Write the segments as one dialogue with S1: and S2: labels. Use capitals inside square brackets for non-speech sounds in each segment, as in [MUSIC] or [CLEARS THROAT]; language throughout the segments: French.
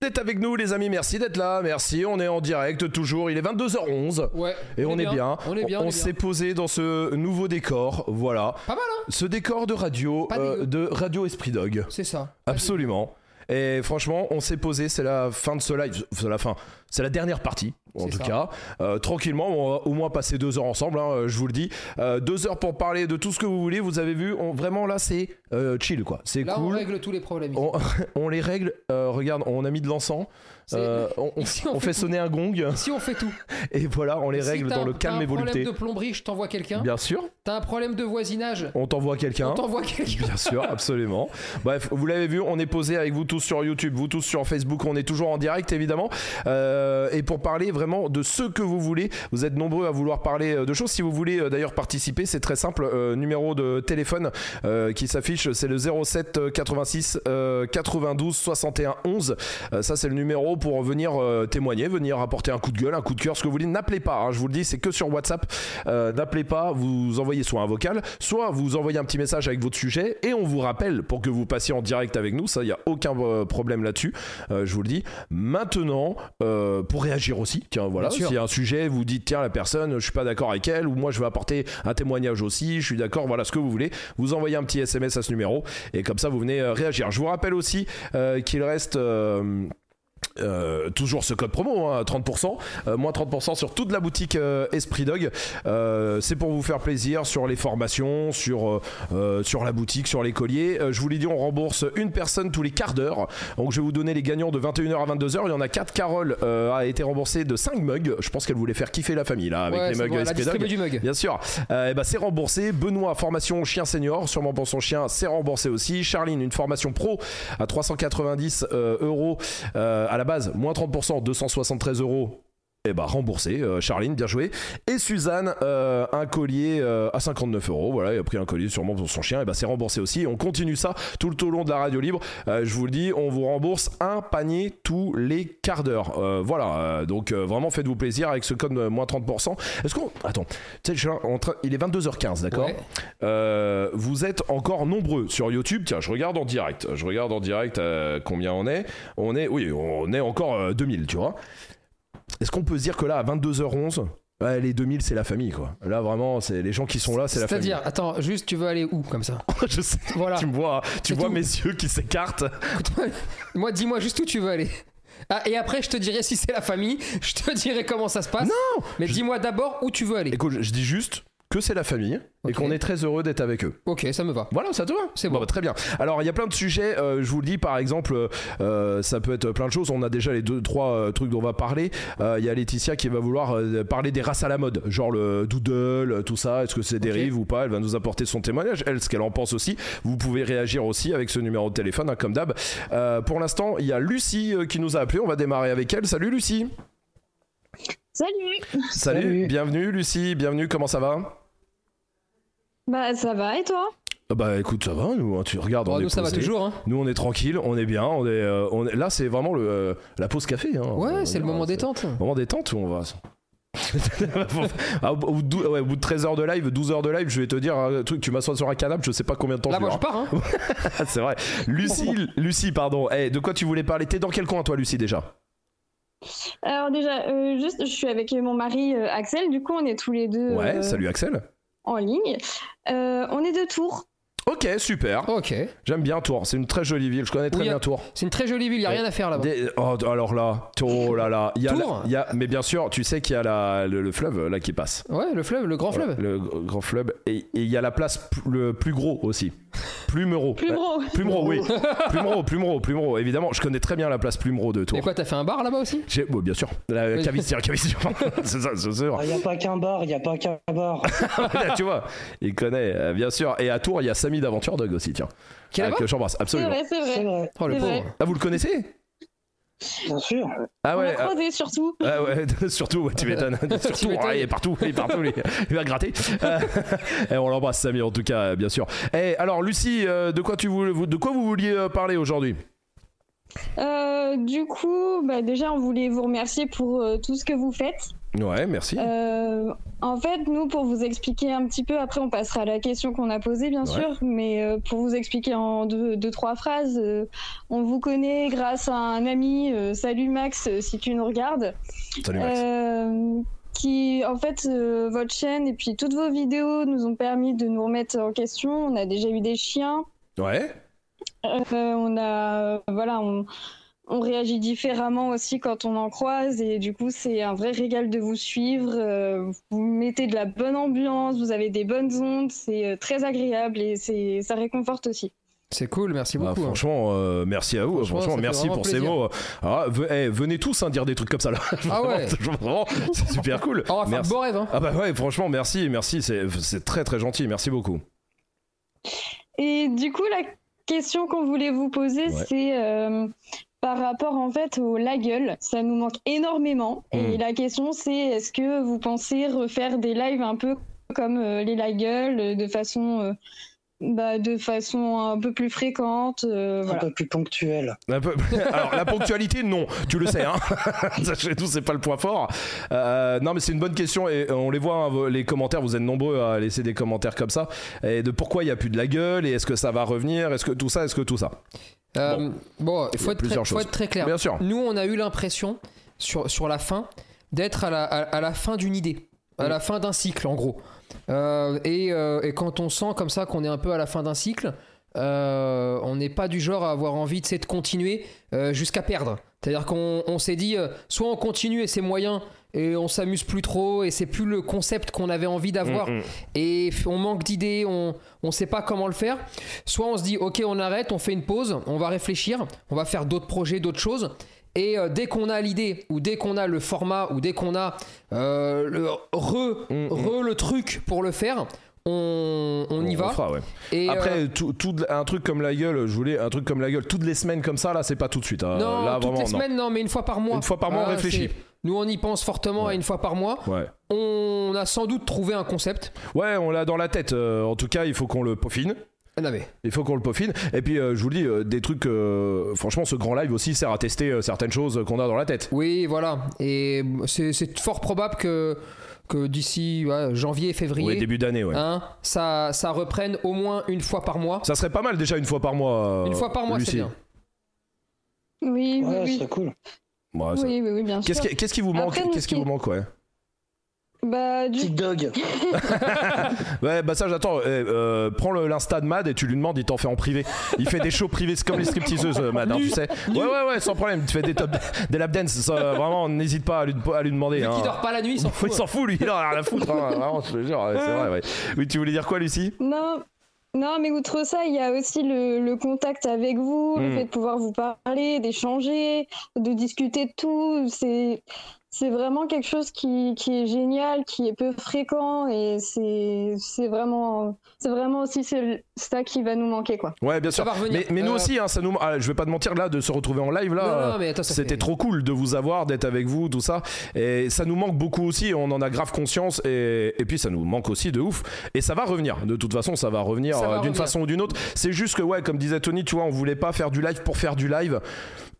S1: d'être avec nous, les amis. Merci d'être là. Merci. On est en direct toujours. Il est 22h11.
S2: Ouais.
S1: Et on, est bien.
S2: On est bien. on est
S1: s'est
S2: bien.
S1: posé dans ce nouveau décor. Voilà.
S2: Pas mal, hein
S1: Ce décor de radio, euh,
S2: Pas dégueu.
S1: de Radio Esprit Dog.
S2: C'est ça.
S1: Absolument. Et franchement, on s'est posé, c'est la fin de ce live, c'est la fin, c'est la dernière partie, en
S2: C'est
S1: tout
S2: ça.
S1: cas. Euh, tranquillement, on va au moins passer deux heures ensemble, hein, je vous le dis. Euh, deux heures pour parler de tout ce que vous voulez, vous avez vu, on- vraiment là c'est euh, chill quoi, c'est
S2: Là, on
S1: cool.
S2: règle tous les problèmes.
S1: On, [LAUGHS] on les règle, euh, regarde, on a mis de l'encens,
S2: C'est-
S1: euh, on,
S2: [LAUGHS]
S1: on-
S2: Ici, on
S1: on
S2: fait
S1: fait
S2: tout.
S1: sonner un
S2: [LAUGHS]
S1: gong,
S2: Si on fait tout.
S1: et voilà, on les
S2: Si
S1: règle
S2: t'as
S1: dans
S2: un-
S1: le calme
S2: t'as
S1: et
S2: un problème
S1: volupté.
S2: de plomberie, je t'envoie quelqu'un.
S1: Bien sûr,
S2: T'as un problème de voisinage,
S1: on t'envoie quelqu'un.
S2: on [LAUGHS] t'envoie quelqu'un.
S1: Bien sûr, absolument. Bref, vous l'avez vu, on est posé avec vous tous sur YouTube, vous tous sur Facebook, on est toujours en direct évidemment. Euh, et pour parler vraiment de ce que vous voulez, vous êtes nombreux à vouloir parler euh, de choses. Si vous voulez euh, d'ailleurs participer, c'est très simple. euh, numéro de téléphone euh, qui s'affiche, c'est le 07 86 euh, 92 61 11. Euh, ça, c'est le numéro pour venir euh, témoigner, venir apporter un coup de gueule, un coup de cœur, ce que vous voulez. N'appelez pas, hein, je vous le dis, c'est que sur WhatsApp. Euh, N'appelez pas, vous envoyez soit un vocal, soit vous envoyez un petit message avec votre sujet et on vous rappelle pour que vous passiez en direct avec nous. Ça, il n'y a aucun euh, problème là-dessus. Euh, je vous le dis. Maintenant, euh, pour réagir aussi, tiens, voilà,
S2: Bien sûr.
S1: s'il y a un sujet, vous dites, tiens, la personne, je suis pas d'accord avec elle, ou moi, je vais apporter un témoignage aussi, je suis d'accord, voilà ce que vous voulez. Vous envoyez un petit SMS à ce numéro et comme ça, vous venez euh, réagir. Je vous rappelle aussi euh, qu'il reste. euh, euh, toujours ce code promo, hein, 30%, euh, moins 30% sur toute la boutique euh, Esprit Dog. Euh, c'est pour vous faire plaisir sur les formations, sur, euh, euh, sur la boutique, sur les colliers. Euh, je vous l'ai dit, on rembourse une personne tous les quarts d'heure. Donc je vais vous donner les gagnants de 21h à 22h. Il y en a 4. Carole euh, a été remboursée de 5 mugs. Je pense qu'elle voulait faire kiffer la famille là avec
S2: Ouais,
S1: les
S2: c'est
S1: mugs
S2: bon, elle a
S1: Esprit
S2: distribué
S1: Dog.
S2: du mug.
S1: Bien sûr. Euh, eh ben, c'est remboursé. Benoît, formation chien senior, sûrement pour son chien, c'est remboursé aussi. Charline, une formation pro à 390 euh, euros euh, à la base, moins 30%, 273 euros. Eh ben remboursé, euh, Charline, bien joué. Et Suzanne, euh, un collier euh, à 59 euros. Voilà, il a pris un collier sûrement pour son chien. Et ben c'est remboursé aussi. On continue ça tout le tout au long de la radio libre. Euh, je vous le dis, on vous rembourse un panier tous les quarts d'heure. Euh, voilà, euh, donc euh, vraiment faites-vous plaisir avec ce code euh, moins 30%. Est-ce qu'on. Attends, tu sais, je suis en train- il est 22h15, d'accord
S2: Ouais.
S1: Euh, Vous êtes encore nombreux sur YouTube. Tiens, je regarde en direct. Je regarde en direct euh, combien on est. On est, oui, on est encore euh, 2000, tu vois. Est-ce qu'on peut se dire que là, à 22h11, ouais, les 2000, c'est la famille, quoi. Là, vraiment, c'est les gens qui sont là, c'est la famille.
S2: C'est-à-dire, attends, juste, tu veux aller où
S1: [LAUGHS]
S2: comme ça
S1: je sais,
S2: Voilà.
S1: tu me vois, tu
S2: C'est
S1: vois
S2: tout.
S1: mes yeux qui s'écartent.
S2: Écoute-moi, moi, dis-moi juste où tu veux aller. Ah, et après, je te dirai si c'est la famille, je te dirai comment ça se passe.
S1: Non
S2: Mais
S1: Je-
S2: dis-moi d'abord où tu veux aller.
S1: Écoute, je- je dis juste que c'est la famille et
S2: Ok.
S1: qu'on est très heureux d'être avec eux.
S2: Ok, ça me va.
S1: Voilà, ça te va
S2: C'est bon.
S1: bah, très bien. Alors, il y a plein de sujets. euh, je vous le dis, par exemple, euh, ça peut être plein de choses. On a déjà les deux, trois euh, trucs dont on va parler. Euh, Il y a Laetitia qui va vouloir euh, parler des races à la mode, genre le doodle, euh, tout ça. Est-ce que c'est dérive ou pas Elle va nous apporter son témoignage, elle, ce qu'elle en pense aussi. Vous pouvez réagir aussi avec ce numéro de téléphone, hein, comme d'hab. Euh, pour l'instant, il y a Lucie euh, qui nous a appelé. On va démarrer avec elle. Salut, Lucie.
S3: Salut
S1: Salut.
S4: Salut.
S1: Bienvenue, Lucie. Bienvenue. Comment ça va
S3: Bah ça va et toi
S1: Bah, écoute, ça va. Bah, Nous, tu regardes,
S2: Bon, nous, ça va toujours. Hein.
S1: Nous, on est tranquille, on est bien, on est, euh, on est- là, c'est vraiment le, euh, la pause café. hein. On va
S2: Ouais, c'est
S1: dire,
S2: le moment
S1: hein,
S2: détente.
S1: c'est le moment détente où on va. [LAUGHS] Ah, au, bout de dou- ouais, au bout de 13 heures de live, 12 heures de live, je vais te dire un truc, tu m'assois sur un canapé, je sais pas combien de temps
S2: Là,
S1: tu
S2: moi, je
S1: auras.
S2: pars.
S1: [LAUGHS]
S2: Hein.
S1: C'est vrai. Lucie, Lucie, pardon, Eh, de quoi tu voulais parler T'es dans quel coin, toi, Lucie, déjà
S3: Alors déjà, euh, juste, je suis avec mon mari euh, Axel, du coup on est tous les deux
S1: Ouais,
S3: euh,
S1: salut Axel.
S3: en ligne. Euh, on est de Tours.
S1: Ok, super.
S2: Ok.
S1: J'aime bien Tours, c'est une très jolie ville, je connais très
S2: Oui, y a-
S1: bien Tours.
S2: C'est une très jolie ville, il n'y a
S1: Ouais.
S2: rien à faire là-bas.
S1: Des- oh, alors là, oh là là, il y a, la-
S2: Tours
S1: il y a- mais bien sûr, tu sais qu'il y a la- le- le fleuve là qui passe.
S2: Ouais, le fleuve, le grand
S1: Ouais,
S2: fleuve.
S1: Le gr- grand fleuve. Et et il y a la place p- le plus gros aussi. Plumereau.
S3: Plus
S1: Euh,
S3: gros
S1: Plumereau, oui. Plumereau, Plumereau, Plumereau. Évidemment, je connais très bien la place Plumereau de
S2: Et
S1: Tours.
S2: quoi, t'as fait un bar là-bas aussi
S1: J'ai- bon, bien sûr, la
S2: Oui.
S1: cavitière,
S3: [LAUGHS]
S1: cavitière. [LAUGHS] c'est ça, c'est sûr. [LAUGHS]
S4: Il n'y Bah, a pas qu'un bar, il n'y a pas qu'un bar.
S1: Là, tu vois, il connaît, euh, bien sûr. Et à Tours, il y a Samy d'Aventure Dog aussi, tiens.
S2: Qui est
S1: Ah,
S2: là-bas
S1: que j'embrasse,
S3: C'est
S1: absolument.
S3: vrai, c'est
S4: C'est
S3: vrai.
S4: vrai,
S2: Oh, le
S3: c'est
S2: pauvre.
S3: vrai.
S1: Ah, vous le connaissez
S4: bien sûr.
S1: Ah
S3: on
S1: ouais.
S3: l'a
S1: ah-
S3: croisé surtout.
S1: Ah ouais, [LAUGHS] surtout, ouais, tu
S2: [LAUGHS]
S1: m'étonnes. surtout,
S2: Euh, m'étonnes.
S1: ouais, il est partout, il est partout, lui. il va gratter. Euh, [LAUGHS] et on l'embrasse, Samy, en tout cas, euh, bien sûr. Et alors, Lucie, euh, de quoi tu voulais, vous- de quoi vous vouliez euh, parler aujourd'hui
S3: Euh, du coup, bah, déjà on voulait vous remercier pour euh, tout ce que vous faites.
S1: Ouais, merci.
S3: Euh, en fait, nous, pour vous expliquer un petit peu, après on passera à la question qu'on a posée, bien
S1: Ouais.
S3: sûr, mais euh, pour vous expliquer en deux, deux trois phrases, euh, On vous connaît grâce à un ami, euh, salut Max, euh, si tu nous regardes,
S1: Salut Max.
S3: euh, qui en fait, euh, votre chaîne et puis toutes vos vidéos nous ont permis de nous remettre en question. On a déjà eu des chiens,
S1: Ouais.
S3: euh, on a, voilà, on, on réagit différemment aussi quand on en croise et du coup, c'est un vrai régal de vous suivre. Euh, vous mettez de la bonne ambiance, vous avez des bonnes ondes, c'est euh, très agréable et c'est, ça réconforte aussi.
S2: C'est cool, merci
S1: Bah,
S2: beaucoup. hein.
S1: franchement, euh, merci à vous.
S2: Franchement,
S1: Franchement,
S2: ça fait
S1: merci
S2: vraiment
S1: pour ces
S2: plaisir.
S1: mots. Ah, ve- eh, venez tous hein, dire des trucs comme ça là. [LAUGHS]
S2: Ah ouais.
S1: Vraiment, vraiment, c'est super cool.
S2: On va faire de
S1: Merci.
S2: beaux rêves. Hein.
S1: Ah bah ouais, franchement, merci, merci. C'est c'est très très gentil. Merci beaucoup.
S3: Et du coup, la question qu'on voulait vous poser,
S1: Ouais.
S3: c'est euh, par rapport en fait au la gueule. Ça nous manque énormément. Et
S1: Mm.
S3: la question, c'est est-ce que vous pensez refaire des lives un peu comme euh, les la gueule, euh, de façon, euh, bah, de façon un peu plus fréquente. euh,
S4: un
S3: voilà.
S4: peu plus ponctuel.
S1: Un peu- [LAUGHS] Alors la ponctualité, non, tu le sais.
S2: [LAUGHS]
S1: Hein. Ça, Chez nous, c'est pas le point fort. Euh, non, mais c'est une bonne question et on les voit hein, vos- les commentaires. Vous êtes nombreux à laisser des commentaires comme ça et de pourquoi il y a plus de la gueule et est-ce que ça va revenir, est-ce que tout ça, est-ce que tout ça.
S2: Euh, bon, il
S1: Il y
S2: faut
S1: a
S2: être, très,
S1: plusieurs
S2: faut
S1: choses.
S2: être très clair.
S1: Bien sûr.
S2: Nous, on a eu l'impression, sur, sur la fin, d'être à la, à, à la fin d'une idée, à
S1: Mm.
S2: la fin d'un cycle, en gros. Euh, et, euh, et quand on sent comme ça qu'on est un peu à la fin d'un cycle, euh, on n'est pas du genre à avoir envie de, c'est de continuer euh, jusqu'à perdre. C'est-à-dire qu'on on s'est dit, euh, soit on continue et c'est moyen, et on s'amuse plus trop, et c'est plus le concept qu'on avait envie d'avoir,
S1: Mm, mm.
S2: et f- on manque d'idées, on ne sait pas comment le faire. Soit on se dit ok on arrête, on fait une pause, on va réfléchir, on va faire d'autres projets, d'autres choses. Et euh, dès qu'on a l'idée, ou dès qu'on a le format, ou dès qu'on a euh, le re,
S1: Mm, mm.
S2: re le truc pour le faire, on, on y
S1: On
S2: va.
S1: fera, ouais.
S2: Et,
S1: Après,
S2: euh,
S1: tout, tout de- un truc comme la gueule, je voulais un truc comme la gueule, toutes les semaines comme ça, là, c'est pas tout de suite. hein.
S2: non,
S1: là,
S2: toutes
S1: vraiment,
S2: les
S1: non.
S2: semaines, non. mais une fois par mois.
S1: Une fois par mois, on
S2: Voilà,
S1: réfléchit.
S2: c'est- Nous on y pense fortement
S1: Ouais.
S2: à une fois par mois.
S1: Ouais.
S2: On a sans doute trouvé un concept.
S1: ouais, on l'a dans la tête. euh, en tout cas, il faut qu'on le peaufine.
S2: Ah, Non mais
S1: Il faut qu'on le peaufine. Et puis, euh, je vous le dis, euh, des trucs. euh, franchement, ce grand live aussi sert à tester euh, certaines choses qu'on a dans la tête.
S2: oui voilà. Et c'est- c'est fort probable que, que d'ici ouais, janvier, février.
S1: Ouais, début d'année, ouais.
S2: Hein, ça, ça reprenne au moins une fois par mois.
S1: Ça serait pas mal déjà une fois par mois. euh,
S2: une fois par mois, c'est
S1: Lucie.
S2: bien.
S3: Oui, oui,
S4: Ouais, ce
S3: oui.
S4: serait cool.
S1: Ouais, ça-
S3: oui, oui, oui, bien sûr.
S1: Qu'est-ce qui, qu'est-ce qui vous manque
S3: Après, nous,
S1: Qu'est-ce qui
S3: ce
S1: vous
S3: qui-
S1: manque, ouais
S3: Bah, du
S4: Petit dog.
S1: Ouais, bah ça, j'attends. eh, euh, prends le- l'insta de Mad et tu lui demandes, il t'en fait en privé. Il fait des shows privés, c'est comme les stripteaseuses, euh, Mad, hein, tu sais. Ouais, ouais, ouais, sans problème. Tu fais des top, des lap dance, ça, vraiment, n'hésite pas à lui, à lui demander.
S2: Vu
S1: hein.
S2: qu'il dort pas la nuit, il s'en fout.
S1: Il s'en fout, lui, il en a rien à foutre. hein, vraiment, je te jure, ouais, c'est vrai, ouais. Oui, tu voulais dire quoi, Lucie
S3: Non, non, mais outre ça, il y a aussi le, le contact avec vous,
S1: Mm.
S3: le fait de pouvoir vous parler, d'échanger, de discuter de tout. C'est, c'est vraiment quelque chose qui, qui est génial, qui est peu fréquent et c'est, c'est vraiment, c'est vraiment aussi ce- ça qui va nous manquer, quoi.
S1: Ouais, bien
S2: Ça
S1: sûr.
S2: va revenir.
S1: Mais, mais nous
S2: Euh,
S1: aussi, hein, ça nous. ah, je vais pas te mentir, là, de se retrouver en live, là.
S2: non,
S1: euh,
S2: non, mais attends, ça
S1: C'était
S2: fait-
S1: trop cool de vous avoir, d'être avec vous, tout ça. Et ça nous manque beaucoup aussi, on en a grave conscience. Et, et puis ça nous manque aussi de ouf. Et ça va revenir. De toute façon, ça va revenir
S2: Ça va
S1: euh, d'une
S2: revenir.
S1: façon ou d'une autre. C'est juste que, ouais, comme disait Tony, tu vois, on voulait pas faire du live pour faire du live.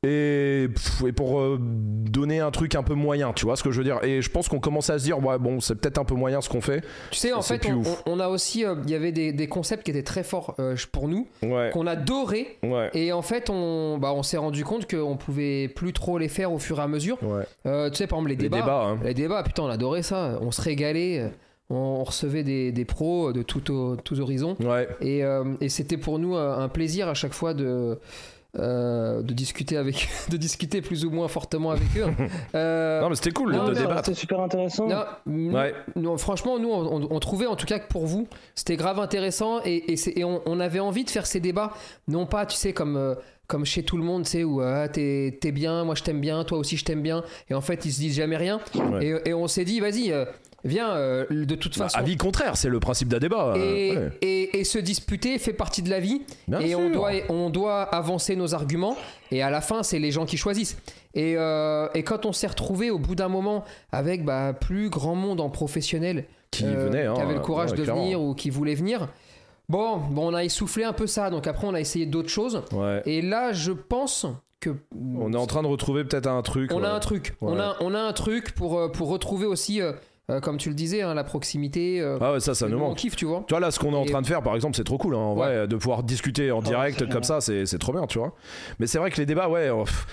S1: Et, pff, et pour euh, donner un truc un peu moyen, tu vois ce que je veux dire. Et je pense qu'on commençait à se dire, ouais, bon, c'est peut-être un peu moyen ce qu'on fait.
S2: Tu sais, en
S1: c'est
S2: fait,
S1: plus
S2: on,
S1: ouf.
S2: on- on a aussi, euh, il y avait des, des concepts qui étaient très forts euh, pour nous,
S1: Ouais,
S2: qu'on adorait.
S1: ouais,
S2: Et en fait, on, bah, on s'est rendu compte qu'on pouvait plus trop les faire au fur et à mesure.
S1: ouais.
S2: Euh, tu sais, par exemple, les
S1: Les
S2: débats.
S1: débats, hein.
S2: Les débats, putain, on adorait ça. On se régalait. euh, On recevait des, des pros euh, de tout, au- tous horizons.
S1: Ouais,
S2: Et, euh, et c'était pour nous euh, un plaisir à chaque fois de, euh, de discuter avec, [LAUGHS] de discuter plus ou moins fortement avec
S1: [LAUGHS]
S2: eux. Euh,
S1: non, mais c'était cool
S2: Non,
S1: de
S2: mais-
S1: débattre.
S4: C'était Ah, super intéressant.
S2: non, mm, nous-
S1: Ouais,
S2: nous, franchement, nous, on, on- on trouvait en tout cas que pour vous, c'était grave intéressant et, et c'est- et on, on avait envie de faire ces débats, non pas, tu sais, comme, euh, comme chez tout le monde, tu sais, où ah, t'es t'es bien, moi je t'aime bien, toi aussi je t'aime bien, et en fait ils se disent jamais rien.
S1: Ouais.
S2: Et, et on s'est dit, vas-y, euh, viens, euh, de toute
S1: Bah,
S2: façon.
S1: avis contraire, c'est le principe d'un débat. euh,
S2: et,
S1: ouais.
S2: et- et se disputer fait partie de la vie
S1: Bien
S2: et on
S1: sûr.
S2: doit, on doit avancer nos arguments et à la fin c'est les gens qui choisissent et, euh, et quand on s'est retrouvé au bout d'un moment avec bah, plus grand monde en professionnel
S1: Qui
S2: euh,
S1: venait, hein,
S2: qui avait le courage
S1: ouais,
S2: de
S1: clairement.
S2: venir ou qui voulait venir bon, bon on a essoufflé un peu ça donc après on a essayé d'autres choses
S1: Ouais.
S2: et là je pense que
S1: On est en train de retrouver peut-être un truc.
S2: on
S1: ouais.
S2: a un truc
S1: Ouais.
S2: on, a, on a un truc pour, euh, pour retrouver aussi euh, euh, comme tu le disais, hein, la proximité. euh,
S1: Ah ouais, ça, ça
S2: mais
S1: nous
S2: nous, On
S1: manque.
S2: kiffe, tu vois.
S1: Tu vois, là, ce qu'on est en
S2: Et-
S1: train de faire, par exemple, c'est trop cool, hein, en
S2: Ouais. Ah
S1: vrai, de pouvoir discuter en
S4: Ouais,
S1: direct
S4: c'est
S1: comme
S4: génial.
S1: ça, c'est c'est trop bien, tu vois. Mais c'est vrai que les débats, ouais. On... pff,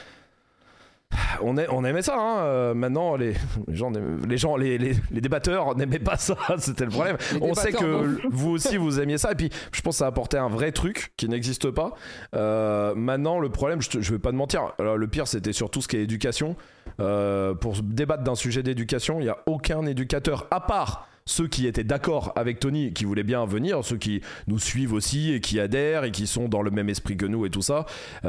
S1: On, est, on aimait ça, hein. euh, maintenant les, les gens, n'aiment- les, gens les, les- les débatteurs n'aimaient pas ça, [LAUGHS] c'était le problème.
S2: Les
S1: On sait
S2: débatteurs,
S1: que
S2: non.
S1: l- vous
S2: [LAUGHS]
S1: aussi vous aimiez ça, et puis je pense que ça a apporté un vrai truc qui n'existe pas. Euh, maintenant, le problème, je, te- je vais pas te mentir, alors, le pire c'était surtout ce qui est éducation. Euh, pour se débattre d'un sujet d'éducation, il n'y a aucun éducateur, à part ceux qui étaient d'accord avec Tony, qui voulaient bien venir, ceux qui nous suivent aussi et qui adhèrent et qui sont dans le même esprit que nous et tout ça, euh,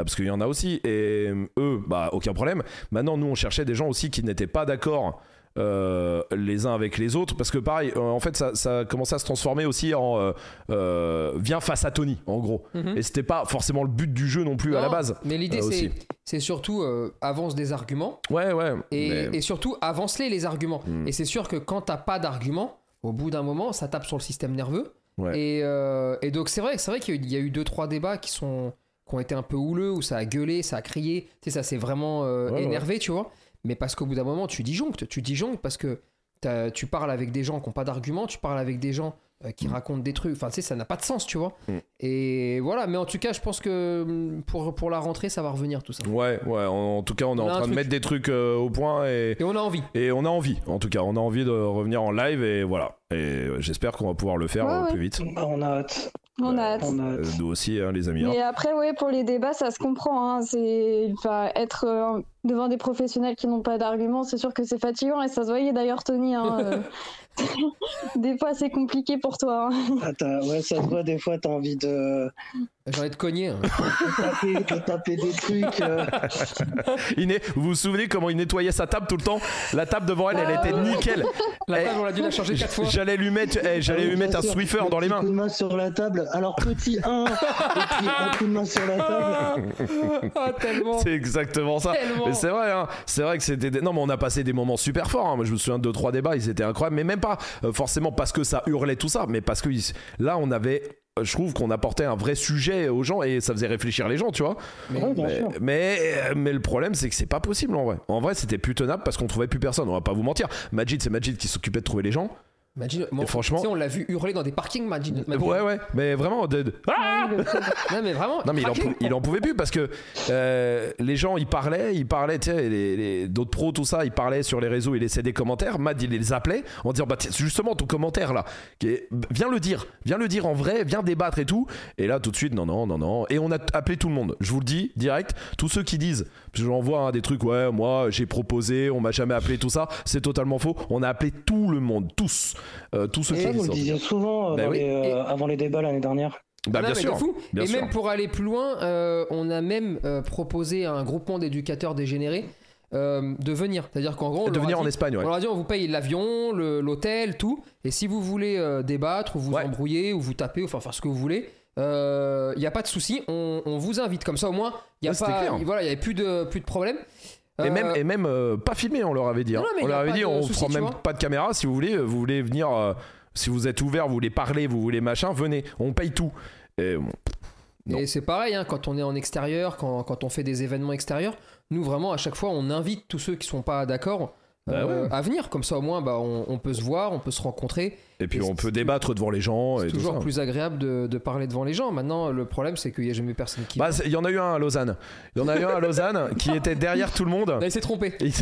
S1: parce qu'il y en a aussi, et euh, eux, bah aucun problème. Maintenant, nous, on cherchait des gens aussi qui n'étaient pas d'accord euh, les uns avec les autres, parce que pareil, euh, en fait, ça, ça commençait à se transformer aussi en euh, euh, viens face à Tony, en gros.
S2: Mhm.
S1: Et c'était pas forcément le but du jeu non plus à
S2: Non,
S1: la base.
S2: Mais l'idée,
S1: euh, aussi.
S2: c'est- c'est surtout euh, avance des arguments
S1: Ouais, ouais.
S2: et,
S1: mais-
S2: et surtout avance-les les arguments.
S1: Mm.
S2: Et c'est sûr que quand t'as pas d'arguments, au bout d'un moment, ça tape sur le système nerveux.
S1: Ouais.
S2: Et, euh, et donc c'est vrai, c'est vrai qu'il y a eu- il y a eu deux trois débats qui sont qui ont été un peu houleux où ça a gueulé, ça a crié, tu sais, ça s'est vraiment euh,
S1: Ouais, ouais.
S2: énervé, tu vois. Mais parce qu'au bout d'un moment, tu disjonctes, tu disjonctes parce que t'as- tu parles avec des gens qui n'ont pas d'arguments, tu parles avec des gens euh, qui
S1: Mm.
S2: racontent des trucs. Enfin, tu sais, ça n'a pas de sens, tu vois.
S1: Mm.
S2: Et voilà. Mais en tout cas, je pense que hum, pour pour la rentrée, ça va revenir tout ça.
S1: Ouais, ouais, en, en tout cas, on est
S2: On
S1: en
S2: a un
S1: train de
S2: truc.
S1: mettre des trucs euh, au point et,
S2: Et on a envie.
S1: et on a envie, en tout cas, on a envie de revenir en live et voilà. Et euh, j'espère qu'on va pouvoir le faire
S3: Ouais,
S1: euh,
S3: ouais.
S1: plus vite.
S4: Bah, On a hâte.
S3: On a hâte.
S4: On a
S1: Euh,
S4: hâte.
S1: nous aussi, hein, les amis. hein.
S3: Mais après, ouais, pour les débats, ça se comprend. Hein. C'est enfin, être euh, devant des professionnels qui n'ont pas d'arguments, c'est sûr que c'est fatigant et ça se voyait d'ailleurs, Tony. Hein,
S1: [LAUGHS]
S3: euh. des fois, c'est compliqué pour toi. hein.
S4: Ah, t'as- ouais, ça se voit, des fois, t'as envie de
S2: J'ai envie de cogner. hein.
S4: taper, de taper des trucs. euh.
S1: Il n'est- vous vous souvenez comment il nettoyait sa table tout le temps La table devant elle, elle
S3: Ah
S1: était
S3: ouais.
S1: nickel.
S2: La
S1: Eh,
S2: table, on l'a dû la changer quatre fois.
S1: J'allais lui mettre, eh, [LAUGHS] j'allais
S4: Ah oui,
S1: lui
S4: bien
S1: mettre un
S4: sûr,
S1: Swiffer
S4: le
S1: dans les
S4: petit
S1: mains.
S4: coup de main sur la table. Alors, petit
S1: [LAUGHS]
S4: 1, et puis un coup de main sur la table.
S2: Ah, ah, tellement.
S1: C'est exactement ça.
S2: Tellement.
S1: Mais c'est vrai, hein. c'est vrai que c'était. des- Non, mais on a passé des moments super forts. hein. Moi, je me souviens de deux, trois débats, ils étaient incroyables. Mais même pas euh, forcément parce que ça hurlait tout ça, mais parce que ils- là, on avait. euh, Je trouve qu'on apportait un vrai sujet aux gens et ça faisait réfléchir les gens, tu vois.
S2: Mais-
S4: Ouais, bien
S1: Mais,
S4: sûr.
S1: mais, euh, mais le problème, c'est que c'est pas possible en vrai. En vrai, c'était plus tenable parce qu'on trouvait plus personne. On va pas vous mentir. Majid, c'est Majid qui s'occupait de trouver les gens.
S2: Imagine, moi,
S1: Et franchement-
S2: tu sais, on l'a vu hurler dans des parkings, Imagine. Imagine.
S1: Ouais, ouais. Mais vraiment, de- de- Ah
S2: Non, mais vraiment.
S1: Non mais il en,
S2: craquait.
S1: pou- il en pouvait plus parce que euh, les gens ils parlaient, ils parlaient, tu sais, les, les- d'autres pros tout ça, ils parlaient sur les réseaux, ils laissaient des commentaires. Mad il les appelait en disant bah tiens, justement ton commentaire là, qui est- viens le dire, viens le dire en vrai, viens débattre et tout. Et là tout de suite non non non non. Et on a t- appelé tout le monde. Je vous le dis direct, tous ceux qui disent, parce que j'en vois hein, des trucs ouais moi j'ai proposé, on m'a jamais appelé tout ça, c'est totalement faux. On a appelé tout le monde, tous, Euh, tous ceux
S4: Et
S1: qui
S4: ça, vous
S1: sont-
S4: le disiez souvent euh,
S1: Bah
S4: dans
S1: oui.
S4: les, euh,
S2: Et-
S4: avant les débats l'année dernière.
S1: Bah
S2: Ah Non,
S1: bien
S2: mais
S1: sûr.
S2: de fou.
S1: bien
S2: et
S1: sûr.
S2: même pour aller plus loin, euh, on a même euh, proposé à un groupement d'éducateurs dégénérés euh, de venir. C'est-à-dire qu'en gros, on,
S1: De
S2: leur a
S1: venir
S2: dit-
S1: en Espagne, ouais.
S2: on leur a dit on vous paye l'avion, le- l'hôtel, tout. Et si vous voulez euh, débattre, ou vous
S1: Ouais.
S2: embrouiller, ou vous taper, ou enfin faire ce que vous voulez, il n'y a pas de souci. On, on vous invite. Comme ça, au moins, il n'y a
S1: Ouais, c'était
S2: pas.
S1: clair.
S2: Voilà, il n'y avait plus de, plus de problème.
S1: Et
S2: Euh,
S1: même, et même euh, pas filmé, on leur avait dit. hein.
S2: Non, non, mais
S1: on
S2: y a
S1: leur avait
S2: pas
S1: dit,
S2: de
S1: on
S2: souci,
S1: prend
S2: tu
S1: même
S2: vois.
S1: pas de caméra. Si vous voulez, euh, vous voulez venir, euh, si vous êtes ouvert, vous voulez parler, vous voulez machin, venez, on paye tout. Et bon, Non.
S2: Et c'est pareil, hein, quand on est en extérieur, quand, quand on fait des événements extérieurs, nous vraiment à chaque fois on invite tous ceux qui sont pas d'accord
S1: Bah
S2: euh, à venir. Comme ça au moins bah, on, on peut se voir, on peut se rencontrer.
S1: et puis
S2: Et
S1: on
S2: c'est-
S1: peut débattre devant les gens.
S2: C'est
S1: Et tout
S2: toujours
S1: ça.
S2: plus agréable de, de parler devant les gens. Maintenant le problème c'est qu'il n'y a jamais personne qui...
S1: Bah, c'est- Il y en a eu un à Lausanne. Il y en a eu un à Lausanne qui était derrière tout le monde.
S2: Non, il s'est trompé.
S1: Il-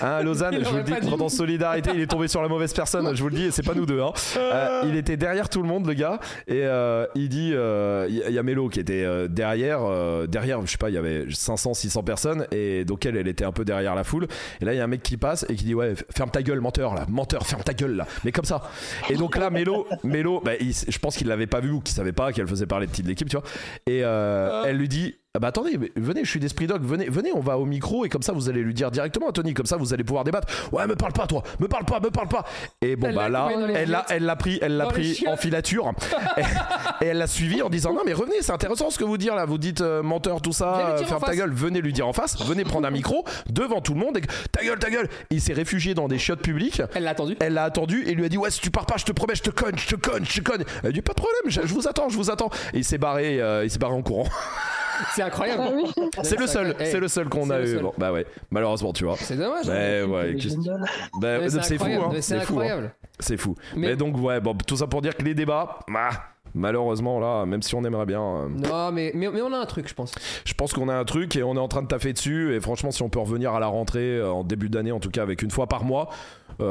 S1: Hein,
S2: [LAUGHS]
S1: à Lausanne,
S2: Il
S1: je vous le
S2: aurait
S1: dis,
S2: pas dû.
S1: pendant Solidarité, il est tombé sur la mauvaise personne, je vous le dis, et c'est pas nous deux.
S2: [LAUGHS]
S1: hein.
S2: Ah.
S1: Euh, il était derrière tout le monde, le gars, et euh, il dit euh, il y a Mélo qui était euh, derrière, euh, derrière, je sais pas, il y avait 500, 600 personnes, et donc elle, elle était un peu derrière la foule. Et là, il y a un mec qui passe et qui dit Ouais, ferme ta gueule, menteur, là, menteur, ferme ta gueule, là, mais comme ça. Et donc là, Mélo, Mélo bah, il- je pense qu'il l'avait pas vu ou qu'il savait pas qu'elle faisait parler de petite de l'équipe, tu vois, et euh, elle lui dit ah bah attendez, mais venez, je suis d'Esprit Dog, venez, venez, on va au micro et comme ça vous allez lui dire directement à Tony, comme ça vous allez pouvoir débattre. Ouais, me parle pas toi, me parle pas, me parle pas. Et bon
S2: Elle
S1: bah
S2: l'a
S1: là,
S2: coupé dans les
S1: elle l'a,
S2: chiottes.
S1: elle l'a pris, elle l'a
S2: Dans les
S1: pris en
S2: chiottes. [LAUGHS]
S1: filature et, et elle l'a suivi en disant non mais revenez, c'est intéressant ce que vous dire là, vous dites euh, menteur tout
S2: Viens
S1: ça,
S2: lui
S1: euh,
S2: dire en
S1: ferme ta
S2: face.
S1: gueule, venez lui dire en face, venez prendre un micro devant tout le monde. Et, ta gueule, ta gueule. Il s'est réfugié dans des chiottes publiques.
S2: Elle l'a attendu.
S1: Elle l'a attendu et lui a dit Ouais, si tu pars pas, je te promets, je te cogne, je te cogne, je te cogne. Elle a dit Pas de problème, je, je vous attends, je vous attends. Et il s'est barré, euh, il s'est barré en courant.
S2: C'est incroyable.
S3: Ah oui.
S1: C'est le seul,
S2: Eh,
S1: c'est le seul qu'on
S2: c'est
S1: a
S2: le
S1: eu.
S2: seul.
S1: Bon, bah ouais, malheureusement, tu vois.
S2: C'est dommage. hein.
S1: Mais ouais, qu'est-ce-
S4: Legends.
S1: bah,
S2: Mais
S1: c'est fou,
S2: incroyable,
S1: hein.
S2: mais C'est
S1: fou, hein.
S2: incroyable.
S1: C'est fou. Mais...
S2: Mais-
S1: donc, ouais, bon, tout ça pour dire que les débats, bah, malheureusement, là, même si on aimerait bien, euh,
S2: Non, mais, mais, mais on a un truc, je pense.
S1: je pense qu'on a un truc et on est en train de taffer dessus. Et franchement, si on peut revenir à la rentrée, euh, en début d'année, en tout cas, avec une fois par mois,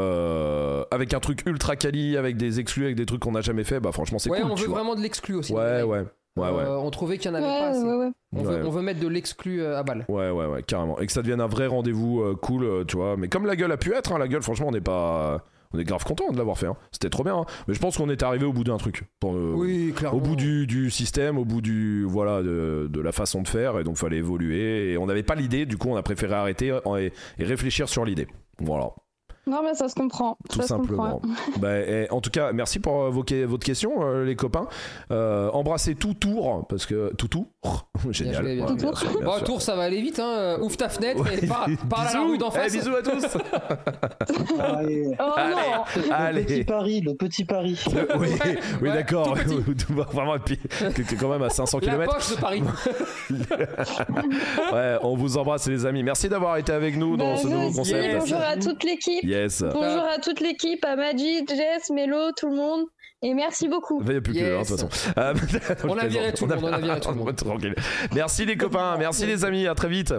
S1: euh, avec un truc ultra quali, avec des exclus, avec des trucs qu'on n'a jamais fait, bah, franchement, c'est
S2: Ouais,
S1: cool.
S2: on
S1: tu
S2: veut
S1: vois.
S2: vraiment de l'exclu aussi.
S1: Ouais,
S2: Euh,
S1: ouais, ouais, ouais.
S2: on trouvait qu'il n'y en
S3: Ouais,
S2: avait pas assez.
S3: ouais, ouais.
S2: On,
S1: Ouais.
S2: Veut, on veut mettre de l'exclu euh, à balle.
S1: Ouais, ouais, ouais, carrément. Et que ça devienne un vrai rendez-vous euh, cool, euh, tu vois. Mais comme la gueule a pu être, hein, la gueule, franchement, on n'est pas. euh, On est grave content de l'avoir fait. hein. C'était trop bien. hein. Mais je pense qu'on est arrivé au bout d'un truc. Pour, euh,
S2: oui, clairement.
S1: Au bout du, du système, au bout du voilà de, de la façon de faire, et donc fallait évoluer. Et on n'avait pas l'idée, du coup, on a préféré arrêter euh, et, et réfléchir sur l'idée. Voilà,
S3: Non, mais ça se comprend.
S1: tout
S3: ça Se
S1: simplement.
S2: [LAUGHS]
S3: comprend.
S1: Bah, et en tout cas, merci pour euh, vos que- votre question, euh, les copains. Euh, embrassez tout tour parce que tout tour, [LAUGHS] génial.
S2: joué, bien
S1: Ouais,
S3: joué.
S1: bien sûr, bien
S2: Bon,
S1: sûr.
S2: tour, ça va aller vite. Hein. Ouvre ta fenêtre
S1: [LAUGHS]
S2: et par, parle à la
S1: Bisous.
S2: rue d'en
S1: Eh,
S2: face.
S1: bisous à
S2: [LAUGHS]
S1: tous. [LAUGHS]
S4: Allez.
S3: Oh non
S4: Le petit
S1: Allez.
S4: Paris, le petit Paris.
S1: Le- oui,
S2: Ouais,
S1: oui
S2: ouais,
S1: d'accord.
S2: tout
S1: [LAUGHS]
S2: petit.
S1: Tout va Vraiment, puis, que- que quand même à 500
S2: la
S1: km.
S2: poche
S1: [LAUGHS]
S2: de Paris.
S1: Ouais, on vous embrasse les amis. Merci d'avoir été avec nous dans
S3: Bah,
S2: Ben,
S1: ce
S3: vous
S1: nouveau
S3: aussi,
S1: concept.
S3: Bonjour à toute l'équipe.
S1: Yes.
S3: Bonjour à toute l'équipe, à Majid, Jess, Mélo, tout le monde. Et merci beaucoup.
S1: Il n'y a plus que
S2: Yes.
S1: hein, de toute façon. Euh, je
S2: [LAUGHS] On a
S1: [LAUGHS]
S2: viré
S1: plaisante.
S2: tout le monde, on a viré tout le
S1: [LAUGHS]
S2: monde.
S1: Tranquille. Merci les copains, merci les amis, à très vite.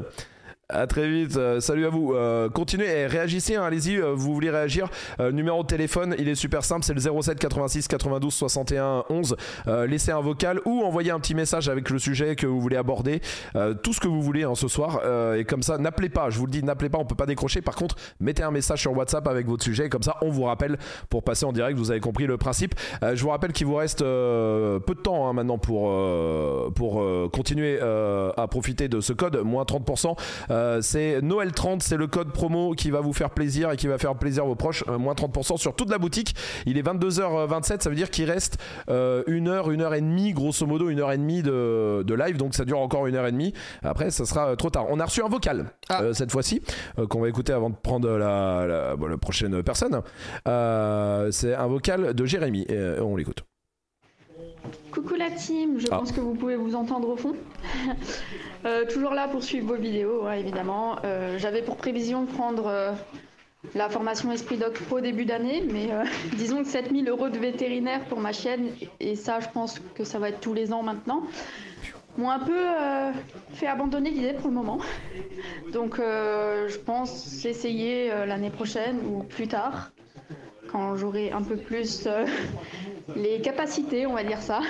S1: À très vite, Euh, salut à vous. Euh, continuez et réagissez, hein, allez-y, euh, vous voulez réagir. Euh, numéro de téléphone, il est super simple, c'est le 07 86 92 61 11. Euh, laissez un vocal ou envoyez un petit message avec le sujet que vous voulez aborder, euh, tout ce que vous voulez hein, ce soir. Euh, et comme ça, n'appelez pas, je vous le dis, n'appelez pas, on peut pas décrocher. Par contre, mettez un message sur WhatsApp avec votre sujet, comme ça on vous rappelle pour passer en direct, vous avez compris le principe. Euh, je vous rappelle qu'il vous reste euh, peu de temps hein, maintenant pour, euh, pour euh, continuer euh, à profiter de ce code, moins 30%. Euh, c'est Noël30, c'est le code promo qui va vous faire plaisir et qui va faire plaisir à vos proches, euh, moins 30% sur toute la boutique. Il est 22h27, ça veut dire qu'il reste euh, une heure, une heure et demie, grosso modo, une heure et demie de, de live, donc ça dure encore une heure et demie. Après, ça sera euh, trop tard. On a reçu un vocal
S2: Ah.
S1: euh, cette fois-ci, euh, qu'on va écouter avant de prendre la, la- bon, la prochaine personne. Euh, c'est un vocal de Jérémy, et, euh, on l'écoute.
S5: Coucou la team, je
S1: Ah.
S5: pense que vous pouvez vous entendre au fond. [LAUGHS] Euh, toujours là pour suivre vos vidéos, ouais, évidemment. Euh, J'avais pour prévision de prendre euh, la formation Esprit Doc Pro début d'année, mais euh, [LAUGHS] disons que 7000 euros de vétérinaire pour ma chienne, et ça, je pense que ça va être tous les ans maintenant, m'ont un peu euh, fait abandonner l'idée pour le moment. [LAUGHS] Donc, euh, je pense essayer euh, l'année prochaine ou plus tard, quand j'aurai un peu plus euh, [LAUGHS] les capacités, on va dire ça.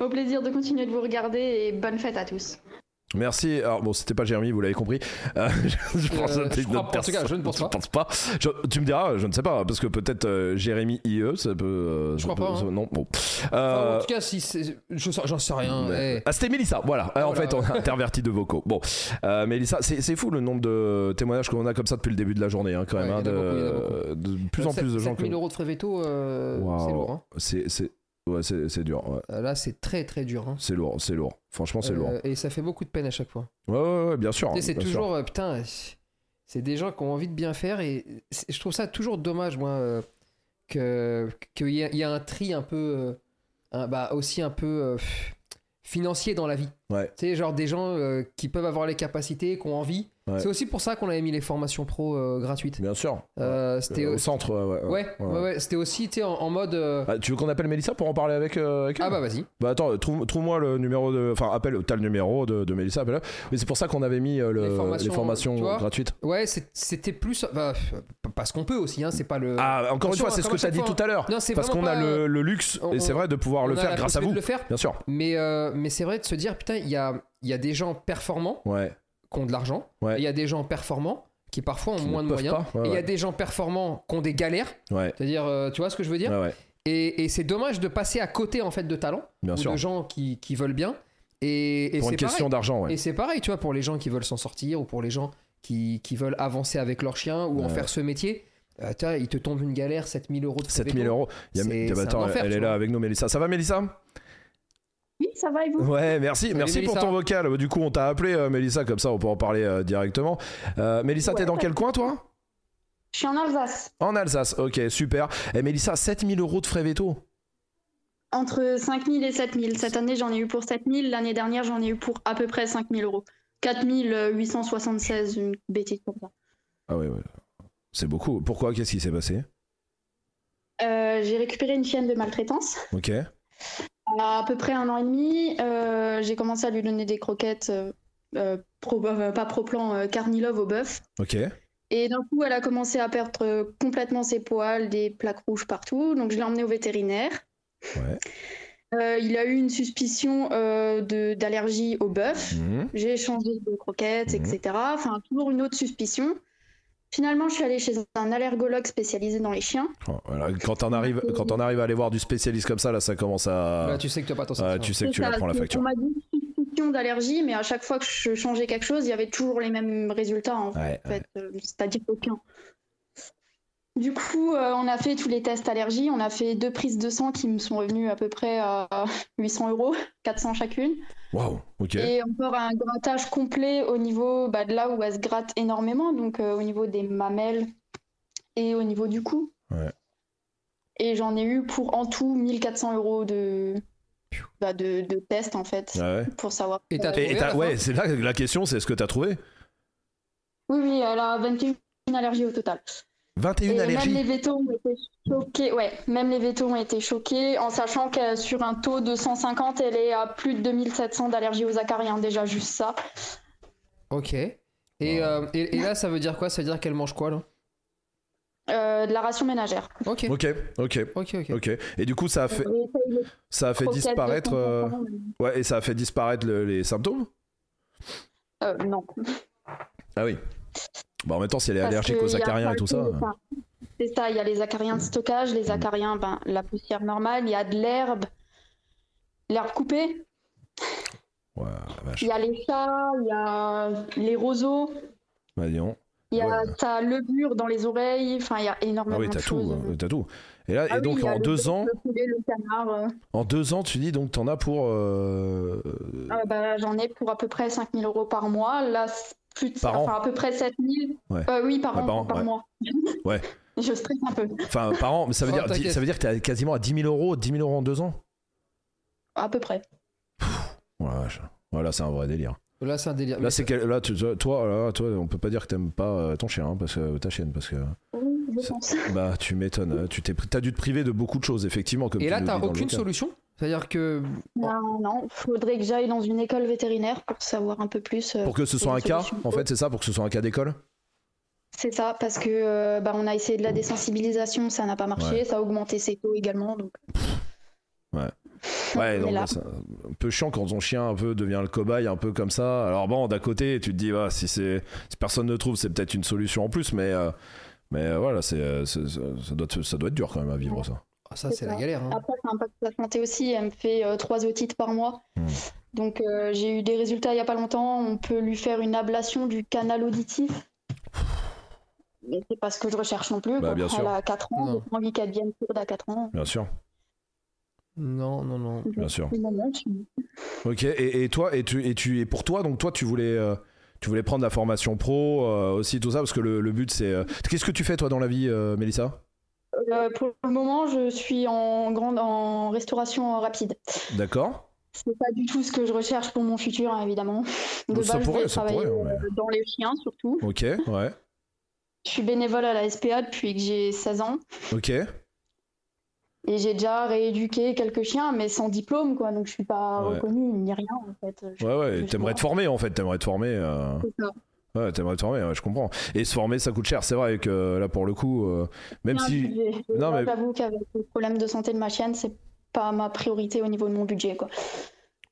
S5: Au plaisir de continuer de vous regarder et bonne fête à tous.
S1: Merci. Alors bon, c'était pas Jérémy, vous l'avez compris. Euh, [LAUGHS] je, je pense
S2: Euh,
S1: que c'est
S2: je
S1: une
S2: crois-
S1: autre
S2: en tout cas, je ne pense pas.
S1: pas. Je- tu me diras, je ne sais pas, parce que peut-être euh, Jérémy IE, ça peut. euh,
S2: Je
S1: ça
S2: crois
S1: peut-
S2: pas,
S1: ça-
S2: hein.
S1: Non, bon.
S2: Enfin,
S1: Euh,
S2: en tout cas, si c'est- je sais- j'en sais rien.
S1: mais-
S2: eh.
S1: Ah, c'était Mélissa, voilà. Euh, En
S2: Voilà.
S1: fait, on a interverti de vocaux. Bon, euh, Mélissa, c'est c'est fou le nombre de témoignages qu'on a comme ça depuis le début de la journée, hein, quand
S2: Ouais,
S1: même. hein,
S2: il y en a beaucoup, il y en
S1: de,
S2: a
S1: de plus en
S2: Sept-
S1: plus de gens.
S2: 7000
S1: que-
S2: euros de frais veto, euh,
S1: Waouh.
S2: c'est lourd. hein.
S1: C'est c'est- ouais, c'est- c'est dur. ouais.
S2: Euh, Là, c'est très très dur. hein.
S1: C'est lourd, c'est lourd. Franchement, Oh, c'est
S2: Euh,
S1: lourd.
S2: Et ça fait beaucoup de peine à chaque fois.
S1: Ouais, ouais, ouais, bien sûr. hein,
S2: Tu sais, c'est
S1: Oh, bien sûr.
S2: toujours, euh, putain, c'est des gens qui ont envie de bien faire et c'est- je trouve ça toujours dommage, moi, euh, que qu'il y, a- il y a un tri un peu, euh, un- bah, aussi un peu euh, pff, financier dans la vie.
S1: Ouais.
S2: Tu sais, genre des gens euh, qui peuvent avoir les capacités, qui ont envie.
S1: Ouais.
S2: C'est aussi pour ça qu'on avait mis les formations pro euh, gratuites.
S1: Bien sûr.
S2: Euh, C'était
S1: Euh, au
S2: aussi-
S1: centre, ouais.
S2: ouais, ouais, ouais, c'était aussi, tu sais, en, en mode. euh,
S1: Ah, tu veux qu'on appelle Mélissa pour en parler avec, euh, avec elle
S2: ah bah vas-y.
S1: Bah attends, trouve- trouve-moi le numéro de. Enfin, appelle, t'as le numéro de, de Mélissa, appelle-la. Mais c'est pour ça qu'on avait mis euh, le-
S2: Les formations, tu vois
S1: gratuites.
S2: Ouais, c'est- c'était plus. bah, pff, parce qu'on peut aussi, hein, c'est pas le.
S1: Ah, encore une
S2: Attention,
S1: fois, c'est ce
S2: comme
S1: que
S2: à
S1: t'as
S2: chaque
S1: dit
S2: fois,
S1: tout à l'heure.
S2: Non, c'est
S1: Parce
S2: vraiment
S1: qu'on a
S2: pas, euh,
S1: le, le luxe,
S2: on-
S1: et c'est vrai, de pouvoir le
S2: on a
S1: faire
S2: la
S1: grâce à
S2: possibilité
S1: vous.
S2: de le faire.
S1: Bien sûr.
S2: Mais, euh, mais c'est vrai de se dire, putain, il y a, il y a des gens performants
S1: Ouais.
S2: qui ont de l'argent, et
S1: Ouais.
S2: il y a des gens performants qui parfois ont
S1: Qui ne
S2: moins de
S1: peuvent
S2: moyens,
S1: pas, ouais,
S2: et il y
S1: ouais.
S2: a des gens performants qui ont des galères,
S1: Ouais.
S2: c'est-à-dire, euh, tu vois ce que je veux dire
S1: Ouais, ouais.
S2: Et, et c'est dommage de passer à côté en fait de talents,
S1: Bien
S2: ou
S1: sûr.
S2: de gens qui, qui veulent bien, et,
S1: pour
S2: et c'est
S1: une
S2: pareil.
S1: question d'argent, ouais.
S2: Et c'est pareil, tu vois, pour les gens qui veulent s'en sortir, ou pour les gens qui, qui veulent avancer avec leur chien, ou en
S1: Ouais.
S2: faire ce métier, euh, tu vois, il te tombe une galère, 7000 euros de
S1: 7000
S2: vélo.
S1: euros. Il y a-
S2: C'est-
S1: bah,
S2: c'est un
S1: attends,
S2: enfer,
S1: elle
S2: tu
S1: est là
S2: vois.
S1: avec nous, Mélissa. Ça va, Mélissa
S5: Oui, ça va et vous
S1: Ouais, merci,
S2: Salut,
S1: merci pour
S2: Mélissa.
S1: ton vocal. Bah, Du coup, on t'a appelé, euh, Mélissa, comme ça, on peut en parler euh, directement. Euh, Mélissa, t'es
S5: Ouais,
S1: dans
S5: pas
S1: quel coin, toi
S5: Je suis en Alsace.
S1: Eh, En Alsace, ok, super. Et Mélissa, 7000 euros de frais veto.
S5: Entre 5000 et 7000. Cette année, j'en ai eu pour 7000. L'année dernière, j'en ai eu pour à peu près 5000 euros. 4876, une bêtise pour ça.
S1: Ah ouais, ouais. C'est beaucoup. Pourquoi Qu'est-ce qui s'est passé
S5: Euh, j'ai récupéré une chienne de maltraitance.
S1: Ok.
S5: À peu près un an et demi, euh, j'ai commencé à lui donner des croquettes, euh, euh, pro- euh, pas pro plan, euh, carnilove au bœuf.
S1: Ok.
S5: Et d'un coup, elle a commencé à perdre euh, complètement ses poils, des plaques rouges partout. Donc, je l'ai emmenée au vétérinaire.
S1: Ouais.
S5: Euh, il a eu une suspicion euh, de- d'allergie au bœuf.
S1: Mhm.
S5: J'ai changé de croquettes,
S1: Mhm.
S5: etc. Enfin, toujours une autre suspicion. Finalement, je suis allée chez un allergologue spécialisé dans les chiens.
S1: Oh, voilà. Quand on arrive, quand on arrive à aller voir du spécialiste comme ça, là, ça commence à.
S2: Là, Bah, tu sais que tu vas pas t'en sortir.
S1: Ah, tu sais que
S5: C'est
S1: tu la
S5: ça,
S1: prends la
S5: c'est-
S1: facture.
S5: On m'a dit suspicion d'allergie, mais à chaque fois que je changeais quelque chose, il y avait toujours les mêmes résultats, en
S1: Ouais.
S5: fait, euh, c'est-à-dire aucun. Du coup, euh, on a fait tous les tests allergies, on a fait deux prises de sang qui me sont revenues à peu près à [LAUGHS] 800 euros, 400 chacune,
S1: Waouh. Ok.
S5: et encore un grattage complet au niveau bah, de là où elle se gratte énormément, donc euh, au niveau des mamelles et au niveau du cou.
S1: Ouais.
S5: Et j'en ai eu pour en tout 1400 euros de, bah, de, de tests en fait
S1: Ah ouais.
S5: pour savoir.
S2: Et t'as
S5: Euh,
S2: trouvé
S1: Et- et
S2: à
S1: t'as-
S2: la fin
S1: ouais, c'est là que la question, c'est ce que t'as trouvé
S5: Oui, oui, elle a 21 allergies au total.
S1: 21
S5: Et
S1: allergies.
S5: même les vétos ont été choqués. Ouais, même les vétos ont été choqués en sachant que sur un taux de 150, elle est à plus de 2700 d'allergies aux acariens. Déjà, juste ça.
S2: Ok. Et, euh, et, et là, ça veut dire quoi Ça veut dire qu'elle mange quoi là
S5: Euh, de la ration ménagère.
S2: Ok,
S1: Ok. Ok.
S2: ok, ok.
S1: Ok. Et du coup, ça a fait, ça a fait
S5: Croquettes de
S1: disparaître. euh, Ouais. Et ça a fait disparaître le- les symptômes.
S5: Euh, non.
S1: Ah oui. Bah en même temps, si elle est
S5: Parce
S1: allergique
S5: que
S1: aux
S5: il y a
S1: acariens
S5: pas
S1: et tout
S5: que
S1: ça. euh,
S5: ça. C'est ça, il y a les acariens de stockage, les acariens, ben, la poussière normale, il y a de l'herbe, l'herbe coupée,
S1: Ouais, la vache.
S5: il y a les chats, il y a les roseaux,
S1: Bah, dis donc.
S5: il y a
S1: Ouais.
S5: t'as le mur dans les oreilles, enfin il y a énormément
S1: Ah oui,
S5: de
S1: t'as
S5: choses.
S1: tout, euh, t'as tout. Et là,
S5: Ah
S1: et
S5: oui,
S1: donc
S5: il y a
S1: en
S5: le
S1: deux
S5: bœuf,
S1: ans,
S5: Le poulet, le canard, euh,
S1: en deux ans, tu dis donc t'en as pour. euh,
S5: ah, ben, j'en ai pour à peu près 5000 euros par mois, là c'est plus de-
S1: Par an
S5: enfin à peu près 7000,
S1: Ouais.
S5: Euh, oui par
S1: Ouais,
S5: an,
S1: par an,
S5: par
S1: ouais.
S5: mois. [LAUGHS]
S1: Ouais.
S5: Je stresse un peu.
S1: Enfin, par an, mais ça veut
S2: Oh,
S1: dire,
S2: t'inquiète.
S1: ça veut dire que t'es quasiment à 10 000 euros, 10 000 euros en deux ans.
S5: À peu près.
S1: Oh la vache. Voilà, c'est un vrai délire.
S2: Là, c'est un délire.
S1: Là, c'est quel- là, tu- toi, toi, là, toi, on peut pas dire que t'aimes pas euh, ton chien, hein, parce que ta chienne, parce que
S5: Oui, je
S1: C'est-
S5: pense.
S1: bah tu m'étonnes. euh, Tu t'es, pris- t'as dû te priver de beaucoup de choses, effectivement. Comme
S2: Et
S1: tu
S2: là,
S1: le
S2: t'as
S1: dis dans le
S2: aucune
S1: bouquin.
S2: solution C'est-à-dire que.
S1: Oh.
S5: Non, non, faudrait que j'aille dans une école vétérinaire pour savoir un peu plus. euh,
S1: Pour que ce soit un
S5: Aucune
S1: cas,
S5: solution.
S1: en fait, c'est ça, pour que ce soit un cas d'école.
S5: C'est ça, parce que euh, bah, on a essayé de la désensibilisation, ça n'a pas marché, ça a augmenté ses taux également. Donc...
S1: Ouais,
S5: Mais
S1: donc,
S5: là-
S1: c'est un peu chiant quand ton chien un peu devient le cobaye, un peu comme ça. Alors bon, d'un côté, tu te dis, bah, si, c'est, si personne ne trouve, c'est peut-être une solution en plus, mais, euh, mais euh, voilà, c'est, euh, c'est- ça, ça doit être, ça doit être dur quand même à vivre ça.
S2: Ah, ça,
S5: C'est
S2: c'est la
S5: ça.
S2: galère. hein.
S5: Après, ça impacte la santé aussi, elle me fait euh, trois otites par mois.
S1: Hmm.
S5: Donc euh, j'ai eu des résultats il n'y a pas longtemps, on peut lui faire une ablation du canal auditif. Mais c'est pas ce que je recherche non plus.
S1: Bah,
S5: quoi.
S1: bien
S5: elle
S1: sûr.
S5: a 4 ans,
S2: Non.
S5: j'ai pas envie qu'elle devienne sourde à 4 ans.
S1: Bien sûr,
S2: Non, non, non.
S1: bien sûr.
S5: Non, non, je-
S1: Ok, et, et toi, et, tu, et, tu, et pour toi, donc toi, tu voulais, euh, tu voulais prendre la formation pro euh, aussi, tout ça, parce que le, le but, c'est. euh, Qu'est-ce que tu fais toi dans la vie, euh, Mélissa
S5: Euh, pour le moment, je suis en, grande, en restauration rapide.
S1: D'accord
S5: C'est pas du tout ce que je recherche pour mon futur, hein, évidemment. De
S1: Ça
S5: base, je
S1: pourrait,
S5: vais
S1: ça
S5: travailler
S1: pourrait, ouais.
S5: euh, dans les chiens, surtout.
S1: Ok, ouais.
S5: Je suis bénévole à la SPA depuis que j'ai 16 ans.
S1: Ok.
S5: Et j'ai déjà rééduqué quelques chiens, mais sans diplôme, quoi. Donc, je suis pas
S1: Ouais.
S5: reconnue ni rien, en fait. Je-
S1: Ouais, ouais,
S5: je-
S1: t'aimerais te
S5: je-
S1: former en fait, t'aimerais te former. euh,
S5: C'est ça.
S1: Ouais, t'aimerais te former, ouais, je comprends. Et se former, ça coûte cher, c'est vrai que là, pour le coup, euh, même
S5: J'ai un
S1: si.
S5: budget.
S1: Non,
S5: Moi,
S1: mais-
S5: J'avoue qu'avec le problème de santé de ma chienne, c'est pas ma priorité au niveau de mon budget, quoi.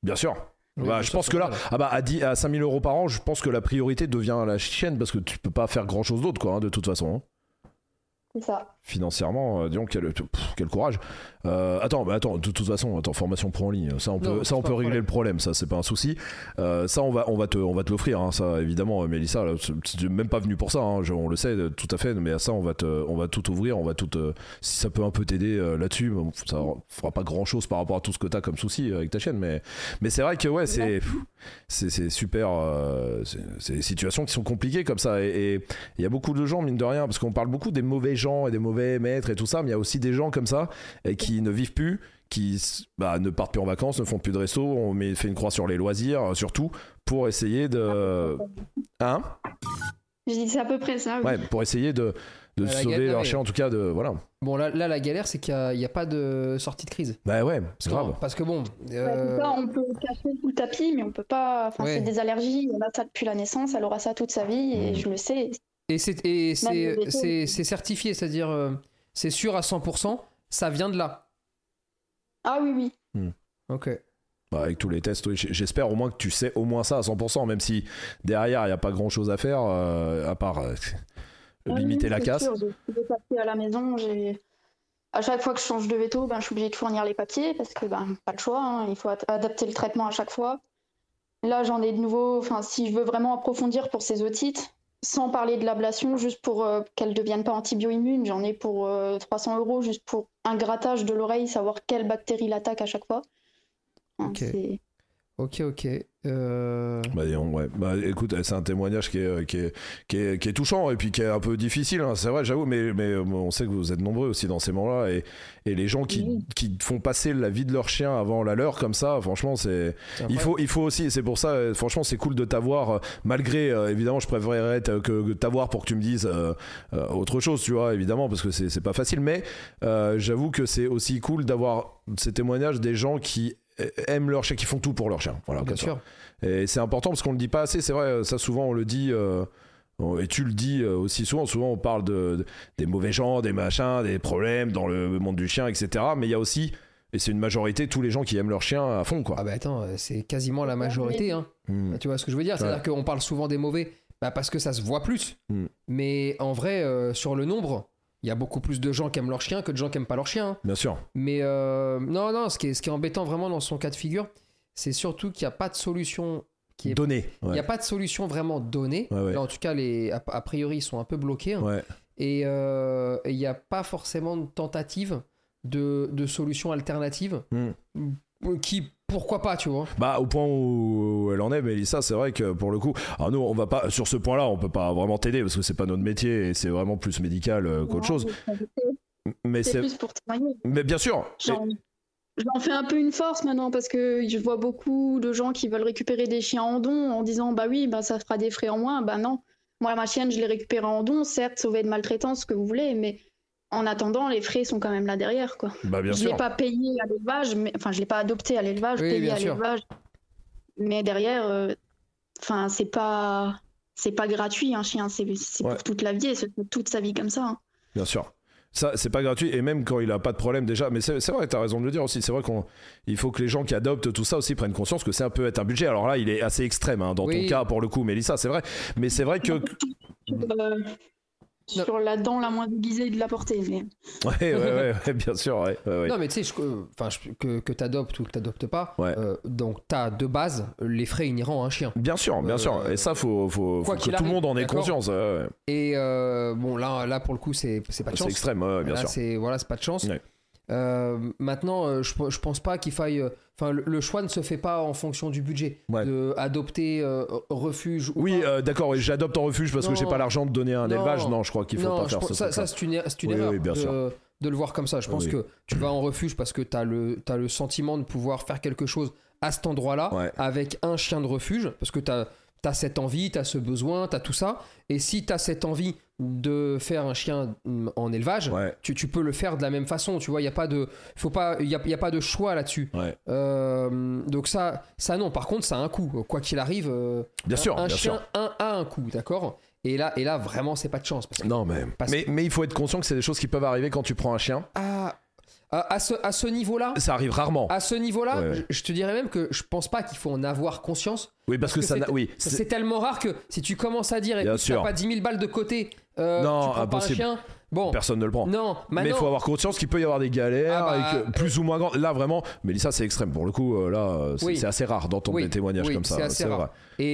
S1: Bien sûr.
S2: Oui,
S1: Bah,
S2: mais
S1: je
S2: ça,
S1: pense
S2: c'est
S1: que là,
S2: normal.
S1: ah bah, à, 10 à 5000 euros par an, je pense que la priorité devient la chienne parce que tu peux pas faire grand chose d'autre, quoi, hein, de toute façon. hein.
S5: C'est ça.
S1: Financièrement, euh, disons, quel, pff, quel courage. Euh, attends, bah, attends, de toute façon, attends, formation pro en ligne, ça on peut,
S2: Non,
S1: ça,
S2: c'est
S1: on
S2: pas
S1: peut
S2: un
S1: régler le problème, ça c'est pas un souci. Euh, ça on va, on va te, on va te l'offrir, hein, ça évidemment, euh, Mélissa, là, tu- tu n'es même pas venu pour ça, hein, je- on le sait euh, tout à fait, mais à ça on va, te, on va tout ouvrir, on va tout. euh, si ça peut un peu t'aider euh, là-dessus, bon, ça fera pas grand chose par rapport à tout ce que t'as comme souci euh, avec ta chaîne, mais, mais c'est vrai que ouais, c'est, pff, c'est, c'est super. euh, c'est, c'est des situations qui sont compliquées comme ça, et et il y a beaucoup de gens, mine de rien, parce qu'on parle beaucoup des mauvais gens méchants et des mauvais maîtres et tout ça, mais il y a aussi des gens comme ça et qui ne vivent plus, qui s- bah, ne partent plus en vacances, ne font plus de resto, on met, fait une croix sur les loisirs, euh, surtout pour essayer de, hein,
S5: Je dis c'est à peu près ça. oui.
S1: ouais, pour essayer de, de
S2: La
S1: sauver
S2: galère,
S1: leur
S2: oui.
S1: chien, en tout cas de, voilà.
S2: Bon, là, là, la galère, c'est qu'il n'y a, pas de sortie de crise.
S1: Bah ouais, c'est
S2: Non,
S1: grave.
S2: Parce que bon.
S5: Bah,
S2: euh,
S5: tout ça, on peut cacher sous le tapis, mais on peut pas. Enfin,
S2: Ouais.
S5: c'est des allergies. On a ça depuis la naissance. Elle aura ça toute sa vie, et
S1: Mm.
S5: je le sais.
S2: Et c'est et c'est-
S5: les vétos.
S2: c'est- c'est certifié, c'est-à-dire euh, c'est sûr à 100%, ça vient de là.
S5: Ah oui, oui.
S2: Ok.
S1: Bah, avec tous les tests, oui, j- j'espère au moins que tu sais au moins ça à 100%, même si derrière il n'y a pas grand chose à faire, euh, à part euh, limiter la
S5: Ah Oui, c'est
S1: casse.
S5: sûr, J'ai tous les papiers à la maison. J'ai à chaque fois que je change de veto, ben, je suis obligée de fournir les papiers parce que ben, pas le choix. hein, il faut at- adapter le traitement à chaque fois. Là, j'en ai de nouveau. Enfin, si je veux vraiment approfondir pour ces otites, sans parler de l'ablation, juste pour euh, qu'elle ne devienne pas antibioimmune, j'en ai pour euh, 300 euros juste pour un grattage de l'oreille, savoir quelle bactérie l'attaque à chaque fois. Hein,
S2: Ok.
S5: c'est-
S2: Ok, ok. Euh,
S1: Bah, dis donc, ouais. Bah, écoute, c'est un témoignage qui est, euh, qui, est, qui, est, qui est touchant et puis qui est un peu difficile, hein, c'est vrai, j'avoue, mais, mais euh, on sait que vous êtes nombreux aussi dans ces moments-là et, et les gens qui,
S3: Oui.
S1: qui font passer la vie de leur chien avant la leur comme ça, franchement, c'est.
S2: c'est
S1: Il
S2: incroyable.
S1: faut, ah, il faut aussi, et c'est pour ça, euh, franchement, c'est cool de t'avoir, euh, malgré, euh, évidemment, je préférerais t- que, que t'avoir pour que tu me dises euh, euh, autre chose, tu vois, évidemment, parce que c'est c'est pas facile, mais euh, j'avoue que c'est aussi cool d'avoir ces témoignages des gens qui euh, aiment leur chien, qui font tout pour leur chien. Voilà, comme
S2: Bien
S1: bah, ça.
S2: sûr.
S1: Et c'est important parce qu'on le dit pas assez, c'est vrai, euh, ça souvent on le dit. euh, on- et tu le dis euh, aussi souvent, souvent on parle de, de- des mauvais gens, des machins, des problèmes dans le monde du chien, etc. Mais il y a aussi, et c'est une majorité, tous les gens qui aiment leur chien à fond, quoi.
S2: Ah bah attends, euh, c'est quasiment la majorité. Hein.
S1: Hmm.
S5: Mmh.
S2: Tu vois ce que je veux dire C'est-à-dire qu'on parle souvent des mauvais bah parce que ça se voit plus.
S1: Mm.
S2: Mais en vrai, euh, sur le nombre, il y a beaucoup plus de gens qui aiment leur chien que de gens qui aiment pas leur chien. hein.
S1: Bien sûr.
S2: Mais euh, non, non, ce qui, est, ce qui est embêtant vraiment dans son cas de figure, c'est surtout qu'il n'y a pas de solution qui est
S1: Donner.
S2: Il n'y
S1: Ouais.
S2: a pas de solution vraiment donnée.
S1: Ouais, ouais.
S2: Là, en tout cas, les, a, a priori, ils sont un peu bloqués. hein.
S1: Ouais.
S2: Et euh, et il n'y a pas forcément de tentative de, de solution alternative
S1: Hmm.
S2: Euh, qui, pourquoi pas, tu vois.
S1: Bah, au point où elle en est, Mélissa, c'est vrai que pour le coup, alors nous, on va pas, sur ce point-là, on peut pas vraiment t'aider parce que c'est pas notre métier et c'est vraiment plus médical euh, qu'autre chose. Mais
S5: C'est
S1: c'est.
S5: plus pour témoigner.
S1: Mais bien sûr!
S5: J'en j'en fais un peu une force maintenant parce que je vois beaucoup de gens qui veulent récupérer des chiens en don en disant bah oui, bah ça fera des frais en moins. Bah non, moi ma chienne, je l'ai récupérée en don, certes, sauvée de maltraitance, ce que vous voulez, mais en attendant, les frais sont quand même là derrière. quoi.
S1: Bah, bien
S5: je l'ai
S1: sûr.
S5: pas payé à l'élevage, mais... enfin, je l'ai pas adopté à l'élevage,
S2: Oui,
S5: payé
S2: bien
S5: à
S2: sûr.
S5: l'élevage. Mais derrière, euh, enfin, c'est pas. C'est pas gratuit, un chien, c'est c'est
S1: Ouais.
S5: pour toute la vie et c'est toute sa vie comme ça. hein.
S1: Bien sûr. Ça, c'est pas gratuit. Et même quand il a pas de problème déjà, mais c'est c'est vrai, t'as raison de le dire aussi. C'est vrai qu'on, il faut que les gens qui adoptent tout ça aussi prennent conscience que c'est un peu être un budget. Alors là, il est assez extrême hein, dans
S2: Oui.
S1: ton cas pour le coup, Mélissa, c'est vrai. Mais c'est
S2: [LAUGHS]
S1: vrai que,
S5: Euh, sur la dent la moins déguisée de la portée. mais-
S1: ouais, ouais, ouais, ouais, bien sûr, ouais, ouais, ouais.
S2: Non, mais tu sais, je- euh, enfin, je- que, que t'adoptes ou que t'adoptes pas,
S1: Ouais.
S2: euh, donc t'as de base les frais inhérents à un chien.
S1: Bien sûr, bien
S2: Euh,
S1: sûr. Et ça, faut, faut,
S2: quoi
S1: faut
S2: qu'il
S1: que tout le
S2: arrive,
S1: monde en ait
S2: d'accord.
S1: conscience. ouais, ouais.
S2: Et euh, bon, là, là, pour le coup, c'est c'est pas de
S1: C'est
S2: chance.
S1: extrême, ouais, bien
S2: Là,
S1: sûr.
S2: c'est voilà, c'est pas de chance.
S1: Ouais.
S2: Euh, maintenant, euh, je, je pense pas qu'il faille. euh, Enfin, le, le choix ne se fait pas en fonction du budget.
S1: Ouais.
S2: De adopter euh, refuge. ou
S1: Oui,
S2: pas.
S1: euh, d'accord, et j'adopte en refuge parce
S2: Non.
S1: que j'ai pas l'argent de donner à un
S2: Non.
S1: élevage. Non, je crois qu'il faut
S2: non,
S1: pas
S2: je
S1: faire
S2: pense-
S1: ce
S2: ça,
S1: truc-là.
S2: ça, c'est une, er- c'est une
S1: Oui,
S2: erreur
S1: oui, bien
S2: de,
S1: sûr.
S2: de le voir comme ça. Je pense
S1: Oui.
S2: que tu vas en refuge parce que tu as, as le sentiment de pouvoir faire quelque chose à cet endroit-là
S1: Ouais.
S2: avec un chien de refuge parce que tu as, cette envie, tu as ce besoin, tu as tout ça. Et si tu as cette envie de faire un chien mm, en élevage,
S1: Ouais.
S2: tu, tu peux le faire de la même façon, tu vois, il n'y a, pas de- faut pas- y a, y a pas de choix là-dessus.
S1: Ouais.
S2: Euh, donc ça, ça non, par contre, ça a un coût, quoi qu'il arrive. euh,
S1: Bien
S2: un-
S1: sûr,
S2: un
S1: bien
S2: chien,
S1: sûr.
S2: un a un coût, d'accord et là, et là, vraiment, c'est pas de chance. parce que-
S1: Non, mais...
S2: Parce-
S1: mais mais il faut être conscient que c'est des choses qui peuvent arriver quand tu prends un chien.
S2: Ah, à, à ce, à ce niveau-là,
S1: Ça arrive rarement.
S2: à ce niveau-là,
S1: Ouais, ouais.
S2: je- je te dirais même que je pense pas qu'il faut en avoir conscience.
S1: oui, parce que,
S2: que
S1: ça.
S2: c'est-
S1: n'a- Oui,
S2: C'est tellement rare que si tu commences à dire et
S1: Bien
S2: que t'as
S1: sûr.
S2: pas 10 000 balles de côté, euh,
S1: Non,
S2: tu prends pas un
S1: impossible.
S2: chien. Bon,
S1: personne ne le prend.
S2: non,
S1: mais il faut
S2: maintenant,
S1: avoir conscience qu'il peut y avoir des galères
S2: Ah bah,
S1: et que plus ou moins grandes. Là, vraiment, Mélissa, c'est extrême. Pour le coup, euh, là, euh, c'est
S2: Oui.
S1: c'est assez rare d'entendre
S2: Oui,
S1: des témoignages
S2: oui,
S1: comme ça.
S2: c'est assez rare.
S1: vrai.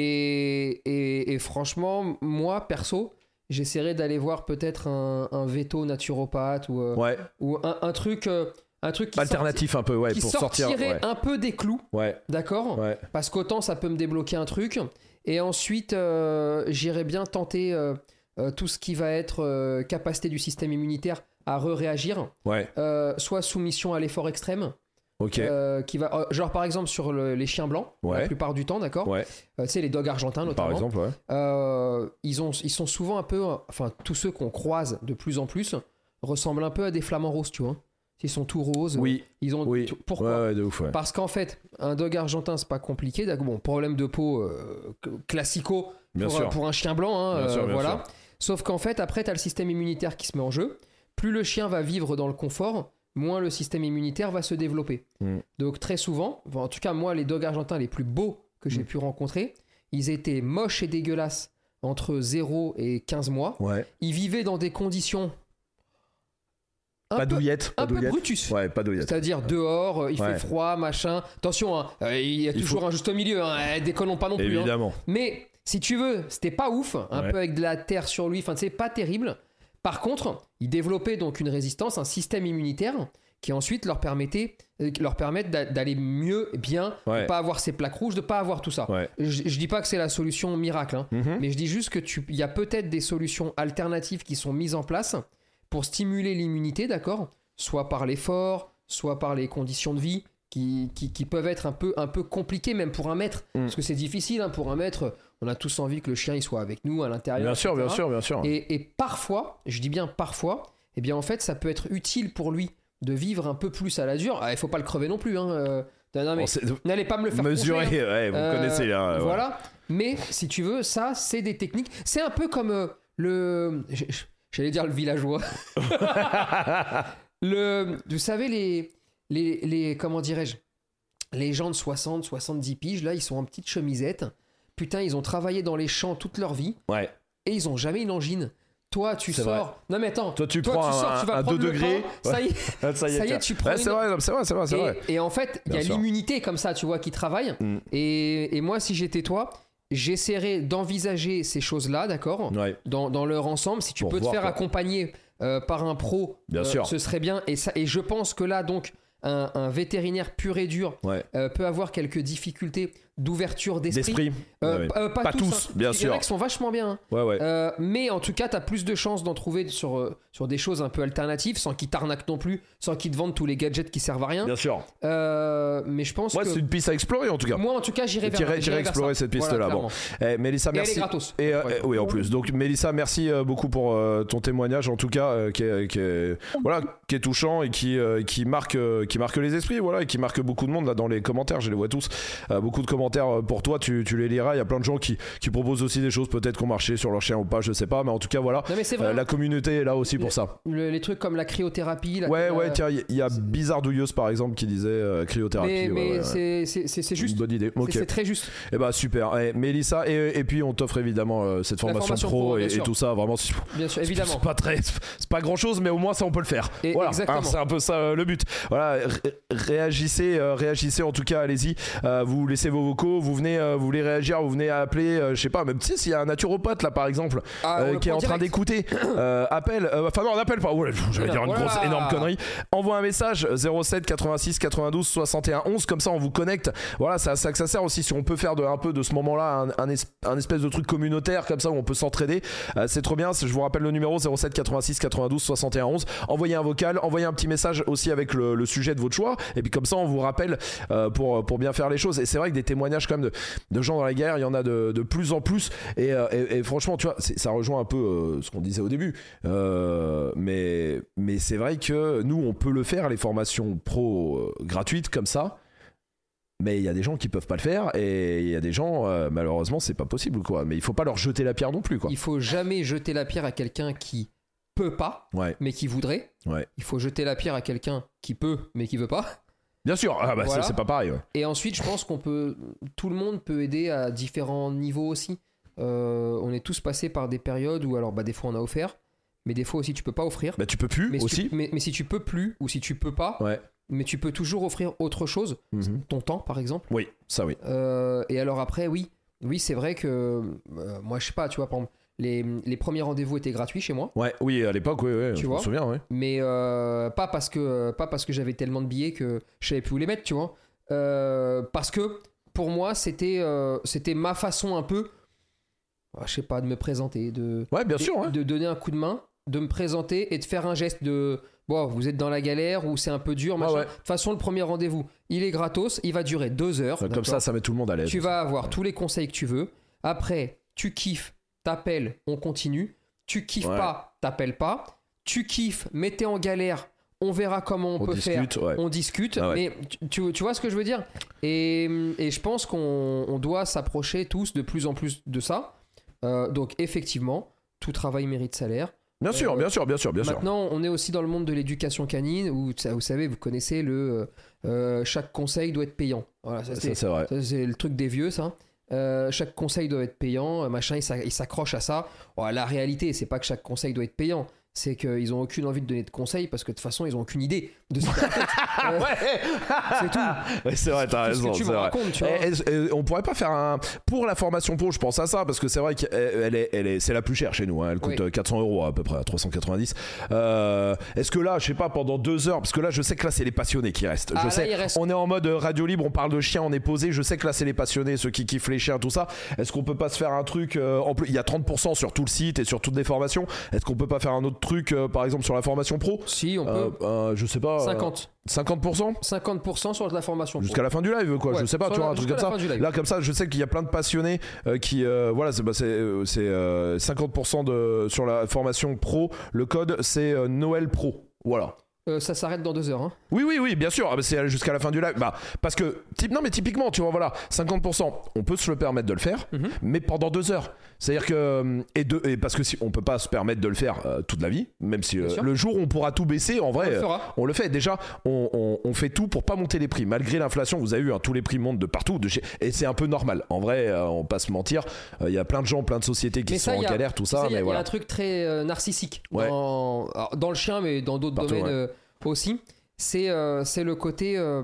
S2: et, et, et franchement, moi, perso, j'essaierai d'aller voir peut-être un, un veto naturopathe ou, euh,
S1: Ouais,
S2: ou un, un truc, euh, un truc qui,
S1: alternatif un peu, ouais,
S2: sorti- qui
S1: pour sortir.
S2: sortirait
S1: Ouais,
S2: un peu des clous,
S1: ouais,
S2: d'accord
S1: ouais.
S2: Parce qu'autant ça peut me débloquer un truc. Et ensuite, euh, j'irais bien tenter euh, euh, tout ce qui va être euh, capacité du système immunitaire à réagir
S1: Ouais,
S2: euh, soit soumission à l'effort extrême,
S1: ok.
S2: euh, qui va, euh, genre par exemple sur le- les chiens blancs,
S1: Ouais.
S2: la plupart du temps, d'accord
S1: Ouais.
S2: Euh, Tu sais, les dogs argentins notamment.
S1: Par exemple, ouais.
S2: Euh, ils, ont, ils sont souvent un peu, euh, enfin tous ceux qu'on croise de plus en plus ressemblent un peu à des flamants roses, tu vois. Ils sont tout roses.
S1: Oui,
S2: Ils ont
S1: oui.
S2: tout- Euh, pourquoi
S1: ouais, ouais, de ouf, ouais.
S2: Parce qu'en fait, un dog argentin, c'est pas compliqué. d'accord, Bon, problème de peau euh, que- classico
S1: Bien
S2: pour,
S1: sûr.
S2: pour un chien blanc, hein,
S1: Bien
S2: euh,
S1: sûr, bien
S2: voilà.
S1: sûr.
S2: Sauf qu'en fait, après, t'as le système immunitaire qui se met en jeu. Plus le chien va vivre dans le confort, moins le système immunitaire va se développer.
S1: Mm.
S2: Donc très souvent, enfin, en tout cas moi, les dogs argentins les plus beaux que j'ai
S1: Mm.
S2: pu rencontrer, ils étaient moches et dégueulasses entre 0 et 15 mois.
S1: Ouais.
S2: Ils vivaient dans des conditions un
S1: Pas
S2: peu,
S1: douillette. Pas
S2: un peu
S1: douillette.
S2: brutus.
S1: Ouais, pas douillette.
S2: C'est-à-dire dehors, euh, il
S1: Ouais.
S2: fait froid, machin. Attention, hein, euh, il y a
S1: Il
S2: toujours un juste milieu, hein, euh, déconnons pas non plus. hein.
S1: Évidemment.
S2: Mais si tu veux, c'était pas ouf, un
S1: Ouais.
S2: peu avec de la terre sur lui, enfin, c'est pas terrible. Par contre, il développait donc une résistance, un système immunitaire qui ensuite leur permettait euh, qui leur permettre d'a- d'aller mieux, bien,
S1: Ouais.
S2: de pas avoir ces plaques rouges, de pas avoir tout ça.
S1: Ouais.
S2: Je, je dis pas que c'est la solution miracle, hein,
S1: Mhm.
S2: mais je dis juste que tu, il y a peut-être des solutions alternatives qui sont mises en place pour stimuler l'immunité, d'accord Soit par l'effort, soit par les conditions de vie qui, qui, qui peuvent être un peu, un peu compliquées, même pour un maître.
S1: Mm.
S2: Parce que c'est difficile, hein, pour un maître, on a tous envie que le chien il soit avec nous à l'intérieur.
S1: Bien sûr, bien
S2: etc.
S1: sûr, bien sûr.
S2: Et, et parfois, je dis bien parfois, eh bien en fait, ça peut être utile pour lui de vivre un peu plus à la dure. Ah, il faut pas le crever non plus, hein. euh, non, non, mais
S1: On sait-
S2: n'allez pas me le faire
S1: Mesurer,
S2: congeler, hein.
S1: ouais, vous
S2: Euh,
S1: connaissez là. Ah, ouais.
S2: Voilà. Mais si tu veux, ça, c'est des techniques. C'est un peu comme euh, le. j- j- J'allais dire le villageois. [LAUGHS] le, vous savez, les. les, les comment dirais-je Les gens de 60, 70 piges, là, ils sont en petite chemisette. Putain, ils ont travaillé dans les champs toute leur vie
S1: [LAUGHS] Ouais.
S2: et ils ont jamais une angine. Toi, tu
S1: C'est
S2: sors. Non, mais attends.
S1: Toi, tu
S2: Toi,
S1: prends
S2: tu
S1: un-
S2: sors, tu vas
S1: un
S2: prendre
S1: 2
S2: le
S1: degrés.
S2: pain, Ça y est,
S1: Ah, Ça
S2: ça y est,
S1: tiens.
S2: tu prends
S1: Ouais,
S2: une
S1: c'est vrai, non, c'est vrai, c'est vrai, [LAUGHS] c'est vrai.
S2: et, et en fait, il y a
S1: Bien sûr.
S2: l'immunité comme ça, tu vois, qui travaille.
S1: Mm.
S2: Et, et moi, si j'étais toi, j'essaierais d'envisager ces choses-là, d'accord
S1: Ouais,
S2: dans, dans leur ensemble. Si tu
S1: Pour
S2: peux te
S1: voir,
S2: faire
S1: quoi.
S2: accompagner euh, par un pro,
S1: Bien
S2: euh,
S1: sûr.
S2: ce serait bien. Et, ça, et je pense que là, donc, un, un vétérinaire pur et dur
S1: ouais.
S2: euh, peut avoir quelques difficultés d'ouverture d'esprit.
S1: D'esprit.
S2: Euh,
S1: Ouais,
S2: p- euh, pas,
S1: Pas
S2: tous,
S1: tous,
S2: hein.
S1: bien
S2: Il y en a
S1: sûr.
S2: qui sont vachement bien. hein.
S1: Ouais, ouais.
S2: Euh, mais en tout cas, t'as plus de chances d'en trouver sur, euh, sur des choses un peu alternatives, sans qu'ils t'arnaquent non plus, sans qu'ils te vendent tous les gadgets qui servent à rien.
S1: Bien sûr.
S2: Euh, mais je pense
S1: Moi,
S2: que.
S1: c'est une piste à explorer en tout cas.
S2: Moi, en tout cas, j'irai vers
S1: J'irai- J'irai
S2: vers
S1: explorer
S2: ça.
S1: cette
S2: Voilà,
S1: piste-là. bon,
S2: clairement.
S1: Eh, Mélissa,
S2: Et elle est
S1: merci.
S2: gratos.
S1: Et, euh,
S2: Ouais.
S1: euh, oui, en plus. Donc, Mélissa, merci euh, beaucoup pour euh, ton témoignage, en tout cas, euh, qui, est, qui est- voilà, qui est touchant et qui, euh, qui, marque, euh, qui marque les esprits, voilà, et qui marque beaucoup de monde là dans les commentaires. Je les vois tous. Euh, beaucoup de commentaires euh, pour toi, tu, tu les liras. Il y a plein de gens qui, qui proposent aussi des choses, peut-être qu'on marchait sur leur chien ou pas, je sais pas, mais en tout cas, voilà.
S2: Non, mais c'est
S1: Euh,
S2: vrai.
S1: la communauté est là aussi pour ça.
S2: le- les trucs comme la cryothérapie. la-
S1: Ouais,
S2: la-
S1: ouais, tiens, il y- il y a
S2: Euh, c'est-
S1: Bizarre Douilleuse par exemple qui disait euh, cryothérapie.
S2: Mais,
S1: ouais,
S2: mais
S1: ouais, ouais.
S2: c'est- c'est c'est- c'est juste.
S1: Bonne idée.
S2: C'est-
S1: Ok.
S2: C'est très juste.
S1: Et bah super. Eh, Mélissa, et, et puis on t'offre évidemment euh, cette
S2: La
S1: formation,
S2: formation
S1: pro,
S2: pro,
S1: et,
S2: bien
S1: et
S2: sûr.
S1: tout ça. Vraiment, c'est-
S2: Bien sûr,
S1: c'est- [LAUGHS]
S2: évidemment.
S1: C'est pas très, c'est pas grand chose, mais au moins ça on peut le faire.
S2: Et-
S1: voilà, hein,
S2: exactement.
S1: c'est un peu ça euh, le but. Voilà, ré- réagissez, euh, réagissez en tout cas, allez-y. Euh, vous laissez vos vocaux, vous venez, euh, vous voulez réagir, vous venez appeler, euh, je sais pas, même si s'il y a un naturopathe là par exemple
S2: Ah, on
S1: euh,
S2: le
S1: qui est
S2: prend
S1: en train
S2: direct.
S1: d'écouter, euh, appelle, euh, enfin non, n'appelle pas. Oh là, pff, J'allais dire une
S2: Voilà.
S1: grosse, énorme connerie. Envoie un message 07 86 92 61 11 comme ça on vous connecte. Voilà, c'est à ça que ça sert aussi si on peut faire de, un peu de ce moment-là un, un es- un espèce de truc communautaire comme ça où on peut s'entraider. Euh, c'est trop bien. C'est- Je vous rappelle le numéro 07 86 92 61 11. Envoyez un vocal, envoyez un petit message aussi avec le, le sujet de votre choix et puis comme ça on vous rappelle euh, pour pour bien faire les choses. Et c'est vrai que des témoignages quand même de, de gens dans la galère, il y en a de, de plus en plus. Et, euh, et- et franchement, tu vois, c'est- ça rejoint un peu euh, ce qu'on disait au début. Euh, mais mais c'est vrai que nous, on peut le faire, les formations pro euh, gratuites comme ça. Mais il y a des gens qui peuvent pas le faire et il y a des gens, euh, malheureusement, c'est pas possible quoi. Mais il faut pas leur jeter la pierre non plus quoi.
S2: Il faut jamais jeter la pierre à quelqu'un qui peut pas,
S1: Ouais.
S2: mais qui voudrait.
S1: Ouais.
S2: Il faut jeter la pierre à quelqu'un qui peut, mais qui veut pas.
S1: Bien sûr, ah bah ça,
S2: Voilà.
S1: c'est pas pareil. ouais.
S2: Et ensuite, je pense qu'on peut. Tout le monde peut aider à différents niveaux aussi. Euh, on est tous passés par des périodes où, alors, bah, des fois, on a offert, mais des fois aussi, tu peux pas offrir.
S1: Bah tu peux plus
S2: Mais si,
S1: aussi.
S2: Tu, mais, mais si tu peux plus ou si tu peux pas,
S1: Ouais.
S2: mais tu peux toujours offrir autre chose,
S1: Mhm.
S2: ton temps par exemple.
S1: Oui, ça oui.
S2: Euh, et alors après, oui, oui, c'est vrai que euh, moi je sais pas, tu vois, par exemple, les, les premiers rendez-vous étaient gratuits chez moi,
S1: Ouais, oui, à l'époque, oui, oui. je
S2: Tu
S1: me
S2: vois
S1: souviens, ouais.
S2: mais euh, pas parce que pas parce que j'avais tellement de billets que je savais plus où les mettre, tu vois. Euh, parce que pour moi, c'était euh, c'était ma façon un peu ah, je sais pas, de me présenter, de,
S1: Ouais, bien
S2: de-
S1: sûr. hein.
S2: de donner un coup de main, de me présenter et de faire un geste de bon, vous êtes dans la galère ou c'est un peu dur,
S1: Ah
S2: machin.
S1: ouais.
S2: De toute façon, le premier rendez-vous, il est gratos, il va durer deux heures.
S1: Ouais, Comme
S2: d'accord
S1: ça, ça met tout le monde à l'aise.
S2: tu vas avoir tous les conseils que tu veux. Après, tu kiffes, t'appelles, on continue. Tu kiffes
S1: Ouais.
S2: pas, t'appelles pas. Tu kiffes, mais t'es en galère, on verra comment on,
S1: On
S2: peut faire.
S1: discute, ouais.
S2: On discute,
S1: Ah ouais.
S2: mais tu- tu, tu vois ce que je veux dire et, et je pense qu'on on doit s'approcher tous de plus en plus de ça. Euh, donc effectivement, tout travail mérite salaire.
S1: Bien sûr,
S2: Euh,
S1: bien sûr, bien sûr, bien sûr.
S2: Maintenant, on est aussi dans le monde de l'éducation canine où, ça, vous savez, vous connaissez le euh, chaque conseil doit être payant. Voilà,
S1: Ça,
S2: ça, c'est-
S1: c'est
S2: [LAUGHS]
S1: vrai.
S2: ça, c'est le truc des vieux, ça. Euh, chaque conseil doit être payant, euh, machin, ils s'a- ils s'accrochent à ça. Oh, la réalité, c'est pas que chaque conseil doit être payant, c'est qu'ils ont aucune envie de donner de conseils parce que de toute façon, ils ont aucune idée de ce qu'ils racontent. Euh,
S1: [LAUGHS]
S2: C'est tout.
S1: Ouais, c'est vrai, t'as
S2: Tout ce que
S1: raison.
S2: tu
S1: c'est
S2: me
S1: vrai.
S2: racontes, tu vois.
S1: Eh, eh, eh, on pourrait pas faire un pour la formation pro je pense à ça parce que c'est vrai qu'elle elle est, elle est c'est la plus chère chez nous hein. elle coûte
S2: Oui.
S1: euh, 400 euros à peu près à 390 Euh, est-ce que là je sais pas pendant deux heures parce que là je sais que là c'est les passionnés qui restent
S2: Ah,
S1: je
S2: là,
S1: sais
S2: il reste-
S1: on est en mode euh, radio libre on parle de chiens on est posé je sais que là c'est les passionnés ceux qui kiffent les chiens tout ça est-ce qu'on peut pas se faire un truc euh, en plus il y a 30% sur tout le site et sur toutes les formations est-ce qu'on peut pas faire un autre truc euh, par exemple sur la formation pro
S2: Si, on
S1: Euh,
S2: peut.
S1: euh, je sais pas euh,
S2: 50.
S1: 50%
S2: 50% sur de la formation. pro.
S1: Jusqu'à la fin du live, quoi.
S2: Ouais,
S1: je sais pas,
S2: sur
S1: tu vois,
S2: la-
S1: un truc
S2: jusqu'à
S1: comme ça.
S2: la fin du live.
S1: Là, comme ça, je sais qu'il y a plein de passionnés euh, qui, euh, voilà, c'est bah, c'est, euh, c'est, euh, 50% de, sur la formation pro. Le code, c'est euh, Noël Pro. Voilà.
S2: Euh, ça s'arrête dans deux heures. hein.
S1: Oui, oui, oui, bien sûr. Ah, bah, c'est jusqu'à la fin du live. Bah, parce que, type, non, mais typiquement, tu vois, voilà, 50%, on peut se le permettre de le faire,
S2: Mhm.
S1: mais pendant deux heures. C'est-à-dire que, hum, et, deux et parce que si on peut pas se permettre de le faire euh, toute la vie, même si
S2: Bien
S1: euh,
S2: sûr.
S1: le jour où on pourra tout baisser, en
S2: On
S1: vrai,
S2: le
S1: euh,
S2: fera.
S1: on le fait déjà, on, on- on fait tout pour pas monter les prix. Malgré l'inflation, vous avez vu, hein, tous les prix montent de partout, de chez... et c'est un peu normal. En vrai, euh, on passe mentir, euh, il y a plein de gens, plein de sociétés qui
S2: Mais
S1: sont
S2: ça,
S1: en
S2: y a-
S1: galère, tout ça,
S2: il y, a-
S1: mais
S2: y a un
S1: voilà.
S2: truc très euh, narcissique
S1: Ouais.
S2: dans, alors, dans le chien, mais dans d'autres
S1: Partout,
S2: domaines
S1: ouais.
S2: euh, aussi. C'est euh, c'est le côté. euh,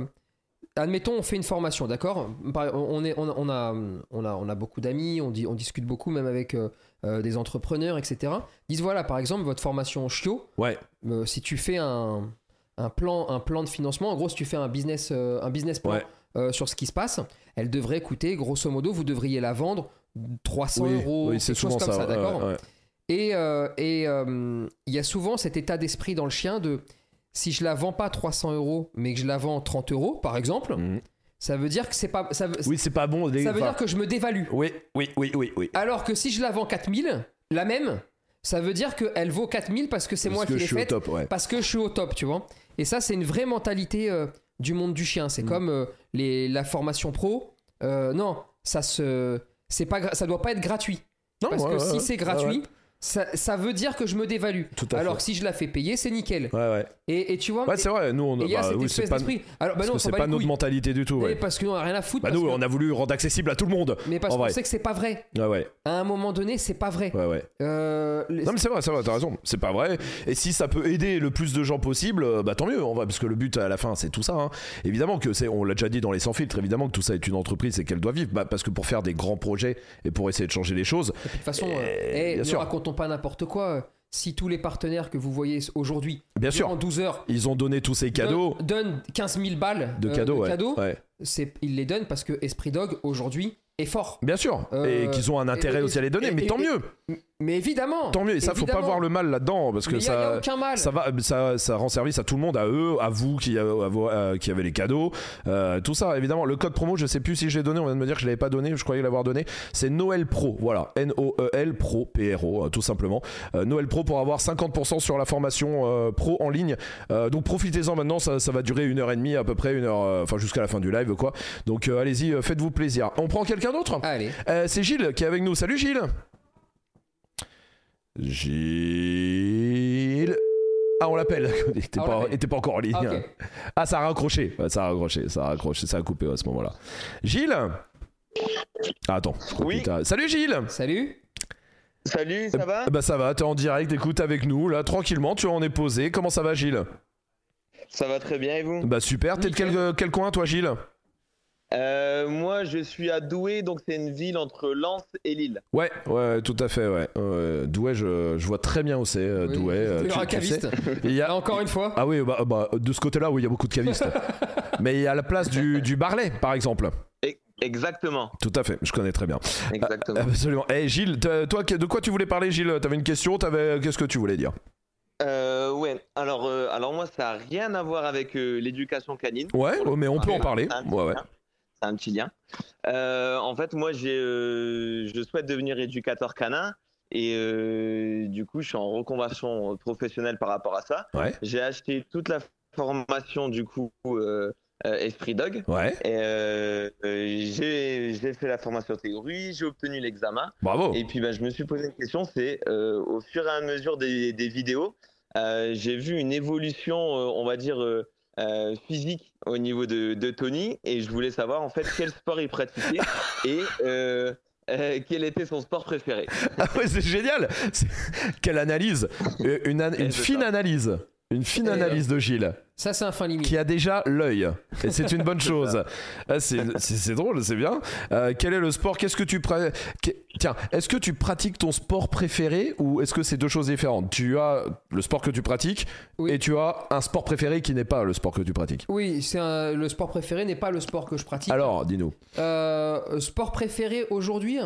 S2: admettons, on fait une formation, d'accord Par- on, est- on, a- on a, on, a, on a beaucoup d'amis, on, dit- on discute beaucoup, même avec euh, euh, des entrepreneurs, etc. Disent voilà, par exemple, votre formation chiot,
S1: Ouais.
S2: euh, si tu fais un, un, plan, un plan de financement, en gros, si tu fais un business, euh, un business plan
S1: Ouais.
S2: euh, sur ce qui se passe, elle devrait coûter, grosso modo, vous devriez la vendre 300
S1: Oui,
S2: euros,
S1: oui, c'est
S2: quelque chose
S1: souvent ça.
S2: comme ça,
S1: ouais,
S2: d'accord
S1: ouais, ouais.
S2: et euh, et, euh, il y a souvent cet état d'esprit dans le chien de si je la vends pas 300 euros, mais que je la vends 30 euros, par exemple,
S1: Mhm.
S2: ça veut dire que c'est pas ça, veut-
S1: Oui, c'est pas bon. les-
S2: ça veut
S1: enfin,
S2: dire que je me dévalue.
S1: Oui, oui, oui, oui, oui.
S2: Alors que si je la vends 4000, la même, ça veut dire qu'elle vaut 4000 parce que c'est
S1: Parce
S2: moi
S1: que
S2: qui
S1: je
S2: l'ai
S1: suis au
S2: faite,
S1: top, ouais.
S2: parce que je suis au top, tu vois. Et ça, c'est une vraie mentalité euh, du monde du chien. C'est
S1: Mhm.
S2: comme euh, les, la formation pro. Euh, non, ça se, c'est pas, gra- ça doit pas être gratuit.
S1: Non,
S2: parce
S1: ouais,
S2: que
S1: ouais,
S2: si
S1: ouais.
S2: c'est
S1: Ouais,
S2: gratuit,
S1: ouais.
S2: ça, ça veut dire que je me dévalue.
S1: Tout à
S2: Alors
S1: fait.
S2: que si je la fais payer, c'est nickel.
S1: Ouais, ouais.
S2: Et, et tu vois,
S1: Ouais,
S2: et-
S1: c'est vrai, nous, on
S2: et il y a
S1: bah,
S2: cette
S1: oui, c'est
S2: espèce
S1: pas,
S2: d'esprit. Alors, bah
S1: parce
S2: non,
S1: que
S2: on s'en
S1: c'est
S2: bat
S1: pas
S2: les
S1: notre
S2: couilles.
S1: mentalité du tout,
S2: Mais
S1: ouais.
S2: Parce qu'on a rien à foutre.
S1: Bah,
S2: parce
S1: nous,
S2: que-
S1: on a voulu rendre accessible à tout le monde.
S2: Mais parce
S1: en
S2: qu'on
S1: vrai.
S2: sait que c'est pas vrai.
S1: Ouais, ouais,
S2: À un moment donné, c'est pas vrai.
S1: ouais, ouais.
S2: Euh, les-
S1: Non mais c'est vrai, c'est vrai, t'as raison, c'est pas vrai. Et si ça peut aider le plus de gens possible, euh, bah tant mieux, en vrai, parce que le but à la fin c'est tout ça. hein. Évidemment que c'est, on l'a déjà dit dans les sans filtres, évidemment que tout ça est une entreprise et qu'elle doit vivre, bah, parce que pour faire des grands projets et pour essayer de changer les choses,
S2: de toute façon,
S1: Eh,
S2: euh, eh,
S1: bien
S2: ne
S1: sûr.
S2: racontons pas n'importe quoi. Euh, Si tous les partenaires que vous voyez aujourd'hui,
S1: bien
S2: en
S1: sûr,
S2: 12 heures,
S1: ils ont donné tous ces cadeaux,
S2: donnent, donnent 15 000 balles
S1: de
S2: euh,
S1: cadeaux, ouais. ouais.
S2: c'est- ils les donnent parce que Esprit Dog aujourd'hui est fort.
S1: bien sûr,
S2: Euh,
S1: et qu'ils ont un intérêt
S2: et-
S1: aussi à les donner,
S2: et-
S1: mais
S2: et-
S1: tant
S2: et-
S1: mieux,
S2: Mais évidemment,
S1: tant mieux. Et ça, faut pas
S2: évidemment.
S1: voir le mal là-dedans, parce
S2: Mais
S1: que
S2: y a- y a
S1: ça.
S2: aucun mal.
S1: Ça, va, ça, ça rend service à tout le monde, à eux, à vous qui, à- à vous, euh, qui avez les cadeaux, euh, tout ça évidemment. Le code promo, je sais plus si je l'ai donné, on vient de me dire que je l'avais pas donné, je croyais l'avoir donné. C'est Noël Pro, voilà, N-O-E-L Pro, P-R-O, euh, tout simplement. Euh, Noël Pro pour avoir 50% sur la formation euh, pro en ligne. Euh, donc profitez-en maintenant, ça, ça va durer une heure et demie à peu près, une heure, euh, enfin jusqu'à la fin du live quoi. Donc euh, allez-y, euh, faites-vous plaisir. On prend quelqu'un d'autre
S2: Allez,
S1: euh, c'est Gilles qui est avec nous. Salut Gilles. Gilles. Ah, on l'appelle. [LAUGHS] Il était
S2: Ah, on
S1: pas, [LAUGHS]
S2: l'appelle.
S1: il était pas encore en ligne.
S2: Ah, ok.
S1: Ah, ça a raccroché. Ouais, Ça a raccroché. Ça a raccroché. Ça a coupé ouais, à ce moment-là. Gilles. Ah, attends.
S6: Oui,
S1: Putain. Salut Gilles.
S2: salut.
S6: salut, ça va
S1: Eh Bah ça va. T'es en direct. Écoute avec nous là tranquillement. Tu en es posé. Comment ça va Gilles
S6: Ça va très bien et vous
S1: Bah super. T'es de quel, quel coin toi Gilles
S6: Euh, Moi, je suis à Douai, donc c'est une ville entre Lens et Lille.
S1: Ouais. Ouais. Tout à fait. Ouais. Euh, Douai. Je, je vois très bien où c'est. euh,
S2: Oui,
S1: Douai. euh,
S2: le
S1: tu- tu
S2: racaviste.
S1: sais. Il y a
S2: Encore une fois.
S1: Ah oui, bah, bah, de ce côté-là, oui, il y a beaucoup de cavistes. Mais il y a la place du, du Barlet, par exemple.
S6: Et- Exactement,
S1: Tout à fait, je connais très bien.
S6: exactement.
S1: Absolument. Eh Gilles, t'as- toi, que- de quoi tu voulais parler, Gilles T'avais une question t'avais- Qu'est-ce que tu voulais dire ah.
S6: Euh, ouais, alors, euh, alors moi, ça n'a rien à voir avec euh, l'éducation canine.
S1: Ouais,
S6: Pour le
S1: ouais, Oh, mais on
S6: coup,
S1: peut
S6: c'est
S1: en
S6: un-
S1: parler.
S6: c'est un petit
S1: Ouais, ouais.
S6: lien. C'est un petit lien. Euh, en fait, moi, j'ai, euh, je souhaite devenir éducateur canin. Et euh, du coup, je suis en reconversion professionnelle par rapport à ça.
S1: Ouais.
S6: J'ai acheté toute la formation, du coup, euh, euh, Esprit Dog.
S1: Ouais,
S6: Et euh, euh, j'ai j'ai fait la formation théorie, j'ai obtenu l'examen.
S1: bravo. [LAUGHS]
S6: Et puis, bah, je me suis posé une question, c'est euh, au fur et à mesure des, des vidéos, euh, j'ai vu une évolution, euh, on va dire, euh, euh, physique au niveau de, de Tony, et je voulais savoir en fait quel sport il pratiquait et euh, euh, quel était son sport préféré.
S1: Ah ouais, c'est génial. C'est- Quelle analyse. Euh, Une, an-
S6: Eh,
S1: une
S6: c'est
S1: fine
S6: ça. euh,
S1: analyse. Une fine
S2: Eh,
S1: analyse de Gilles,
S2: Ça, c'est un fin limite.
S1: [LAUGHS] qui a déjà l'œil. Et c'est une bonne
S2: [LAUGHS]
S1: chose. Ah, C'est c'est- c'est drôle, c'est bien. Euh, quel est le sport Qu'est-ce que tu pra- que- Tiens, est-ce que tu pratiques ton sport préféré ou est-ce que c'est deux choses différentes Tu as le sport que tu pratiques
S2: Oui.
S1: et tu as un sport préféré qui n'est pas le sport que tu pratiques.
S2: Oui, c'est un- le sport préféré n'est pas le sport que je pratique.
S1: Alors, dis-nous.
S2: Euh, sport préféré aujourd'hui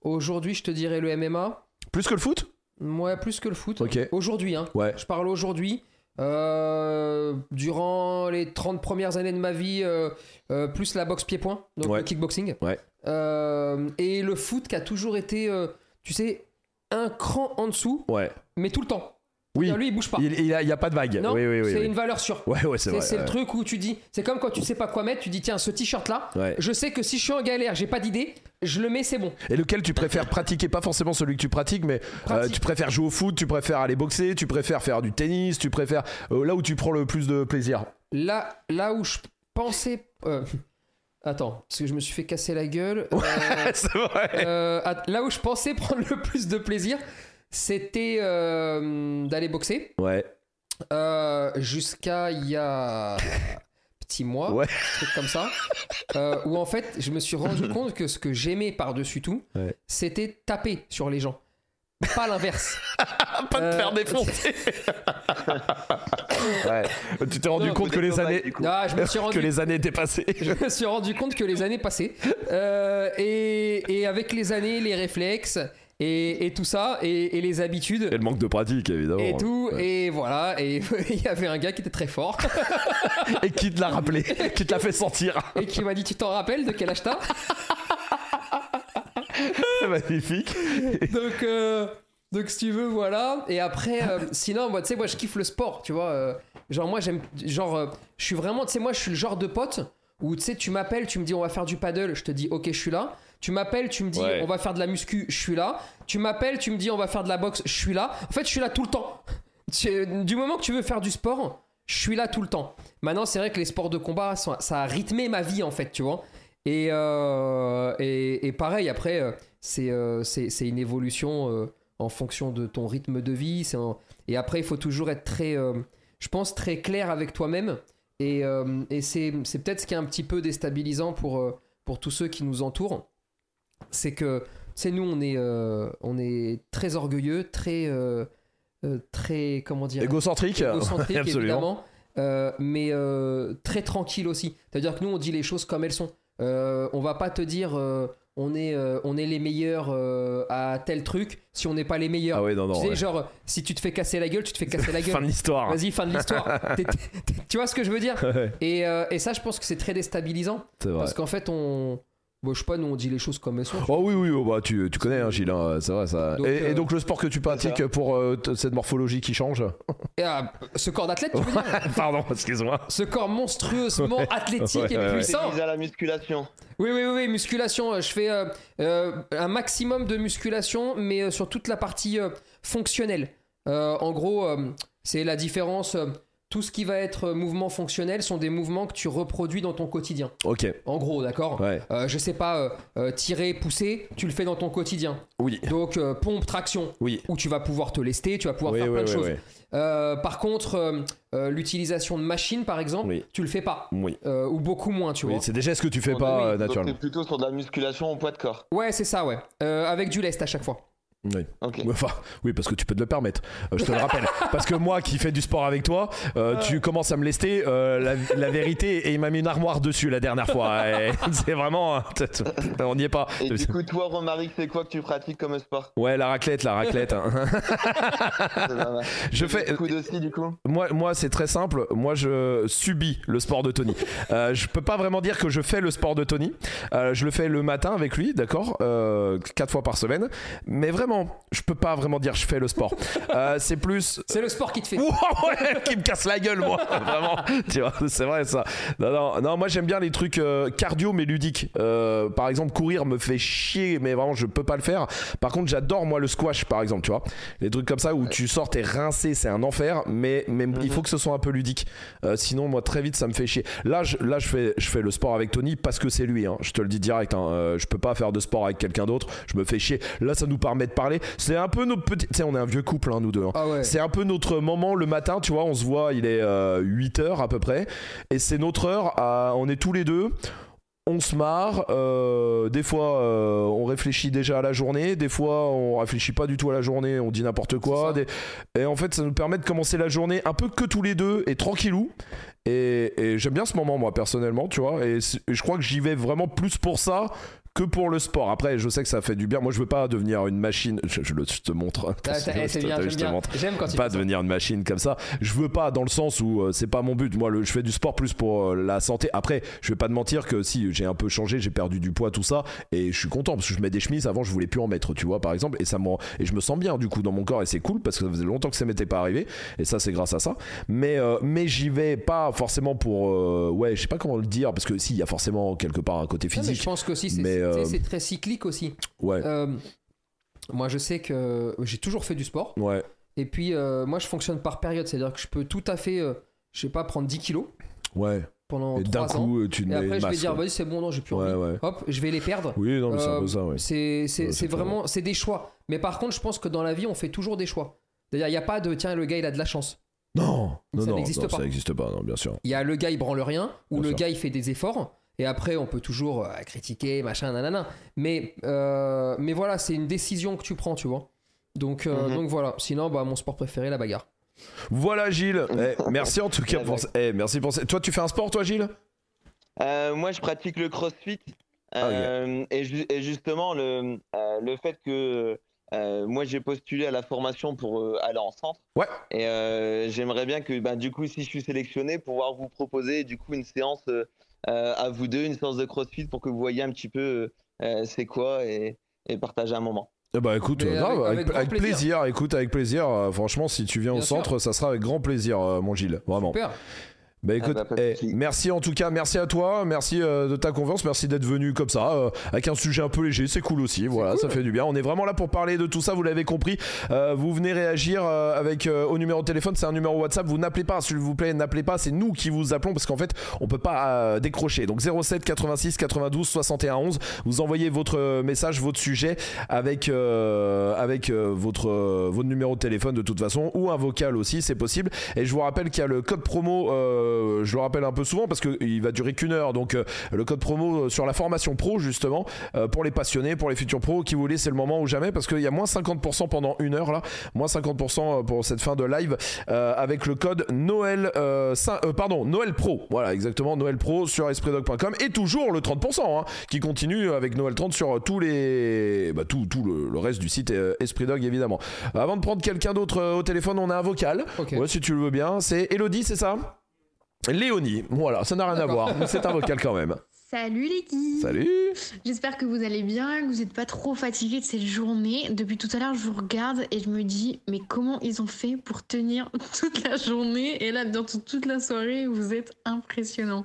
S2: Aujourd'hui, je te dirais le MMA.
S1: Plus que le foot
S2: Moi, plus que le foot.
S1: Ok.
S2: Aujourd'hui, hein.
S1: Ouais.
S2: Je parle aujourd'hui. Euh, durant les 30 premières années de ma vie, euh, euh, plus la boxe pied-point, donc
S1: Ouais.
S2: le kickboxing.
S1: Ouais.
S2: Euh, et le foot qui a toujours été, euh, tu sais, un cran en dessous,
S1: Ouais.
S2: mais tout le temps.
S1: Oui.
S2: C'est-à-dire, Lui, il bouge pas.
S1: Il n'y a, il y a pas de vague.
S2: Non,
S1: oui, oui, oui.
S2: c'est
S1: oui.
S2: une valeur sûre.
S1: Ouais, ouais, c'est
S2: C'est
S1: vrai.
S2: c'est le
S1: ouais.
S2: truc où tu dis, c'est comme quand tu sais pas quoi mettre, tu dis tiens ce t-shirt là,
S1: Ouais.
S2: je sais que si je suis en galère, j'ai pas d'idée, je le mets, c'est bon.
S1: Et lequel tu préfères pratiquer Pas forcément celui que tu pratiques, mais euh,
S2: Pratique.
S1: tu préfères jouer au foot, tu préfères aller boxer, tu préfères faire du tennis, tu préfères euh, là où tu prends le plus de plaisir.
S2: Là, là où je pensais, euh, attends, parce que je me suis fait casser la
S1: [LAUGHS]
S2: gueule. euh,
S1: c'est vrai.
S2: Euh, att- là où je pensais [LAUGHS] prendre le plus de plaisir, c'était euh, d'aller boxer
S1: Ouais.
S2: euh, jusqu'à il y a petit mois,
S1: Ouais.
S2: un truc comme ça, euh, où en fait je me suis
S1: [LAUGHS]
S2: rendu compte que ce que j'aimais par-dessus tout,
S1: Ouais.
S2: c'était taper sur les gens, pas [LAUGHS] l'inverse. Euh,
S1: Pas
S2: de faire
S1: défoncer. Euh, [LAUGHS] ouais. Tu t'es rendu
S2: [LAUGHS] Non,
S1: compte que les années
S6: Du coup.
S2: Ah, je me suis
S1: [LAUGHS]
S2: rendu
S1: que les années étaient passées.
S2: [LAUGHS] je me suis rendu compte que les années passaient. Euh, et, et avec les années, les réflexes et, et tout ça, et, et les habitudes.
S1: Et le manque de pratique évidemment.
S2: Et tout, et voilà, et [LAUGHS] il y avait un gars qui était très fort
S1: Et qui te l'a [LAUGHS] rappelé Qui te l'a fait sentir
S2: et qui m'a dit Tu t'en rappelles de quel âge t'as
S1: [LAUGHS] Magnifique.
S2: donc, euh, donc, si tu veux, voilà. Et après, euh, sinon, moi, tu sais, moi, je kiffe le sport, tu vois. euh, genre, moi, j'aime. Genre, euh, je suis vraiment. Tu sais, moi, je suis le genre de pote où, tu sais, tu m'appelles, tu me dis On va faire du paddle, je te dis Ok, je suis là. Tu m'appelles, tu me dis
S1: Ouais.
S2: On va faire de la muscu, je suis là. Tu m'appelles, tu me dis On va faire de la boxe, je suis là. En fait, je suis là tout le temps. [LAUGHS] Tu- Du moment que tu veux faire du sport, je suis là tout le temps. Maintenant, c'est vrai que les sports de combat, ça, ça a rythmé ma vie, en fait, tu vois. Et, euh, et, et pareil, après, euh, c'est euh, c'est c'est une évolution euh, en fonction de ton rythme de vie. c'est un- Et après, il faut toujours être très, euh, je pense, très clair avec toi-même. Et, euh, et c'est c'est peut-être ce qui est un petit peu déstabilisant pour, euh, pour tous ceux qui nous entourent. C'est que, c'est nous, on est, euh, on est très orgueilleux, très, euh, euh, très, comment dire,
S1: Égocentrique. [LAUGHS]
S2: égocentrique,
S1: Absolument.
S2: évidemment, euh, mais euh, très tranquille aussi. C'est-à-dire que nous, on dit les choses comme elles sont. Euh, on va pas te dire euh, on, est, euh, on est les meilleurs euh, à tel truc si on n'est pas les meilleurs.
S1: Ah ouais non
S2: tu
S1: non.
S2: sais,
S1: ouais.
S2: genre, si tu te fais casser la gueule, tu te fais casser la
S1: [LAUGHS] Fin
S2: gueule.
S1: de l'histoire.
S2: Vas-y, fin de
S1: [LAUGHS]
S2: l'histoire. T'es- t'es- t'es- tu vois ce que je veux dire
S1: Ouais,
S2: et, euh, et ça, je pense que c'est très déstabilisant.
S1: c'est vrai.
S2: Parce qu'en fait, on. Bon, je sais pas, nous, on dit les choses comme elles sont.
S1: Oh oui, oui, oh, bah, tu, tu connais, hein, Gilles, hein, c'est vrai ça.
S2: Donc,
S1: et, et
S2: euh,
S1: donc le sport que tu pratiques pour euh, t- cette morphologie qui change
S2: Et, ah, ce corps
S1: [LAUGHS]
S2: d'athlète, tu veux dire
S1: Pardon, excuse-moi.
S2: Ce corps monstrueusement athlétique
S1: Ouais,
S2: et
S1: ouais, ouais.
S6: C'est
S2: puissant.
S6: mis à la musculation.
S2: Oui, oui, oui, oui, musculation. euh, Je fais euh, euh, un maximum de musculation, mais euh, sur toute la partie euh, fonctionnelle. Euh, en gros, euh, c'est la différence. euh, tout ce qui va être euh, mouvement fonctionnel sont des mouvements que tu reproduis dans ton quotidien.
S1: Ok,
S2: En gros, d'accord
S1: ouais.
S2: Euh, Je sais pas, euh, euh, tirer, pousser, tu le fais dans ton quotidien.
S1: Oui,
S2: Donc, euh, pompe, traction,
S1: oui.
S2: où tu vas pouvoir te lester, tu vas pouvoir
S1: oui,
S2: faire
S1: oui,
S2: plein de
S1: oui,
S2: choses.
S1: oui,
S2: Euh, par contre, euh, euh, l'utilisation de machines, par exemple,
S1: Oui.
S2: tu le fais pas.
S1: oui.
S2: Euh, ou beaucoup moins, tu
S1: Oui,
S2: vois.
S1: c'est des gestes que tu fais
S6: On-
S1: pas euh,
S6: oui, donc
S1: naturellement.
S6: t'es plutôt sur de la musculation au poids de corps.
S2: Ouais, c'est ça, ouais. Euh, avec du lest à chaque fois.
S1: Oui.
S6: Ok.
S1: Enfin, oui, parce que tu peux te le permettre. Euh, je te le
S2: [LAUGHS]
S1: rappelle. parce que moi qui fais du sport avec toi, euh,
S2: Ah.
S1: tu commences à me lester euh, la, la vérité et il m'a mis une armoire dessus la dernière fois. Et [LAUGHS] C'est vraiment. euh, On n'y est pas.
S6: Et du coup, toi, Romaric, c'est quoi que tu pratiques
S1: [LAUGHS]
S6: comme sport
S1: Ouais, la raclette, la raclette.
S2: [LAUGHS]
S1: hein.
S6: C'est pas mal.
S1: Je fais.
S6: Coude aussi, du coup.
S1: Moi, moi c'est très simple. Moi, je subis le sport de Tony. Euh, je peux pas vraiment dire que je fais le sport de Tony. Euh, je le fais le matin avec lui, d'accord euh, Quatre fois par semaine. Mais vraiment, je peux pas vraiment dire je fais le sport. Euh, c'est plus.
S2: C'est le sport qui te fait.
S1: Ouah, ouais, qui me casse la gueule, moi. Vraiment. Tu vois, c'est vrai, ça. Non, non, non moi, j'aime bien les trucs euh, cardio, mais ludiques. Euh, par exemple, courir me fait chier, mais vraiment, je peux pas le faire. Par contre, j'adore, moi, le squash, par exemple, tu vois. Les trucs comme ça où tu sors, t'es rincé, c'est un enfer, mais, mais il faut que ce soit un peu ludique. Euh, sinon, moi, très vite, ça me fait chier. Là, je, là, je, fais, je fais le sport avec Tony parce que c'est lui, hein. je te le dis direct. Hein. Euh, je peux pas faire de sport avec quelqu'un d'autre, je me fais chier. Là, ça nous permet de parler. C'est un peu notre petit. Tu sais, on est un vieux couple, hein, nous deux. hein.
S2: Ah ouais.
S1: C'est un peu notre moment le matin, tu vois, on se voit, il est 8h à peu près, et c'est notre heure, à- on est tous les deux, on se marre, euh, des fois euh, on réfléchit déjà à la journée, des fois on réfléchit pas du tout à la journée, on dit n'importe quoi,
S2: C'est
S1: des- et en fait ça nous permet de commencer la journée un peu que tous les deux, et tranquillou, et, et j'aime bien ce moment moi personnellement, tu vois, et, c'est- et je crois que j'y vais vraiment plus pour ça que pour le sport. Après, je sais que ça fait du bien. Moi, je veux pas devenir une machine. Je, je le- je te montre.
S2: Ah, t'as- eh,
S1: Je
S2: c'est
S1: te-
S2: bien,
S1: je
S2: j'aime
S1: te
S2: bien.
S1: montre
S2: J'aime quand tu
S1: pas
S2: fais ça.
S1: devenir une machine comme ça. Je veux pas dans le sens où euh, c'est pas mon but. Moi, le- je fais du sport plus pour euh, la santé. Après, je vais pas te mentir que si j'ai un peu changé, j'ai perdu du poids, tout ça, et je suis content parce que je mets des chemises. Avant, je voulais plus en mettre, tu vois, par exemple, et ça me rend- et je me sens bien du coup dans mon corps et c'est cool parce que ça faisait longtemps que ça m'était pas arrivé et ça c'est grâce à ça. Mais euh, mais j'y vais pas forcément pour euh, ouais, je sais pas comment le dire parce que si il y a forcément quelque part un côté
S2: Ouais, mais
S1: physique.
S2: je pense qu'aussi, c'est
S1: mais,
S2: c'est-
S1: euh,
S2: c'est très cyclique aussi.
S1: Ouais,
S2: Euh, moi, je sais que j'ai toujours fait du sport.
S1: ouais,
S2: Et puis, euh, moi, je fonctionne par période. C'est-à-dire que je peux tout à fait, euh, je sais pas, prendre 10 kilos
S1: ouais.
S2: pendant
S1: Et d'un
S2: 3 ans.
S1: coup, euh, tu te
S2: Et
S1: mets
S2: après,
S1: une
S2: je vais
S1: masse,
S2: dire,
S1: quoi.
S2: vas-y, c'est bon, non, j'ai plus
S1: ouais,
S2: envie.
S1: ouais.
S2: Hop, je vais les perdre.
S1: Oui, non, mais c'est un
S2: Euh,
S1: peu ça, ouais.
S2: C'est c'est-
S1: Ouais,
S2: c'est
S1: c'est pas
S2: vraiment, c'est des choix. Mais par contre, je pense que dans la vie, on fait toujours des choix. C'est-à-dire, il n'y a pas de, tiens, le gars, il a de la chance.
S1: Non, non,
S2: Ça
S1: non,
S2: n'existe
S1: non,
S2: pas.
S1: ça n'existe pas, non, bien sûr.
S2: Il y a le gars, il branle rien, ou
S1: Bien
S2: le
S1: sûr.
S2: gars, il fait des efforts. Et après, on peut toujours euh, critiquer, machin, nanana. Mais, euh, mais voilà, c'est une décision que tu prends, tu vois. Donc, euh,
S6: Mhm.
S2: donc voilà. Sinon, bah, mon sport préféré, la bagarre.
S1: Voilà Gilles.
S2: [LAUGHS]
S1: Eh, merci en tout cas
S6: Ouais,
S1: pour. Eh, merci pour. ça. Toi, tu fais un sport, toi, Gilles
S6: Euh, moi, je pratique le crossfit.
S1: Ah, ok.
S6: Euh, et, ju- et justement, le, euh, le fait que euh, moi, j'ai postulé à la formation pour euh, aller en centre.
S1: Ouais.
S6: Et euh, j'aimerais bien que, ben, du coup, si je suis sélectionné, pouvoir vous proposer du coup une séance euh, euh, à vous deux, une séance de crossfit pour que vous voyez un petit peu euh, c'est quoi et, et partager un moment.
S1: Eh bah écoute,
S2: Mais
S1: euh, grave, avec,
S2: avec- avec grand
S1: avec plaisir. écoute, avec plaisir. euh, franchement, si tu viens au
S2: Bien sûr.
S1: centre, ça sera avec grand plaisir, euh, mon Gilles, vraiment.
S2: Super.
S1: Bah écoute,
S6: Ah bah, pas de
S1: eh,
S6: souci.
S1: merci en tout cas, merci à toi, merci euh, de ta confiance, merci d'être venu comme ça, euh, avec un sujet un peu léger, c'est cool aussi, voilà, ça fait du bien. On est vraiment là pour parler de tout ça, vous l'avez compris. Euh, vous venez réagir euh, avec euh, au numéro de téléphone, c'est un numéro WhatsApp, vous n'appelez pas, s'il vous plaît, n'appelez pas, c'est nous qui vous appelons parce qu'en fait, on peut pas euh, décrocher. Donc 07 86 92 61 11, vous envoyez votre euh, message, votre sujet avec euh, avec euh, votre euh, votre numéro de téléphone de toute façon ou un vocal aussi, c'est possible. Et je vous rappelle qu'il y a le code promo, euh, je le rappelle un peu souvent parce qu'il va durer qu'une heure. Donc euh, le code promo sur la formation pro justement euh, pour les passionnés, pour les futurs pros qui voulaient, c'est le moment ou jamais parce qu'il y a moins 50% pendant une heure là, moins 50% pour cette fin de live euh, avec le code Noël euh, cin- euh, pardon Noël Pro. Voilà exactement Noël Pro sur espritdog.com et toujours le 30% hein, qui continue avec Noël 30 sur euh, tous les bah, tout tout le, le reste du site euh, Esprit Dog évidemment. Avant de prendre quelqu'un d'autre euh, au téléphone, on a un vocal.
S2: Ok.
S1: Ouais, si tu le veux bien. C'est Elodie, c'est ça Léonie, voilà, ça n'a rien à
S2: D'accord.
S1: voir, mais
S2: [LAUGHS]
S1: c'est un vocal quand même.
S7: Salut l'équipe
S1: Salut
S7: J'espère que vous allez bien, que vous n'êtes pas trop fatigué de cette journée. Depuis tout à l'heure, je vous regarde et je me dis, mais comment ils ont fait pour tenir [LAUGHS] toute la journée et là, dans tout- toute la soirée, vous êtes impressionnants.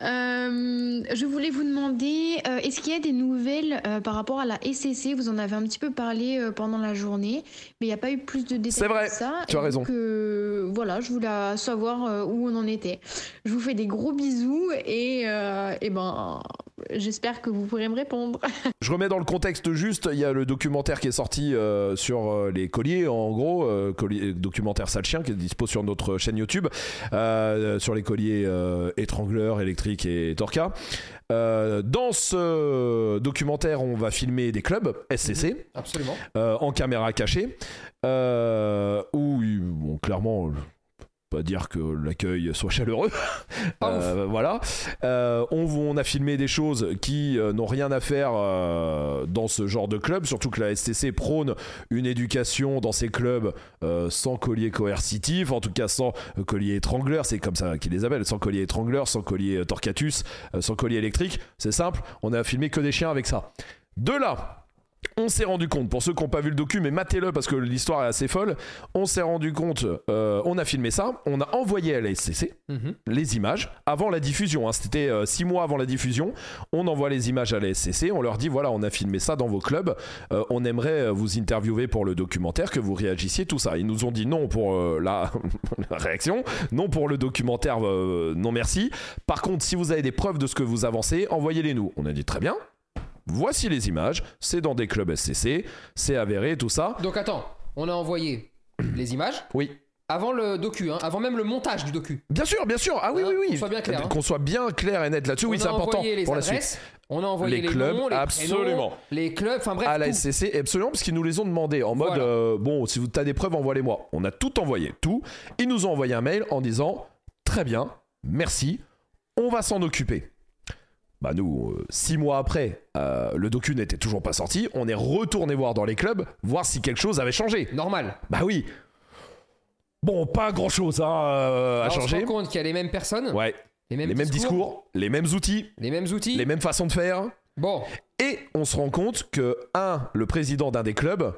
S7: Euh, je voulais vous demander, euh, est-ce qu'il y a des nouvelles euh, par rapport à la SCC Vous en avez un petit peu parlé euh, pendant la journée, mais il n'y a pas eu plus de détails.
S1: C'est vrai,
S7: que ça.
S1: tu as
S7: Et
S1: raison.
S7: donc, euh, voilà, je voulais savoir euh, où on en était. Je vous fais des gros bisous et, euh, et ben J'espère que vous pourrez me répondre.
S1: Je remets dans le contexte juste, il y a le documentaire qui est sorti euh, sur euh, les colliers, en gros, euh, collier- documentaire sale chien qui est dispo sur notre chaîne YouTube, euh, sur les colliers euh, étrangleurs, électriques et torca. Euh, dans ce documentaire, on va filmer des clubs, SCC,
S2: Absolument.
S1: euh, en caméra cachée, euh, où il- bon, clairement, je peux pas dire que l'accueil soit chaleureux. [LAUGHS]
S2: Pas
S1: Euh, voilà. Euh, on, on a filmé des choses qui euh, n'ont rien à faire euh, dans ce genre de club, surtout que la STC prône une éducation dans ces clubs euh, sans collier coercitif, en tout cas sans euh, collier étrangleur, c'est comme ça qu'ils les appellent, sans collier étrangleur, sans collier euh, torcatus, euh, sans collier électrique. C'est simple, on a filmé que des chiens avec ça. De là. On s'est rendu compte, pour ceux qui n'ont pas vu le docu, mais matez-le parce que l'histoire est assez folle, on s'est rendu compte, euh, on a filmé ça, on a envoyé à la SCC,
S2: Mhm.
S1: les images avant la diffusion. hein. C'était euh, six mois avant la diffusion. On envoie les images à la SCC. On leur dit voilà, on a filmé ça dans vos clubs. Euh, on aimerait euh, vous interviewer pour le documentaire, que vous réagissiez, tout ça. Ils nous ont dit non pour euh, la... [LAUGHS] la réaction, non pour le documentaire, euh, non merci. Par contre, si vous avez des preuves de ce que vous avancez, envoyez-les nous. On a dit très bien. Voici les images. C'est dans des clubs SCC. C'est avéré, tout ça.
S2: Donc attends, on
S1: [CLEARS THROAT]
S2: a envoyé les images
S1: Oui.
S2: avant le docu, hein, avant même le montage du docu.
S1: Bien sûr, bien sûr. Ah oui,
S2: Hein,
S1: oui, oui.
S2: qu'on soit bien clair, hein.
S1: Qu'on soit bien clair et net là-dessus. Oui,
S2: On a
S1: c'est important
S2: envoyé les
S1: pour la suite.
S2: adresses, On a envoyé les,
S1: les clubs,
S2: noms, les
S1: absolument.
S2: prénoms, les clubs, enfin bref.
S1: à la
S2: tout.
S1: SCC, absolument, parce qu'ils nous les ont demandé en mode
S2: Voilà.
S1: euh, bon, si vous as des preuves, envoie-les-moi. On a tout envoyé, tout. Ils nous ont envoyé un mail en disant très bien, merci, on va s'en occuper. Bah nous, euh, six mois après, euh, le docu n'était toujours pas sorti. On est retourné voir dans les clubs, voir si quelque chose avait changé.
S2: Normal.
S1: Bah oui. Bon, pas grand chose à
S2: Alors, On se
S1: changer.
S2: rend compte qu'il y a les mêmes personnes,
S1: Ouais,
S2: les, mêmes,
S1: les mêmes
S2: discours,
S1: discours, les mêmes outils,
S2: les mêmes outils.
S1: les mêmes façons de faire.
S2: Bon,
S1: Et on se rend compte que, un, le président d'un des clubs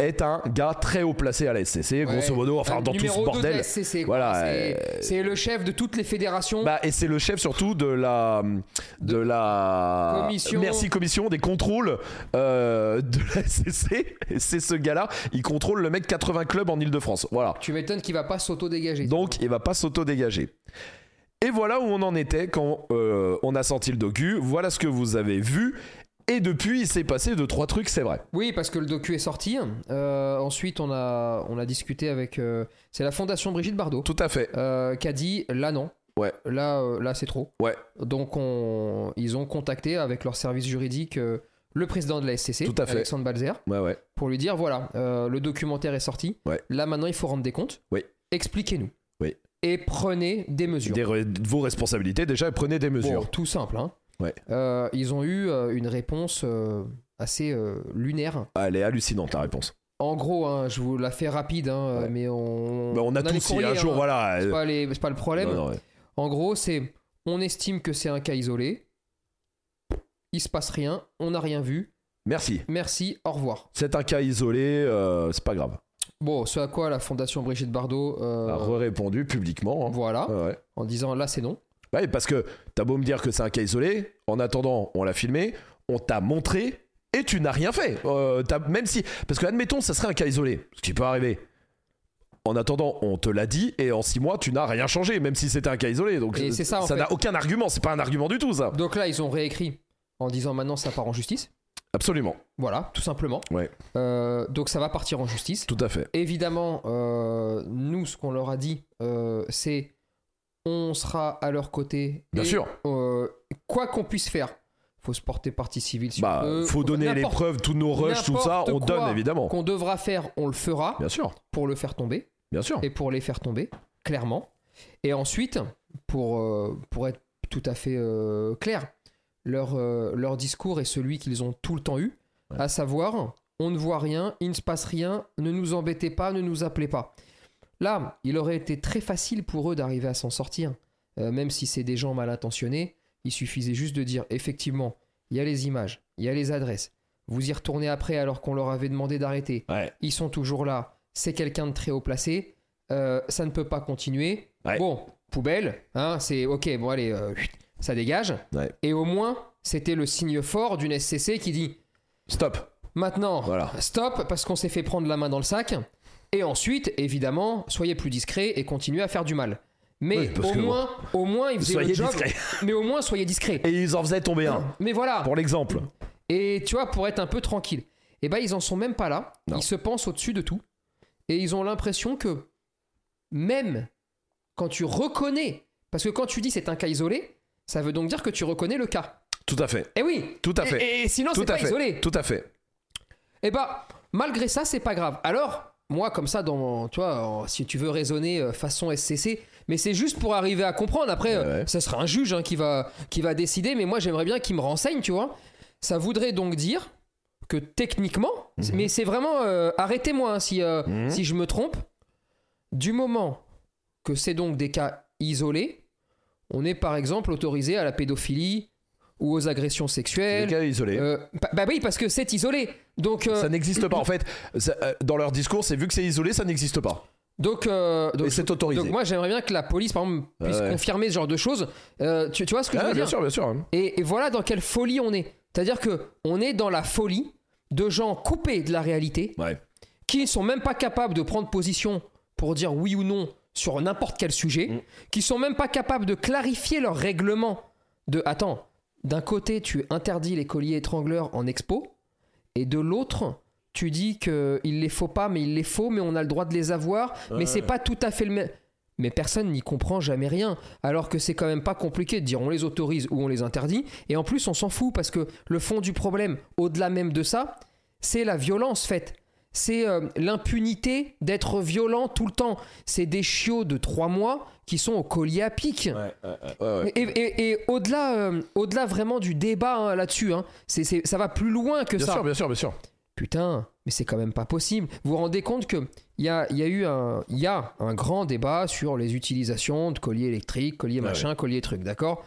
S1: est un gars très haut placé à la SCC, grosso
S2: ouais.
S1: modo, enfin
S2: Un
S1: dans tout ce
S2: numéro deux de la
S1: bordel.
S2: SCC, quoi.
S1: Voilà,
S2: C'est-
S1: euh,
S2: C'est le chef de toutes les fédérations.
S1: Bah, et c'est le chef surtout de la. de la.
S2: Commission.
S1: Merci, commission des contrôles euh, de la SCC. Et C'est ce gars-là, il contrôle le mec 80 clubs en Ile-de-France. Voilà.
S2: Tu m'étonnes qu'il va pas s'auto-dégager.
S1: Donc, il va pas s'auto-dégager. Et voilà où on en était quand euh, on a senti le docu. Voilà ce que vous avez vu. Et depuis, il s'est passé deux, trois trucs, c'est vrai.
S2: Oui, parce que le docu est sorti. Euh, ensuite, on a, on a discuté avec. euh, c'est la Fondation Brigitte Bardot
S1: Tout à fait.
S2: euh, qui a dit là non.
S1: Ouais.
S2: Là, euh, là c'est trop.
S1: Ouais.
S2: Donc on, ils ont contacté avec leur service juridique euh, le président de la SCC,
S1: Tout à fait.
S2: Alexandre Balzer,
S1: Ouais, ouais.
S2: pour lui dire voilà, euh, le documentaire est sorti.
S1: Ouais.
S2: Là maintenant, il faut rendre des comptes.
S1: Oui.
S2: Expliquez-nous.
S1: Oui.
S2: Et prenez des mesures.
S1: Des re- vos responsabilités déjà et prenez des
S2: Bon,
S1: mesures.
S2: tout simple. hein.
S1: Ouais.
S2: Euh, ils ont eu euh, une réponse euh, assez euh, lunaire.
S1: Ah, elle est hallucinante la réponse.
S2: En gros, hein, je vous la fais rapide, hein,
S1: Ouais.
S2: mais on,
S1: Bah, on a
S2: les
S1: tous si
S2: courriers,
S1: un jour,
S2: hein.
S1: voilà.
S2: C'est
S1: euh,
S2: pas, les- c'est pas le problème.
S1: non, non, ouais.
S2: En gros, c'est on estime que c'est un cas isolé. Il se passe rien, on n'a rien vu.
S1: Merci.
S2: Merci, au revoir.
S1: C'est un cas isolé, euh, c'est pas grave.
S2: Bon, ce à quoi la Fondation Brigitte Bardot euh,
S1: Elle A répondu publiquement. hein.
S2: voilà,
S1: Ouais, ouais.
S2: en disant là c'est non.
S1: Ouais, parce que t'as beau me dire que c'est un cas isolé, en attendant, on l'a filmé, on t'a montré et tu n'as rien fait. Euh, t'as- même si, parce que admettons, ça serait un cas isolé, ce qui peut arriver. En attendant, on te l'a dit et en six mois, tu n'as rien changé, même si c'était un cas isolé. Donc
S2: Et c'est ça, en fait.
S1: n'a aucun argument. C'est pas un argument du tout, ça.
S2: Donc là, ils ont réécrit en disant maintenant ça part en justice.
S1: Absolument.
S2: Voilà, tout simplement.
S1: Ouais.
S2: Euh, donc ça va partir en justice.
S1: Tout à fait.
S2: Évidemment, euh, nous, ce qu'on leur a dit, euh, c'est on sera à leur côté.
S1: Bien
S2: et,
S1: sûr.
S2: euh, quoi qu'on puisse faire, faut se porter partie civile. Si
S1: Bah,
S2: on peut.
S1: faut
S2: Enfin,
S1: donner les
S2: n'importe
S1: preuves, tous nos rushs, tout ça,
S2: n'importe
S1: on
S2: quoi
S1: donne évidemment.
S2: qu'on devra faire, on le fera
S1: Bien sûr,
S2: pour le faire tomber
S1: bien sûr.
S2: et pour les faire tomber, clairement. Et ensuite, pour, euh, pour être tout à fait euh, clair, leur, euh, leur discours est celui qu'ils ont tout le temps eu,
S1: Ouais.
S2: à savoir on ne voit rien, il ne se passe rien, ne nous embêtez pas, ne nous appelez pas. Là, il aurait été très facile pour eux d'arriver à s'en sortir, euh, même si c'est des gens mal intentionnés. Il suffisait juste de dire effectivement, il y a les images, il y a les adresses. Vous y retournez après alors qu'on leur avait demandé d'arrêter
S1: Ouais.
S2: ils sont toujours là, c'est quelqu'un de très haut placé, euh, ça ne peut pas continuer.
S1: Ouais.
S2: Bon, poubelle, hein, c'est ok, bon allez, euh, ça dégage.
S1: Ouais.
S2: Et au moins, c'était le signe fort d'une SCC qui dit
S1: Stop.
S2: maintenant,
S1: Voilà.
S2: stop, parce qu'on s'est fait prendre la main dans le sac. Et ensuite, évidemment, soyez plus discret et continuez à faire du mal. Mais
S1: Oui, parce
S2: au,
S1: que bon.
S2: moins, au moins, il faisait
S1: Soyez
S2: le job.
S1: discret.
S2: Mais au moins, soyez discret.
S1: Et ils en faisaient tomber un,
S2: Mais voilà.
S1: pour l'exemple.
S2: Et tu vois, pour être un peu tranquille, eh ben, ils en sont même pas là.
S1: Non.
S2: Ils se pensent au-dessus de tout. Et ils ont l'impression que même quand tu reconnais, parce que quand tu dis c'est un cas isolé, ça veut donc dire que tu reconnais le cas.
S1: Tout à fait,
S2: Eh oui.
S1: tout à fait,
S2: Et, et sinon,
S1: Tout
S2: c'est
S1: à
S2: pas
S1: fait.
S2: isolé.
S1: tout à fait.
S2: Eh bah, malgré ça, c'est pas grave. Alors, moi, comme ça, dans mon- tu vois, en- si tu veux raisonner euh, façon SCC, mais c'est juste pour arriver à comprendre. Après,
S1: Ouais,
S2: euh,
S1: ouais.
S2: ça sera un juge hein, qui, va, qui va décider, mais moi, j'aimerais bien qu'il me renseigne, tu vois. Ça voudrait donc dire que techniquement,
S1: Mhm.
S2: mais c'est vraiment. euh, Arrêtez-moi hein, si, euh,
S1: Mhm.
S2: si je me trompe. Du moment que c'est donc des cas isolés, on est par exemple autorisé à la pédophilie ou aux agressions
S1: Les
S2: sexuelles.
S1: cas isolés.
S2: Euh, pa- bah oui, parce que c'est isolé. Donc, euh,
S1: ça n'existe pas. En fait, ça, euh, dans leur discours, c'est vu que c'est isolé, ça n'existe pas.
S2: donc, euh, donc,
S1: et c'est autorisé.
S2: donc moi j'aimerais bien que la police, par exemple, puisse
S1: Ouais.
S2: confirmer ce genre de choses. Euh, tu, tu vois ce que
S1: Ah,
S2: je veux
S1: bien
S2: dire
S1: sûr, bien sûr.
S2: et, et voilà dans quelle folie on est. C'est-à-dire que on est dans la folie de gens coupés de la réalité,
S1: Ouais.
S2: qui ne sont même pas capables de prendre position pour dire oui ou non sur n'importe quel sujet,
S1: Mm.
S2: qui sont même pas capables de clarifier leur règlement de attends, d'un côté tu interdis les colliers étrangleurs en expo et de l'autre tu dis que il les faut pas mais il les faut mais on a le droit de les avoir mais c'est pas tout à fait le même mais personne n'y comprend jamais rien alors que c'est quand même pas compliqué de dire on les autorise ou on les interdit et en plus on s'en fout parce que le fond du problème au-delà même de ça c'est la violence faite c'est euh, l'impunité d'être violent tout le temps c'est des chiots de trois mois qui sont au collier à pic
S1: Ouais, ouais.
S2: et, et- et au-delà, euh, au-delà vraiment du débat hein, là-dessus, hein, c'est, c'est- ça va plus loin que
S1: Bien
S2: ça.
S1: sûr, bien sûr, bien sûr.
S2: Putain, mais c'est quand même pas possible. Vous vous rendez compte que il y a, il y a eu un, il y a un grand débat sur les utilisations de colliers électriques, colliers
S1: Ouais,
S2: machin, colliers trucs, d'accord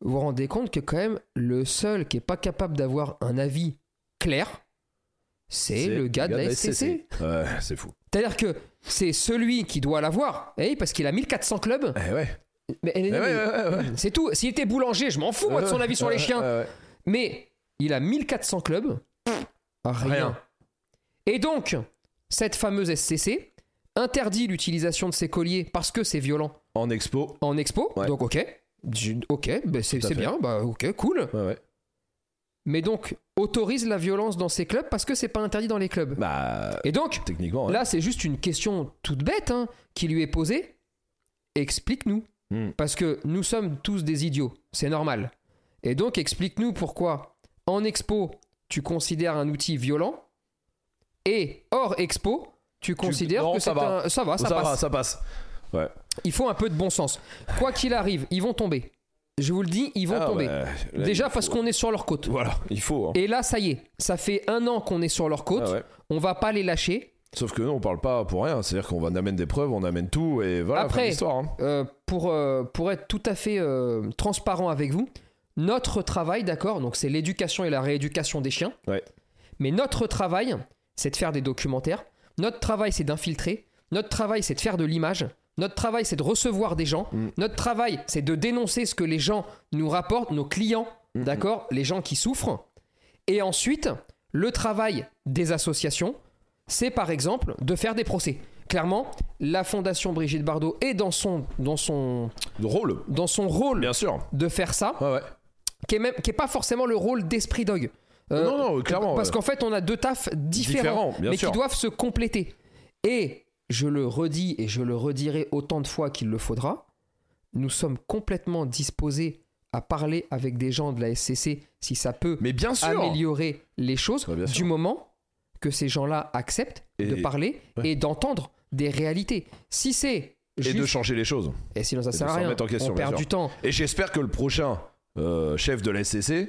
S2: Vous vous rendez compte que quand même le seul qui est pas capable d'avoir un avis clair, c'est, le gars de la SCC.
S1: Ouais, c'est fou.
S2: C'est-à-dire que c'est celui qui doit l'avoir, eh, parce qu'il a 1400 clubs.
S1: Eh ouais.
S2: Mais-
S1: Eh ouais, ouais, ouais, ouais.
S2: c'est tout. S'il était boulanger, je m'en fous moi de son [LAUGHS]
S1: Ouais,
S2: avis sur les
S1: ouais,
S2: chiens.
S1: ouais, ouais.
S2: Mais il a 1400 clubs. rien.
S1: Rien.
S2: Et donc, cette fameuse SCC interdit l'utilisation de ces colliers parce que c'est violent
S1: En expo.
S2: en expo.
S1: Ouais.
S2: Donc, ok. Je- Ok, bah, c'est
S1: Tout à
S2: c'est
S1: fait.
S2: bien. Bah, ok, cool.
S1: Ouais, ouais.
S2: Mais donc, autorise la violence dans ces clubs parce que c'est pas interdit dans les clubs.
S1: Bah,
S2: Et donc,
S1: techniquement. ouais.
S2: Là, c'est juste une question toute bête hein, qui lui est posée. Explique-nous.
S1: Mm.
S2: Parce que nous sommes tous des idiots. C'est normal. Et donc, explique-nous pourquoi, en expo, tu considères un outil violent et hors expo, tu considères
S1: non,
S2: que
S1: ça
S2: c'est
S1: va.
S2: un- Ça va, ça,
S1: ça
S2: passe.
S1: va, ça passe.
S2: Il faut un peu de bon sens. Quoi qu'il arrive, ils vont tomber. Je vous le dis, ils vont
S1: Ah,
S2: tomber.
S1: bah, là,
S2: Déjà
S1: il
S2: parce
S1: faut-
S2: qu'on est sur leur
S1: [LAUGHS]
S2: côte.
S1: Voilà, il faut. hein.
S2: Et là, ça y est. Ça fait un an qu'on est sur leur côte.
S1: Ah ouais.
S2: On va pas les lâcher.
S1: Sauf que nous, on parle pas pour rien. C'est-à-dire qu'on va- amène des preuves, on amène tout, et voilà,
S2: Après-
S1: fin de l'histoire. hein.
S2: euh, pour, euh, pour être tout à fait euh, transparent avec vous, notre travail, d'accord, donc c'est l'éducation et la rééducation des chiens.
S1: Ouais.
S2: Mais notre travail, c'est de faire des documentaires. Notre travail, c'est d'infiltrer. Notre travail, c'est de faire de l'image. Notre travail, c'est de recevoir des gens.
S1: Mm.
S2: Notre travail, c'est de dénoncer ce que les gens nous rapportent, nos clients,
S1: Mm,
S2: d'accord, les gens qui souffrent. Et ensuite, le travail des associations, c'est par exemple de faire des procès. Clairement, la Fondation Brigitte Bardot est dans son, dans son,
S1: Drôle,
S2: dans son rôle
S1: bien sûr. Ah
S2: de faire ça,
S1: Ouais, ouais.
S2: qui est, même, qui est pas forcément le rôle d'Esprit Dog. Euh,
S1: non, non, clairement.
S2: Parce
S1: ouais.
S2: qu'en fait, on a deux tafs différents
S1: différent, bien
S2: mais
S1: sûr.
S2: qui doivent se compléter. Et je le redis et je le redirai autant de fois qu'il le faudra, nous sommes complètement disposés à parler avec des gens de la SCC si ça peut
S1: Mais bien sûr.
S2: améliorer les choses
S1: Bah, bien sûr.
S2: du moment que ces gens-là acceptent de
S1: Et-
S2: parler
S1: ouais.
S2: et d'entendre des réalités. Si c'est
S1: Et
S2: juste-
S1: de changer les choses.
S2: et sinon ça
S1: de
S2: sert
S1: se
S2: à rien,
S1: remettre en question,
S2: on
S1: bien
S2: perd
S1: sûr.
S2: du temps.
S1: Et j'espère que le prochain euh, chef de la SCC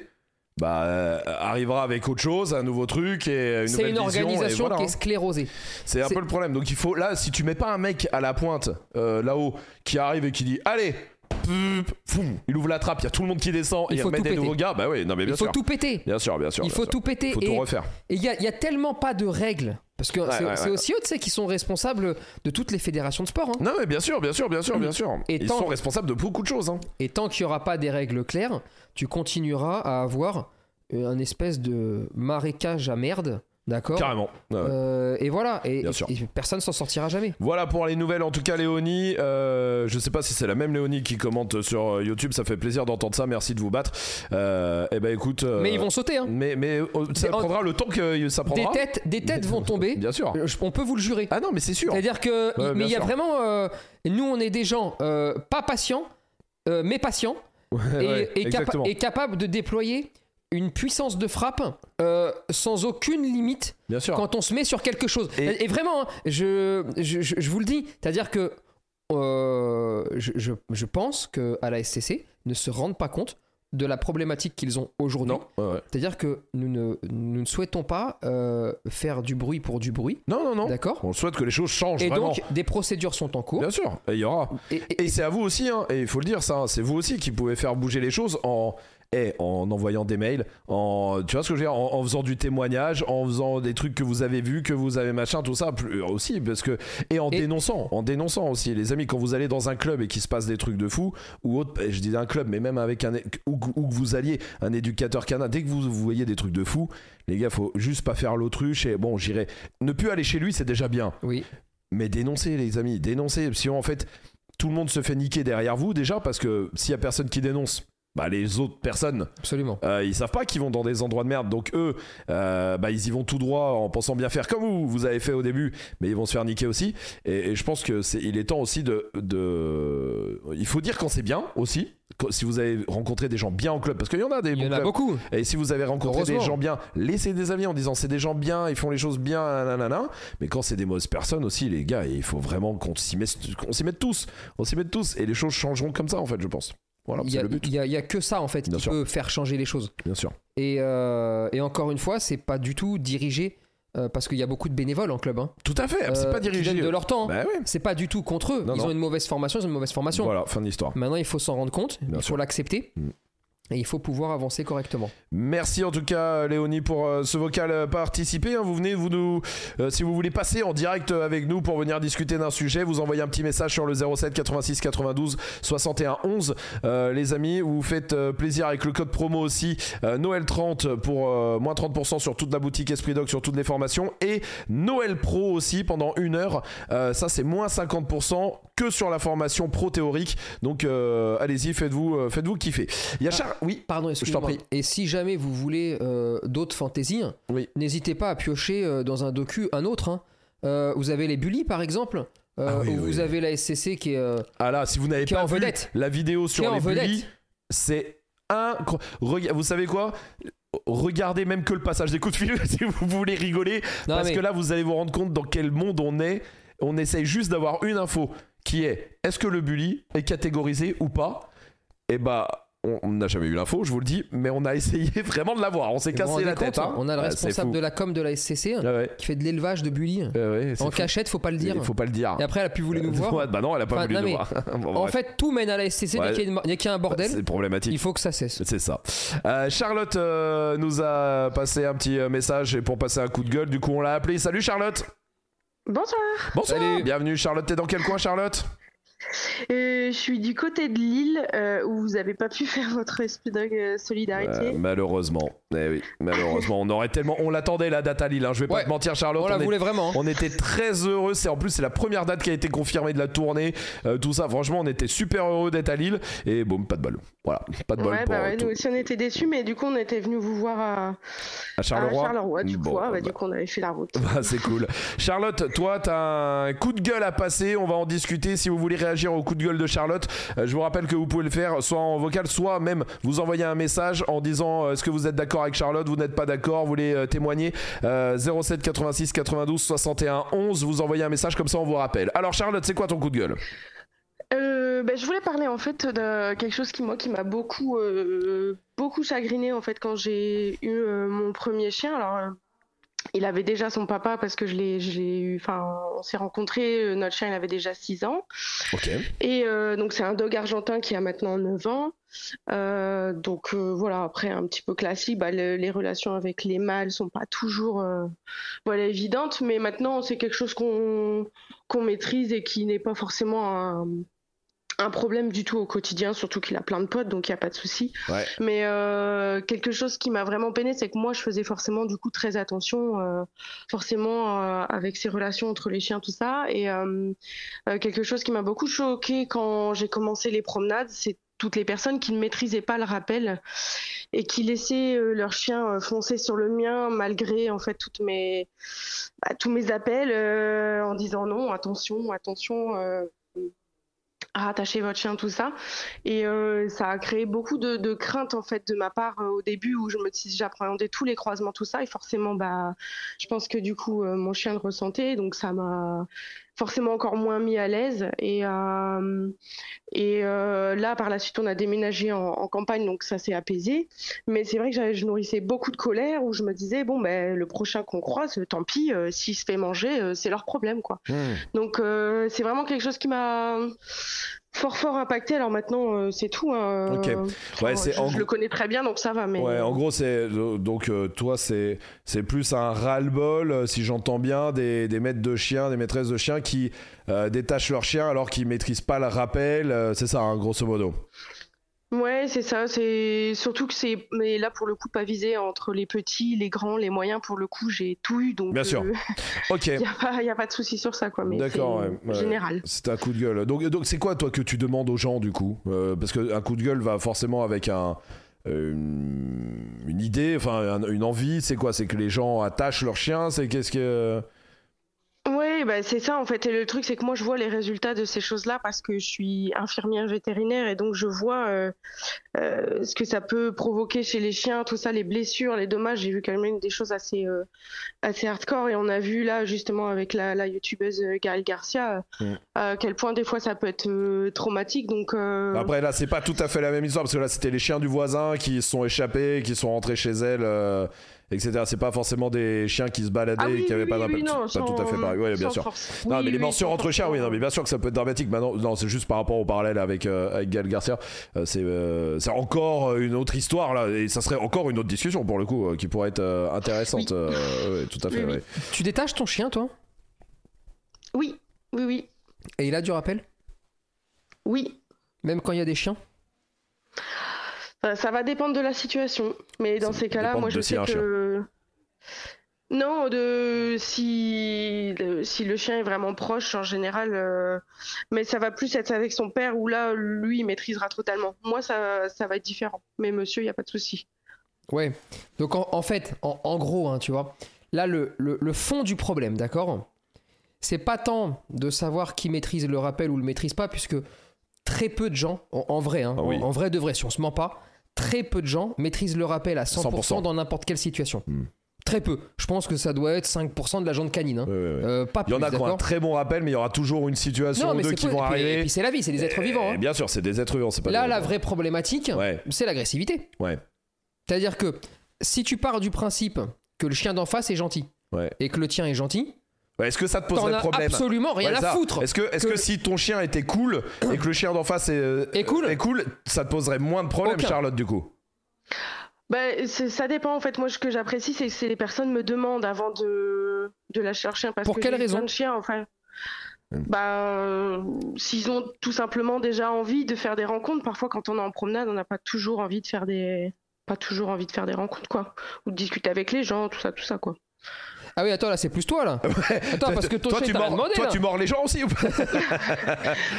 S1: bah, euh, arrivera avec autre chose, un nouveau truc et une
S2: C'est
S1: nouvelle
S2: une
S1: vision, et
S2: organisation
S1: voilà,
S2: qui
S1: hein.
S2: est sclérosée.
S1: C'est un
S2: c'est-
S1: peu le problème. Donc il faut là, si tu mets pas un mec à la pointe euh, là-haut qui arrive et qui dit allez, poup, foum, il ouvre la trappe, il y a tout le monde qui descend
S2: Il
S1: et il
S2: faut
S1: remet
S2: tout
S1: des
S2: péter.
S1: nouveaux gars. Bah oui, non mais bien
S2: Il faut
S1: sûr,
S2: tout péter.
S1: bien sûr, bien sûr.
S2: Il
S1: bien
S2: faut
S1: sûr.
S2: tout péter.
S1: Faut
S2: et
S1: tout refaire.
S2: Et il y, a- il y a tellement pas de règles. Parce que c'est
S1: ouais,
S2: c'est
S1: ouais.
S2: aussi eux, tu sais, qui sont responsables de toutes les fédérations de sport. hein.
S1: Non mais bien sûr, bien sûr, bien sûr, bien sûr.
S2: Et
S1: Ils
S2: tant-
S1: sont responsables de beaucoup de choses. hein.
S2: Et tant qu'il y aura pas des règles claires, tu continueras à avoir euh, un espèce de marécage à merde D'accord
S1: Carrément. Ouais, ouais.
S2: Euh, et voilà, et,
S1: Bien sûr.
S2: et personne s'en sortira jamais.
S1: Voilà pour les nouvelles. En tout cas, Léonie, euh, je sais pas si c'est la même Léonie qui commente sur euh, YouTube. Ça fait plaisir d'entendre ça. Merci de vous battre. Euh, eh ben écoute. euh,
S2: Mais ils vont sauter, hein.
S1: Mais, mais euh, ça
S2: Des-
S1: prendra le temps que ça
S2: Des
S1: prendra.
S2: têtes, des têtes vont
S1: [LAUGHS]
S2: tomber.
S1: Bien sûr.
S2: Je- On peut vous le jurer.
S1: Ah non, mais c'est sûr.
S2: C'est-à-dire que,
S1: Ouais,
S2: mais
S1: bien
S2: il y a
S1: sûr.
S2: vraiment, euh, nous on est des gens euh, pas patients, euh, mais patients
S1: Ouais,
S2: et,
S1: Eh ouais,
S2: et capa-
S1: exactement.
S2: et capables de déployer une puissance de frappe euh, sans aucune limite
S1: Bien sûr.
S2: quand on se met sur quelque chose.
S1: Et-
S2: Et, vraiment, hein, je, je, je- je vous le dis, c'est-à-dire que euh, je, je, je pense que à la SCC ne se rendent pas compte de la problématique qu'ils ont aujourd'hui.
S1: Non. ouais, ouais.
S2: C'est-à-dire que nous ne, nous ne souhaitons pas euh, faire du bruit pour du bruit,
S1: Non, non, non.
S2: d'accord
S1: On souhaite que les choses changent
S2: et
S1: vraiment.
S2: donc, des procédures sont en cours.
S1: Bien sûr, et il y aura.
S2: Et, et-
S1: Et c'est à vous aussi, hein, et il faut le dire, ça, c'est vous aussi qui pouvez faire bouger les choses en, eh, en envoyant des mails, en, tu vois ce que je veux dire, en, en faisant du témoignage, en faisant des trucs que vous avez vus, que vous avez machin, tout ça, plus- euh, aussi, parce que, et en
S2: Et-
S1: dénonçant, en dénonçant aussi, les amis, quand vous allez dans un club et qu'il se passe des trucs de fou, ou autre, eh, je dis un club, mais même avec un, é- où, que- où que vous alliez, un éducateur canin, dès que vous, vous voyez des trucs de fou, les gars, faut juste pas faire l'autruche, et bon, j'irai, ne plus aller chez lui, c'est déjà bien.
S2: oui,
S1: Mais dénoncez, les amis, dénoncez. Sinon, en fait, tout le monde se fait niquer derrière vous déjà, parce que s'il y a personne qui dénonce, bah, les autres personnes,
S2: absolument.
S1: euh, ils savent pas qu'ils vont dans des endroits de merde. Donc, eux, euh, bah, ils y vont tout droit en pensant bien faire comme vous, vous avez fait au début, mais ils vont se faire niquer aussi. Et, et je pense que c'est, il est temps aussi de, de. Il faut dire quand c'est bien aussi. Quand- Si vous avez rencontré des gens bien en club, parce qu'il y en a des
S2: Il y
S1: bons
S2: en a
S1: clubs.
S2: beaucoup.
S1: Et si vous avez rencontré des
S2: Heureusement.
S1: gens bien, laissez des avis en disant c'est des gens bien, ils font les choses bien, nanana. Mais quand c'est des mauvaises personnes aussi, les gars, il faut vraiment qu'on s'y mette, qu'on s'y mette tous. On s'y mette tous. Et les choses changeront comme ça, en fait, je pense. Voilà,
S2: Il y,
S1: c'est
S2: a,
S1: le but,
S2: il y a- il y a que ça en fait
S1: Bien
S2: qui
S1: sûr.
S2: peut faire changer les choses.
S1: bien sûr.
S2: Et, euh, et encore une fois, c'est pas du tout dirigé euh, parce qu'il y a beaucoup de bénévoles en club. hein.
S1: Tout à fait,
S2: Euh,
S1: Eh, c'est pas
S2: Qui
S1: dirigé.
S2: donnent de leur temps. hein.
S1: Bah ouais.
S2: C'est pas du tout contre eux.
S1: Non,
S2: ils
S1: non.
S2: ont une mauvaise formation, ils ont une mauvaise formation.
S1: Voilà, fin de l'histoire.
S2: Maintenant, il faut s'en rendre compte,
S1: Bien
S2: il
S1: sûr.
S2: faut l'accepter.
S1: Mm.
S2: Et il faut pouvoir avancer correctement.
S1: Merci en tout cas Léonie pour euh, ce vocal euh, participé. hein. Vous venez, vous nous, euh, si vous voulez passer en direct euh, avec nous pour venir discuter d'un sujet, vous envoyez un petit message sur le 07 86 92 61 11. Euh, les amis, vous vous faites euh, plaisir avec le code promo aussi euh, Noël 30 pour euh, moins 30% sur toute la boutique Esprit Doc, sur toutes les formations et Noël Pro aussi pendant une heure. Euh, ça c'est moins 50% que sur la formation pro théorique. Donc euh, allez-y, faites-vous, euh, faites-vous kiffer. Il y a Char- oui.
S2: Pardon, excuse-moi.
S1: prie.
S2: Et si jamais vous voulez euh, d'autres fantaisies,
S1: Oui.
S2: n'hésitez pas à piocher euh, dans un docu un autre. hein. Euh, vous avez les Bully, par exemple, euh,
S1: Ah oui,
S2: où
S1: oui,
S2: vous
S1: oui.
S2: avez la SCC qui est, euh,
S1: Ah là, si vous n'avez
S2: qui est
S1: pas
S2: en
S1: vu
S2: vedette.
S1: la vidéo
S2: Qui est
S1: sur
S2: en
S1: les
S2: vedette.
S1: bullies, c'est incroyable. Vous savez quoi Regardez même que le passage des coups de fil [LAUGHS] si vous voulez rigoler,
S2: Non,
S1: parce
S2: mais-
S1: que là, vous allez vous rendre compte dans quel monde on est. On essaye juste d'avoir une info qui est est-ce que le bully est catégorisé ou pas Et bah. on- On n'a jamais eu l'info, je vous le dis, mais on a [LAUGHS] essayé vraiment de l'avoir. On s'est
S2: Vous vous
S1: cassé
S2: rendez
S1: la
S2: compte,
S1: tête. hein.
S2: On a le
S1: Ah, c'est
S2: responsable
S1: fou.
S2: de la com de la SCC
S1: Ah ouais,
S2: hein, qui fait de l'élevage de bully. hein.
S1: ah ouais, c'est
S2: En
S1: fou.
S2: cachette, faut pas le dire.
S1: Il faut pas le dire.
S2: Et après, elle a pu
S1: [LAUGHS]
S2: voulu nous voir.
S1: Bah non, elle a pas
S2: Enfin,
S1: voulu
S2: non,
S1: nous
S2: mais-
S1: voir. [LAUGHS] Bon,
S2: en
S1: bref.
S2: fait, tout mène à la SCC.
S1: Ouais.
S2: Dès qu'il y a une- dès qu'il y a un bordel,
S1: c'est problématique.
S2: il faut que ça cesse.
S1: C'est ça. Euh, Charlotte euh, nous a passé un petit euh, message et pour passer un coup de gueule, du coup on l'a appelé. Salut Charlotte.
S8: Bonsoir,
S1: Bonsoir.
S2: Salut.
S1: Bienvenue Charlotte. T'es dans quel coin Charlotte
S8: Euh, je suis du côté de Lille euh, où vous n'avez pas pu [LAUGHS] faire votre speedog euh,
S1: Euh,
S8: solidarité.
S1: Malheureusement. Eh oui, malheureusement. On aurait tellement. On l'attendait la date à Lille. hein. Je vais pas
S2: Ouais.
S1: te mentir Charlotte.
S2: On la
S1: on est-
S2: voulait vraiment. hein.
S1: On était très heureux. C'est en plus c'est la première date qui a été confirmée de la tournée. Euh, tout ça. Franchement, on était super heureux d'être à Lille. Et bon, pas de bol. Voilà, pas de bol
S8: ouais,
S1: pour
S8: bah
S1: euh,
S8: ouais,
S1: tout-
S8: nous aussi on était déçus, mais du coup on était venus vous voir à
S1: à
S8: à
S1: Charleroi.
S8: Charleroi, du coup,
S1: Bon,
S8: ah, bah,
S1: bah.
S8: du coup on avait fait la route.
S1: [LAUGHS] Bah, c'est cool. Charlotte, toi, t'as un coup de gueule à passer. On va en discuter. Si vous voulez réagir au coup de gueule de Charlotte, euh, je vous rappelle que vous pouvez le faire soit en vocal, soit même vous envoyer un message en disant euh, est-ce que vous êtes d'accord avec Charlotte, vous n'êtes pas d'accord, vous voulez euh, témoigner. Euh, 07 86 92 61 11. Vous envoyez un message comme ça, on vous rappelle. Alors Charlotte, c'est quoi ton coup de gueule
S8: Euh, bah, je voulais parler en fait de quelque chose qui moi qui m'a beaucoup euh, beaucoup chagriné en fait quand j'ai eu euh, mon premier chien. Alors euh, il avait déjà son papa parce que je l'ai je l'ai eu. Enfin on s'est rencontrés. euh, notre chien il avait déjà 6 ans.
S1: Ok.
S8: Et euh, donc c'est un dog argentin qui a maintenant 9 ans. Euh, donc euh, voilà, après un petit peu classique, bah, le- les relations avec les mâles sont pas toujours euh, voilà, évidentes, mais maintenant c'est quelque chose qu'on qu'on maîtrise et qui n'est pas forcément un,
S9: un problème du tout au quotidien, surtout qu'il a plein de potes, donc il n'y a pas de souci.
S1: Ouais.
S9: Mais euh, quelque chose qui m'a vraiment peiné, c'est que moi, je faisais forcément du coup très attention, euh, forcément euh, avec ces relations entre les chiens, tout ça. Et euh, euh, quelque chose qui m'a beaucoup choqué quand j'ai commencé les promenades, c'est toutes les personnes qui ne maîtrisaient pas le rappel et qui laissaient euh, leur chien euh, foncer sur le mien malgré en fait toutes mes bah, tous mes appels euh, en disant non attention attention euh, à attacher votre chien tout ça et euh, ça a créé beaucoup de, de craintes en fait de ma part euh, au début où je me dis j'appréhendais tous les croisements tout ça et forcément bah je pense que du coup euh, mon chien le ressentait donc ça m'a forcément encore moins mis à l'aise et euh, et euh, là, par la suite, on a déménagé en, en campagne, donc ça s'est apaisé. Mais c'est vrai que j'avais- je nourrissais beaucoup de colère où je me disais, bon, ben, le prochain qu'on croise, euh, tant pis, euh, s'il se fait manger, euh, c'est leur problème, quoi.
S1: Mmh.
S9: Donc euh, c'est vraiment quelque chose qui m'a fort, fort impacté. Alors maintenant, euh, c'est tout. hein.
S1: Ok.
S9: Euh,
S1: Ouais,
S9: enfin,
S1: c'est
S9: je,
S1: en
S9: je le connais très bien, donc ça va. Mais...
S1: Ouais, en gros, c'est donc euh, toi, c'est c'est plus un ras-le-bol, euh, si j'entends bien, des, des maîtres de chiens, des maîtresses de chiens qui euh, détachent leurs chiens alors qu'ils maîtrisent pas le rappel. euh, c'est ça, hein, grosso modo.
S9: Ouais, c'est ça. C'est surtout que c'est, mais là pour le coup, pas visé entre les petits, les grands, les moyens. Pour le coup, j'ai tout eu, donc
S1: Bien sûr. Ok.
S9: Il n'y a, pas- [LAUGHS] y a pas de souci sur ça, quoi. Mais
S1: D'accord,
S9: c'est
S1: ouais, ouais.
S9: Général.
S1: C'est un coup de gueule. Donc, donc c'est quoi toi que tu demandes aux gens du coup Euh, Parce qu'un coup de gueule va forcément avec un euh, une, une idée, enfin un- une envie. C'est quoi C'est que les gens attachent leurs chiens. C'est qu'est-ce que
S9: Oui, bah, c'est ça en fait. Et le truc, c'est que moi, je vois les résultats de ces choses-là parce que je suis infirmière vétérinaire et donc je vois euh, euh, ce que ça peut provoquer chez les chiens, tout ça, les blessures, les dommages. J'ai vu quand même des choses assez, euh, assez hardcore et on a vu là justement avec la, la youtubeuse euh, Gaëlle Garcia euh,
S1: Mm.
S9: à quel point des fois ça peut être euh, traumatique. Donc, euh,
S1: Bah, Après là, c'est pas tout à fait la même histoire parce que là, c'était les chiens du voisin qui se sont échappés, qui sont rentrés chez elle, euh, etc. C'est pas forcément des chiens qui se baladaient
S9: ah oui,
S1: et qui
S9: oui,
S1: avaient pas d'impact.
S9: oui, oui,
S1: C'est
S9: non,
S1: pas
S9: sans-
S1: tout à fait pareil. Ouais, bien
S9: sans
S1: sûr.
S9: force.
S1: Non,
S9: Oui,
S1: mais les
S9: oui,
S1: morsures
S9: sans
S1: entre chiens, oui, non, mais bien sûr que ça peut être dramatique. Maintenant, non, c'est juste par rapport au parallèle avec, euh, avec Gaël Garcia. Euh, c'est euh, c'est encore euh, une autre histoire, là, et ça serait encore une autre discussion pour le coup, euh, qui pourrait être euh, intéressante. Euh, ouais, tout à fait,
S9: Oui, oui.
S1: ouais.
S2: Tu détaches ton chien, toi
S9: Oui, oui, oui,
S2: Et il a du rappel
S9: oui.
S2: Même quand il y a des chiens
S9: Euh, Ça va dépendre de la situation. Mais dans
S1: Ça
S9: ces cas-là,
S1: dépend
S9: moi
S1: de hein.
S9: je
S1: si y
S9: sais
S1: a un
S9: que. Non, de si le, si le chien est vraiment proche en général, euh, mais ça va plus être avec son père où là lui il maîtrisera totalement. Moi ça, ça va être différent, mais monsieur il y a pas de souci.
S2: Ouais. Donc en, en fait, en, en gros, hein, tu vois, là, le, le- le fond du problème, d'accord C'est pas tant de savoir qui maîtrise le rappel ou le maîtrise pas, puisque très peu de gens, en, en vrai, hein,
S1: Ah oui.
S2: en, en vrai de vrai, si on se ment pas, très peu de gens maîtrisent le rappel à 100%,
S1: 100%.
S2: dans n'importe quelle situation.
S1: Hmm.
S2: Très peu. Je pense que ça doit être 5% de la gente canine. hein.
S1: Ouais, ouais, ouais.
S2: Euh, pas
S1: Il y en
S2: plus,
S1: a qui ont un
S2: d'accord
S1: très bon rappel, mais il y aura toujours une situation
S2: Non,
S1: ou
S2: mais
S1: deux
S2: c'est
S1: qui
S2: pas-
S1: vont
S2: et puis-
S1: arriver.
S2: Et puis c'est la vie, c'est des êtres vivants. hein.
S1: Et bien sûr, c'est des êtres vivants, c'est pas hein.
S2: Là,
S1: des-
S2: la vraie problématique,
S1: Ouais,
S2: c'est l'agressivité.
S1: Ouais.
S2: C'est-à-dire que si tu pars du principe que le chien d'en face est gentil
S1: Ouais.
S2: et que le tien est gentil,
S1: Ouais, Est-ce que ça te pose
S2: t'en
S1: un
S2: as
S1: problème
S2: absolument rien
S1: Ouais,
S2: à
S1: ça.
S2: foutre.
S1: Est-ce que, est
S2: Que-
S1: que si ton chien était cool et que le chien d'en face est, euh,
S2: Est cool
S1: est cool, ça te poserait moins de problèmes,
S2: Aucun.
S1: Charlotte, du coup
S9: Bah, c'est- ça dépend en fait. Moi ce que j'apprécie c'est que les personnes me demandent avant de, de lâcher leur chien parce
S2: Pour
S9: que
S2: quelle
S9: j'ai
S2: raison
S9: plein de chiens enfin.
S1: Hmm.
S9: Bah, euh, s'ils ont tout simplement déjà envie de faire des rencontres, parfois quand on est en promenade, on n'a pas toujours envie de faire des, pas toujours envie de faire des rencontres quoi, ou de discuter avec les gens, tout ça, tout ça quoi.
S2: Ah oui, attends, là, c'est plus toi là. Attends, parce que ton
S1: toi,
S2: chien
S1: tu
S2: t'a rien
S1: mords,
S2: demandé,
S1: toi
S2: là.
S1: tu mords les gens aussi ou pas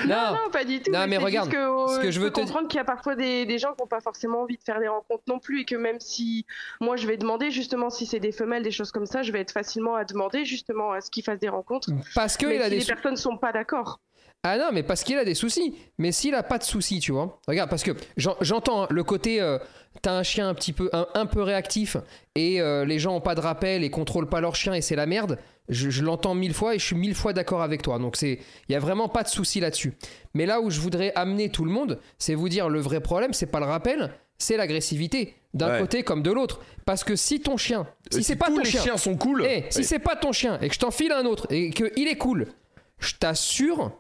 S2: Non.
S9: Non, pas du tout.
S2: Ah. Non, mais
S9: c'est
S2: regarde,
S9: juste que,
S2: ce que
S9: euh,
S2: je
S9: je
S2: veux
S9: veux
S2: te-
S9: comprendre qu'il y a parfois des, des gens qui n'ont pas forcément envie de faire des rencontres non plus, et que même si moi je vais demander justement si c'est des femelles, des choses comme ça, je vais être facilement à demander justement à ce qu'ils fassent des rencontres.
S2: parce que
S9: mais
S2: il a
S9: si
S2: des
S9: les
S2: sou-
S9: personnes sont pas d'accord.
S2: Ah non, mais parce qu'il a des soucis. Mais s'il a pas de soucis, tu vois. Regarde, parce que j'en- j'entends hein, le côté, euh, t'as un chien un petit peu, un, un peu réactif et euh, les gens ont pas de rappel et contrôlent pas leur chien et c'est la merde. Je, je l'entends mille fois et je suis mille fois d'accord avec toi. Donc c'est, il y a vraiment pas de souci là-dessus. Mais là où je voudrais amener tout le monde, c'est vous dire le vrai problème, c'est pas le rappel, c'est l'agressivité d'un
S1: Ouais. Euh,
S2: côté comme de l'autre. Parce que si ton chien, si, c'est pas
S1: tous
S2: ton
S1: les
S2: chien,
S1: chiens sont cool.
S2: Eh, si
S1: Oui.
S2: c'est pas ton chien et que je t'en file un autre et que il est cool, je t'assure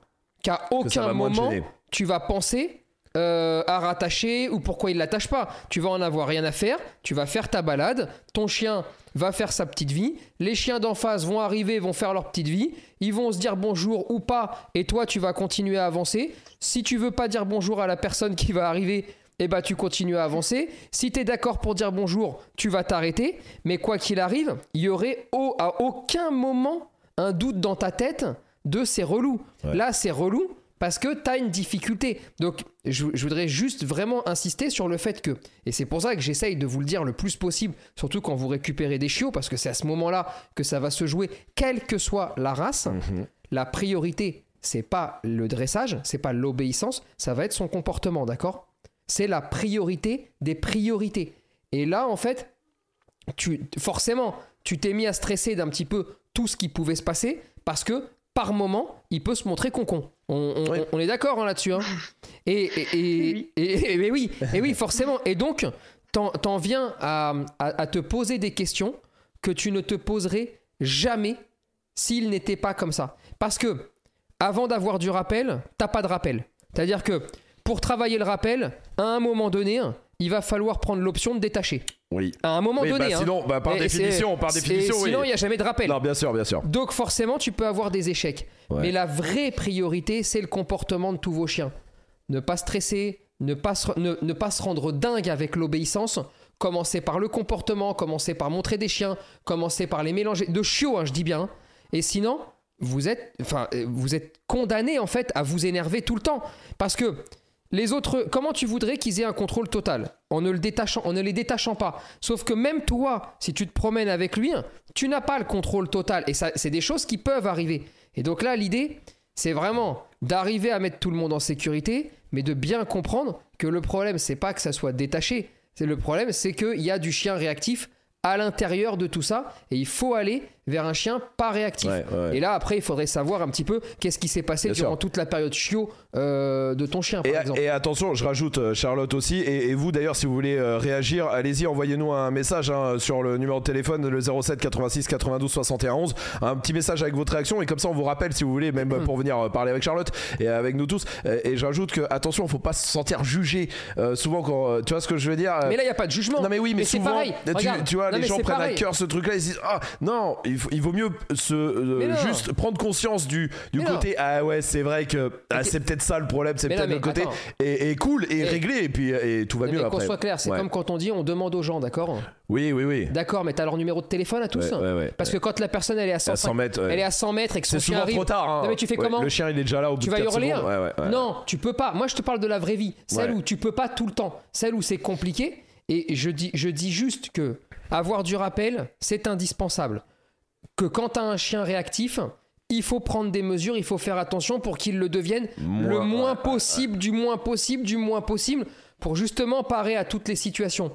S2: qu'à
S1: Que ça
S2: aucun
S1: va moins te
S2: moment
S1: gêner.
S2: tu vas penser euh, à rattacher ou pourquoi il l'attache pas. Tu vas en avoir rien à faire, tu vas faire ta balade, ton chien va faire sa petite vie, les chiens d'en face vont arriver, vont faire leur petite vie, ils vont se dire bonjour ou pas, et toi tu vas continuer à avancer. Si tu veux pas dire bonjour à la personne qui va arriver, eh ben tu continues à avancer. Si tu es d'accord pour dire bonjour, tu vas t'arrêter. Mais quoi qu'il arrive, il y aurait au- à aucun moment un doute dans ta tête de c'est relou.
S1: Ouais.
S2: Là, c'est relou parce que tu as une difficulté. Donc, je, je voudrais juste vraiment insister sur le fait que, et c'est pour ça que j'essaye de vous le dire le plus possible, surtout quand vous récupérez des chiots, parce que c'est à ce moment-là que ça va se jouer, quelle que soit la race
S1: Mhm.
S2: la priorité, c'est pas le dressage, c'est pas l'obéissance, ça va être son comportement, d'accord C'est la priorité des priorités. Et là, en fait, tu forcément, tu t'es mis à stresser d'un petit peu tout ce qui pouvait se passer parce que par moment, il peut se montrer concon. On, on-
S1: Oui.
S2: on- on est d'accord hein, là-dessus. hein. et, et, et- et- et- mais oui, et oui, forcément. Et donc, t'en, t'en viens à, à- à te poser des questions que tu ne te poserais jamais s'il n'était pas comme ça. Parce que avant d'avoir du rappel, t'as pas de rappel. C'est-à-dire que pour travailler le rappel, à un moment donné, il va falloir prendre l'option de détacher.
S1: Oui.
S2: À un moment
S1: Oui,
S2: donné.
S1: bah,
S2: hein.
S1: sinon, bah, par
S2: Et
S1: définition,
S2: c'est-
S1: par
S2: c'est-
S1: définition, oui.
S2: Sinon, il n'y a jamais de rappel.
S1: Non, bien sûr, bien sûr.
S2: Donc forcément, tu peux avoir des échecs.
S1: Ouais.
S2: Mais la vraie priorité, c'est le comportement de tous vos chiens. Ne pas stresser, ne pas se, ne, ne pas se rendre dingue avec l'obéissance. Commencez par le comportement, commencez par montrer des chiens, commencez par les mélanger. De chiots, hein, je dis bien. Et sinon, vous êtes, enfin, euh, vous êtes condamné en fait à vous énerver tout le temps. Parce que les autres, comment tu voudrais qu'ils aient un contrôle total en ne, le détachant, en ne les détachant pas Sauf que même toi, si tu te promènes avec lui, hein, tu n'as pas le contrôle total. Et ça, c'est des choses qui peuvent arriver. Et donc là, l'idée, c'est vraiment d'arriver à mettre tout le monde en sécurité, mais de bien comprendre que le problème, c'est pas que ça soit détaché. C'est le problème, c'est qu'il y a du chien réactif à l'intérieur de tout ça, et il faut aller vers un chien pas réactif.
S1: Ouais, ouais.
S2: Et là, après, il faudrait savoir un petit peu qu'est-ce qui s'est passé
S1: Bien
S2: durant
S1: sûr.
S2: toute la période chiot euh, de ton chien, par
S1: Et,
S2: exemple.
S1: et attention, je rajoute euh, Charlotte aussi, et, et vous d'ailleurs, si vous voulez euh, réagir, allez-y, envoyez-nous un message hein, sur le numéro de téléphone, le 07 86 92 61 11, un petit message avec votre réaction, et comme ça on vous rappelle, si vous voulez, même euh,
S2: Mm.
S1: pour venir euh, parler avec Charlotte et avec nous tous. Et, et je rajoute que, attention, faut pas se sentir jugé, Euh, souvent quand, euh, tu vois ce que je veux dire euh,
S2: Mais là, il n'y a pas de jugement.
S1: non mais oui mais,
S2: c'est
S1: souvent
S2: pareil.
S1: tu,
S2: Regarde.
S1: tu vois
S2: Non,
S1: les
S2: mais
S1: gens
S2: c'est
S1: prennent à
S2: pareil.
S1: cœur ce truc là ils se disent ah non il, faut- il vaut mieux se euh,
S2: Mais non.
S1: juste prendre conscience du, du
S2: Mais
S1: côté ah ouais c'est vrai que ah,
S2: Mais
S1: c'est peut-être ça le problème c'est
S2: Mais non,
S1: peut-être
S2: mais
S1: le côté
S2: attends.
S1: et, et cool et,
S2: Et-
S1: réglé et puis et tout va
S2: Non,
S1: mieux
S2: mais qu'on
S1: après
S2: soit clair, c'est
S1: Ouais.
S2: comme quand on dit on demande aux gens, d'accord
S1: oui oui oui
S2: D'accord, mais t'as leur numéro de téléphone à tous hein.
S1: Ouais, ouais, ouais.
S2: Parce que quand la personne elle est à 100,
S1: à 100 mètres ouais.
S2: elle est à 100 mètres et que son
S1: c'est
S2: chien
S1: souvent
S2: arrive,
S1: trop tard hein.
S2: Non, mais tu fais
S1: Ouais,
S2: comment
S1: le chien il est déjà là au bout
S2: Tu
S1: de
S2: vas
S1: 4
S2: hurler,
S1: secondes.
S2: hein.
S1: Ouais, ouais, ouais.
S2: Non, tu peux pas. Moi, je te parle de la vraie vie, celle
S1: Ouais.
S2: où tu peux pas tout le temps, celle où c'est compliqué. Et je dis, je dis juste que avoir du rappel, c'est indispensable. Que quand t'as un chien réactif, il faut prendre des mesures, il faut faire attention pour qu'il le devienne le
S1: Moins-
S2: moins
S1: ouais.
S2: possible, du moins possible, du moins possible, pour justement parer à toutes les situations.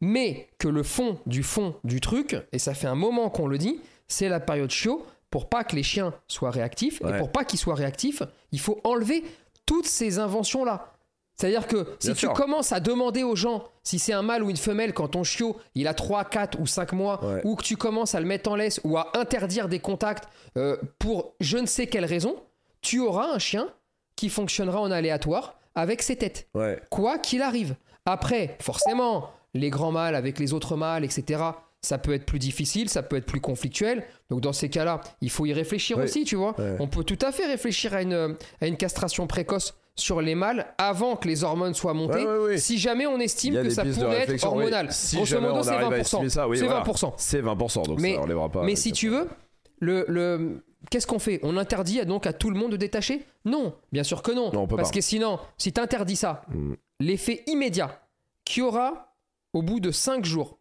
S2: Mais que le fond du fond du truc, et ça fait un moment qu'on le dit, c'est la période chiot. Pour pas que les chiens soient réactifs,
S1: Ouais.
S2: et pour pas qu'ils soient réactifs, il faut enlever toutes ces inventions-là. C'est-à-dire que si
S1: Bien
S2: tu
S1: sûr.
S2: commences à demander aux gens si c'est un mâle ou une femelle quand ton chiot il a 3, 4 ou 5 mois,
S1: Ouais.
S2: ou que tu commences à le mettre en laisse ou à interdire des contacts euh, pour je ne sais quelle raison, tu auras un chien qui fonctionnera en aléatoire avec ses têtes
S1: ouais
S2: quoi qu'il arrive. Après, forcément, les grands mâles avec les autres mâles, etc., ça peut être plus difficile, ça peut être plus conflictuel. Donc dans ces cas-là, il faut y réfléchir
S1: Oui.
S2: aussi, tu vois.
S1: Ouais.
S2: On peut tout à fait réfléchir à une, à une castration précoce sur les mâles avant que les hormones soient montées,
S1: Ouais, ouais, ouais.
S2: si jamais on estime
S1: Il y a
S2: que
S1: des
S2: ça
S1: pistes de
S2: pourrait être
S1: réflexion, oui.
S2: hormonal.
S1: Si
S2: Grosso
S1: jamais
S2: modo,
S1: on
S2: c'est
S1: arrive à
S2: 20%.
S1: estimer ça, oui,
S2: c'est
S1: voilà.
S2: 20%.
S1: c'est 20% donc
S2: Mais-
S1: ça relèvera pas
S2: Mais
S1: avec
S2: si
S1: ça.
S2: tu veux, le, le- qu'est-ce qu'on fait On interdit à- donc à tout le monde de détacher Non, bien sûr que non.
S1: Non, on peut
S2: parce
S1: pas.
S2: que sinon, si tu interdis ça,
S1: Mm.
S2: l'effet immédiat qu'il y aura au bout de 5 jours,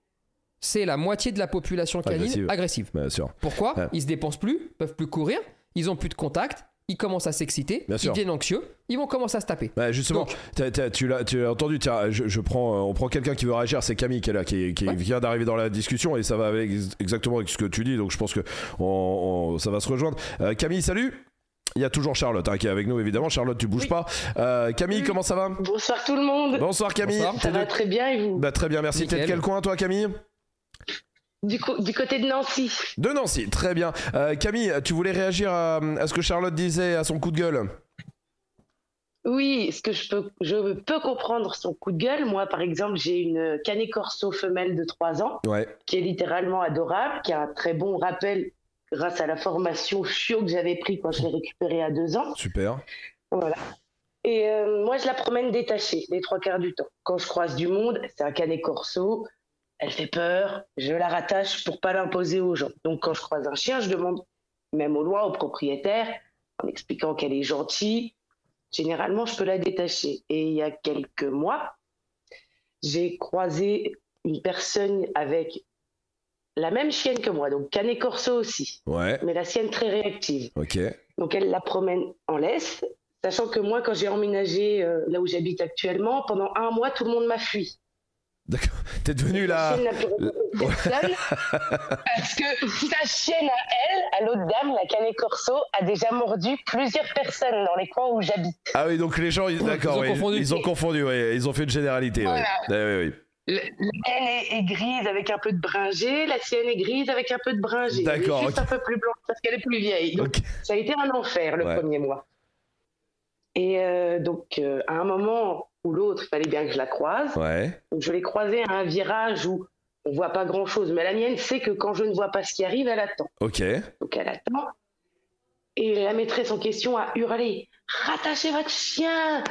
S2: c'est la moitié de la population canine
S1: Agressive.
S2: agressive.
S1: bien sûr
S2: Pourquoi
S1: Ouais.
S2: Ils se dépensent plus, peuvent plus courir, ils ont plus de contact, ils commencent à s'exciter,
S1: Bien
S2: ils
S1: sûr.
S2: deviennent anxieux, ils vont commencer à se taper.
S1: Ouais, Bah, justement,
S2: Donc-
S1: t'as- t'as- tu l'as tu l'as entendu, tiens, je, je prends, euh, on prend quelqu'un qui veut réagir, c'est Camille qui est là, qui, qui
S2: Ouais.
S1: vient d'arriver dans la discussion et ça va avec, exactement avec ce que tu dis, donc je pense que on- on- ça va se rejoindre. Euh, Camille, salut Il y a toujours Charlotte hein, qui est avec nous, évidemment. Charlotte, tu bouges
S9: Oui.
S1: pas. Euh, Camille,
S9: Oui.
S1: comment ça va
S9: Bonsoir tout le monde.
S1: Bonsoir Camille.
S2: Bonsoir.
S1: T'es
S9: ça
S1: de-
S9: va très bien et vous
S1: Bah, très bien, merci. T'es de
S2: Nickel.
S1: quel coin toi Camille
S9: du, co- du côté de Nancy.
S1: De Nancy, très bien. Euh, Camille, tu voulais réagir à, à ce que Charlotte disait, à son coup de gueule
S9: Oui, ce que je peux, je peux comprendre son coup de gueule. Moi, par exemple, j'ai une Canet Corso femelle de 3 ans
S1: Ouais.
S9: qui est littéralement adorable, qui a un très bon rappel grâce à la formation chiot que j'avais pris quand je l'ai récupérée à 2 ans.
S1: Super.
S9: Voilà. Et euh, moi, je la promène détachée les trois quarts du temps. Quand je croise du monde, c'est un canet corso. Elle fait peur. Je la rattache pour pas l'imposer aux gens. Donc, quand je croise un chien, je demande, même au loin, au propriétaire, en expliquant qu'elle est gentille. Généralement, je peux la détacher. Et il y a quelques mois, j'ai croisé une personne avec la même chienne que moi, donc canet corso aussi,
S1: Ouais.
S9: mais la sienne très réactive.
S1: Ok.
S9: Donc elle la promène en laisse, sachant que moi, quand j'ai emménagé euh, là où j'habite actuellement, pendant un mois, tout le monde m'a fui.
S1: T'es devenu la.
S9: Elle n'a plus rencontré personne
S1: [LAUGHS]
S9: parce que sa chienne à elle, à l'autre dame, la Canet Corso, a déjà mordu plusieurs personnes dans les coins où j'habite.
S1: Ah oui, donc les gens, ils... d'accord,
S2: ont
S1: oui,
S2: confondu.
S1: ils ont confondu, oui, ils ont fait une généralité. oui. Ah
S9: Voilà.
S1: oui, oui.
S9: Le- La mienne est, est grise avec un peu de bringé, la sienne est grise avec un peu de bringé. Elle est
S1: D'accord,
S9: Juste
S1: ok.
S9: un peu plus blanche parce qu'elle est plus vieille. Donc,
S1: Ok.
S9: Ça a été un enfer le
S1: Ouais.
S9: premier mois. Et euh, donc, euh, à un moment ou l'autre, il fallait bien que je la croise.
S1: Ouais.
S9: Donc, je l'ai croisée à un virage où on voit pas grand chose. Mais la mienne sait que quand je ne vois pas ce qui arrive, elle attend.
S1: Ok.
S9: Donc elle attend. Et la maîtresse en question a hurlé Rattachez votre chien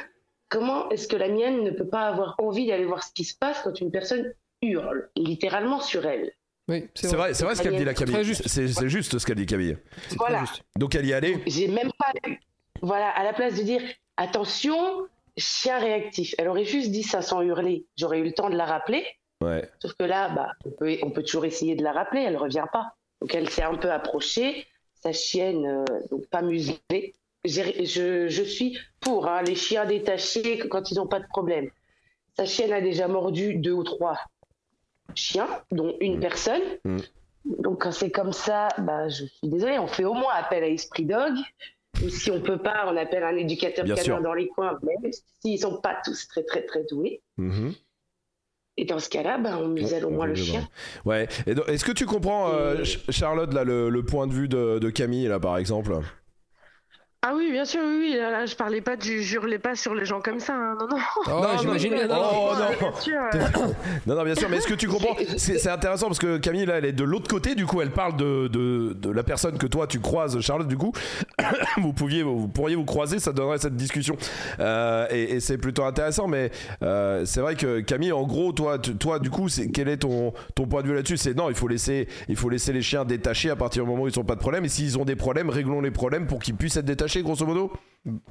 S9: Comment est-ce que la mienne ne peut pas avoir envie d'aller voir ce qui se passe quand une personne hurle, littéralement sur elle
S2: Oui, c'est
S1: C'est
S2: vrai.
S1: vrai, c'est vrai ce qu'elle dit, la Camille.
S2: Très juste.
S1: C'est c'est juste ce qu'elle dit, Camille.
S2: C'est
S9: Voilà.
S2: très juste.
S1: Donc elle y allait.
S9: J'ai même pas. Voilà, à la place de dire Attention, chien réactif. Elle aurait juste dit ça sans hurler. J'aurais eu le temps de la rappeler.
S1: Ouais.
S9: Sauf que là, bah, on, peut, on peut toujours essayer de la rappeler, elle revient pas. Donc elle s'est un peu approchée, sa chienne, euh, donc pas muselée. J'ai- Je, je suis pour hein, les chiens détachés que- quand ils n'ont pas de problème. Sa chienne a déjà mordu deux ou trois chiens, dont une
S1: Mm.
S9: personne.
S1: Mm.
S9: Donc quand c'est comme ça, bah, je suis désolée, on fait au moins appel à Esprit Dog. Ou si on peut pas, on appelle un éducateur
S1: Bien
S9: canin
S1: sûr.
S9: dans les coins, même s'ils sont pas tous très très très doués.
S1: Mhm.
S9: Et dans ce cas-là, bah, on muselle au moins le chien.
S1: Ouais. Et donc, Est-ce que tu comprends, euh,
S9: Et-
S1: Ch- Charlotte, là, le, le point de vue de, de Camille, là, par exemple
S8: Ah oui, bien sûr, oui, oui, là, là, je parlais pas du j'hurlais pas sur les gens comme ça. hein, non, non.
S2: Oh, ouais, j'imagine.
S1: non,
S2: non, non,
S1: Oh, non.
S8: bien sûr, euh,
S1: [COUGHS] Non, non, bien sûr, mais est-ce que tu comprends C'est c'est intéressant parce que Camille, là, elle est de l'autre côté, du coup, elle parle de, de, de la personne que toi tu croises, Charlotte, du coup, [COUGHS] vous, pouviez, vous pourriez vous croiser, ça donnerait cette discussion. Euh, et et c'est plutôt intéressant, mais euh, c'est vrai que Camille, en gros, toi, tu- toi du coup, c'est- quel est ton, ton point de vue là-dessus C'est non, il faut, laisser, il faut laisser les chiens détachés à partir du moment où ils n'ont pas de problème, et s'ils ont des problèmes, réglons les problèmes pour qu'ils puissent être détachés, grosso modo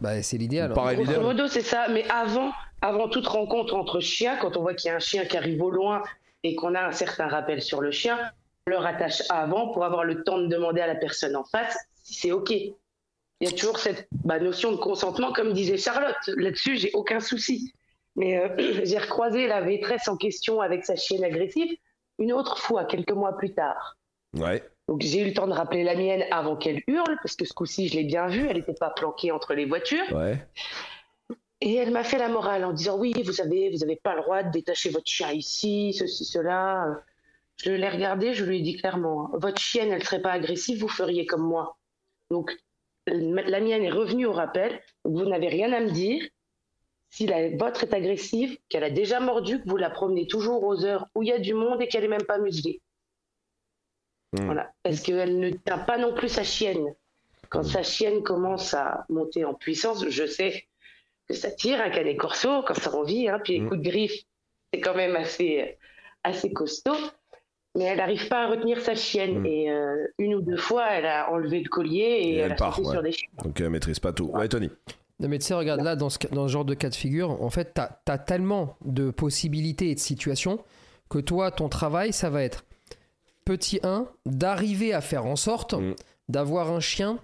S2: Bah, c'est l'idéal. alors.
S1: Pareil,
S9: Grosso
S1: l'idéal.
S9: modo, c'est ça. Mais avant, avant toute rencontre entre chiens, quand on voit qu'il y a un chien qui arrive au loin et qu'on a un certain rappel sur le chien, on le rattache avant pour avoir le temps de demander à la personne en face si c'est OK. Il y a toujours cette bah, notion de consentement, comme disait Charlotte. Là-dessus, j'ai aucun souci. Mais euh, [CLEARS THROAT] j'ai recroisé la maîtresse en question avec sa chienne agressive une autre fois, quelques mois plus tard.
S1: Ouais,
S9: Donc j'ai eu le temps de rappeler la mienne avant qu'elle hurle, parce que ce coup-ci, je l'ai bien vue, elle n'était pas planquée entre les voitures.
S1: ouais.
S9: Et elle m'a fait la morale en disant Oui, vous savez, vous n'avez pas le droit de détacher votre chien ici, ceci, cela. Je l'ai regardée, je lui ai dit clairement hein, Votre chienne, elle ne serait pas agressive, vous feriez comme moi. Donc la mienne est revenue au rappel, donc vous n'avez rien à me dire. Si la vôtre est agressive, qu'elle a déjà mordu, que vous la promenez toujours aux heures où il y a du monde et qu'elle n'est même pas muselée.
S1: Hmm.
S9: Voilà. Parce qu'elle ne tient pas non plus sa chienne.
S1: Hmm.
S9: Quand sa chienne commence à monter en puissance, je sais que ça tire, un canet corso, quand ça envie, hein, puis les
S1: Mm.
S9: coups de griffe, c'est quand même assez, assez costaud. Mais elle n'arrive pas à retenir sa chienne.
S1: Mm.
S9: Et euh, une ou deux fois, elle a enlevé le collier et,
S1: Et
S9: elle,
S1: elle
S9: a
S1: part,
S9: sauté
S1: ouais.
S9: sur des chiens.
S1: Donc elle maîtrise pas tout. Ouais, Tony.
S2: Non mais tu sais, regarde là, dans ce, ca- dans ce genre de cas de figure, en fait, t'as as tellement de possibilités et de situations que toi, ton travail, ça va être, petit 1, d'arriver à faire en sorte
S1: Mm.
S2: d'avoir un chien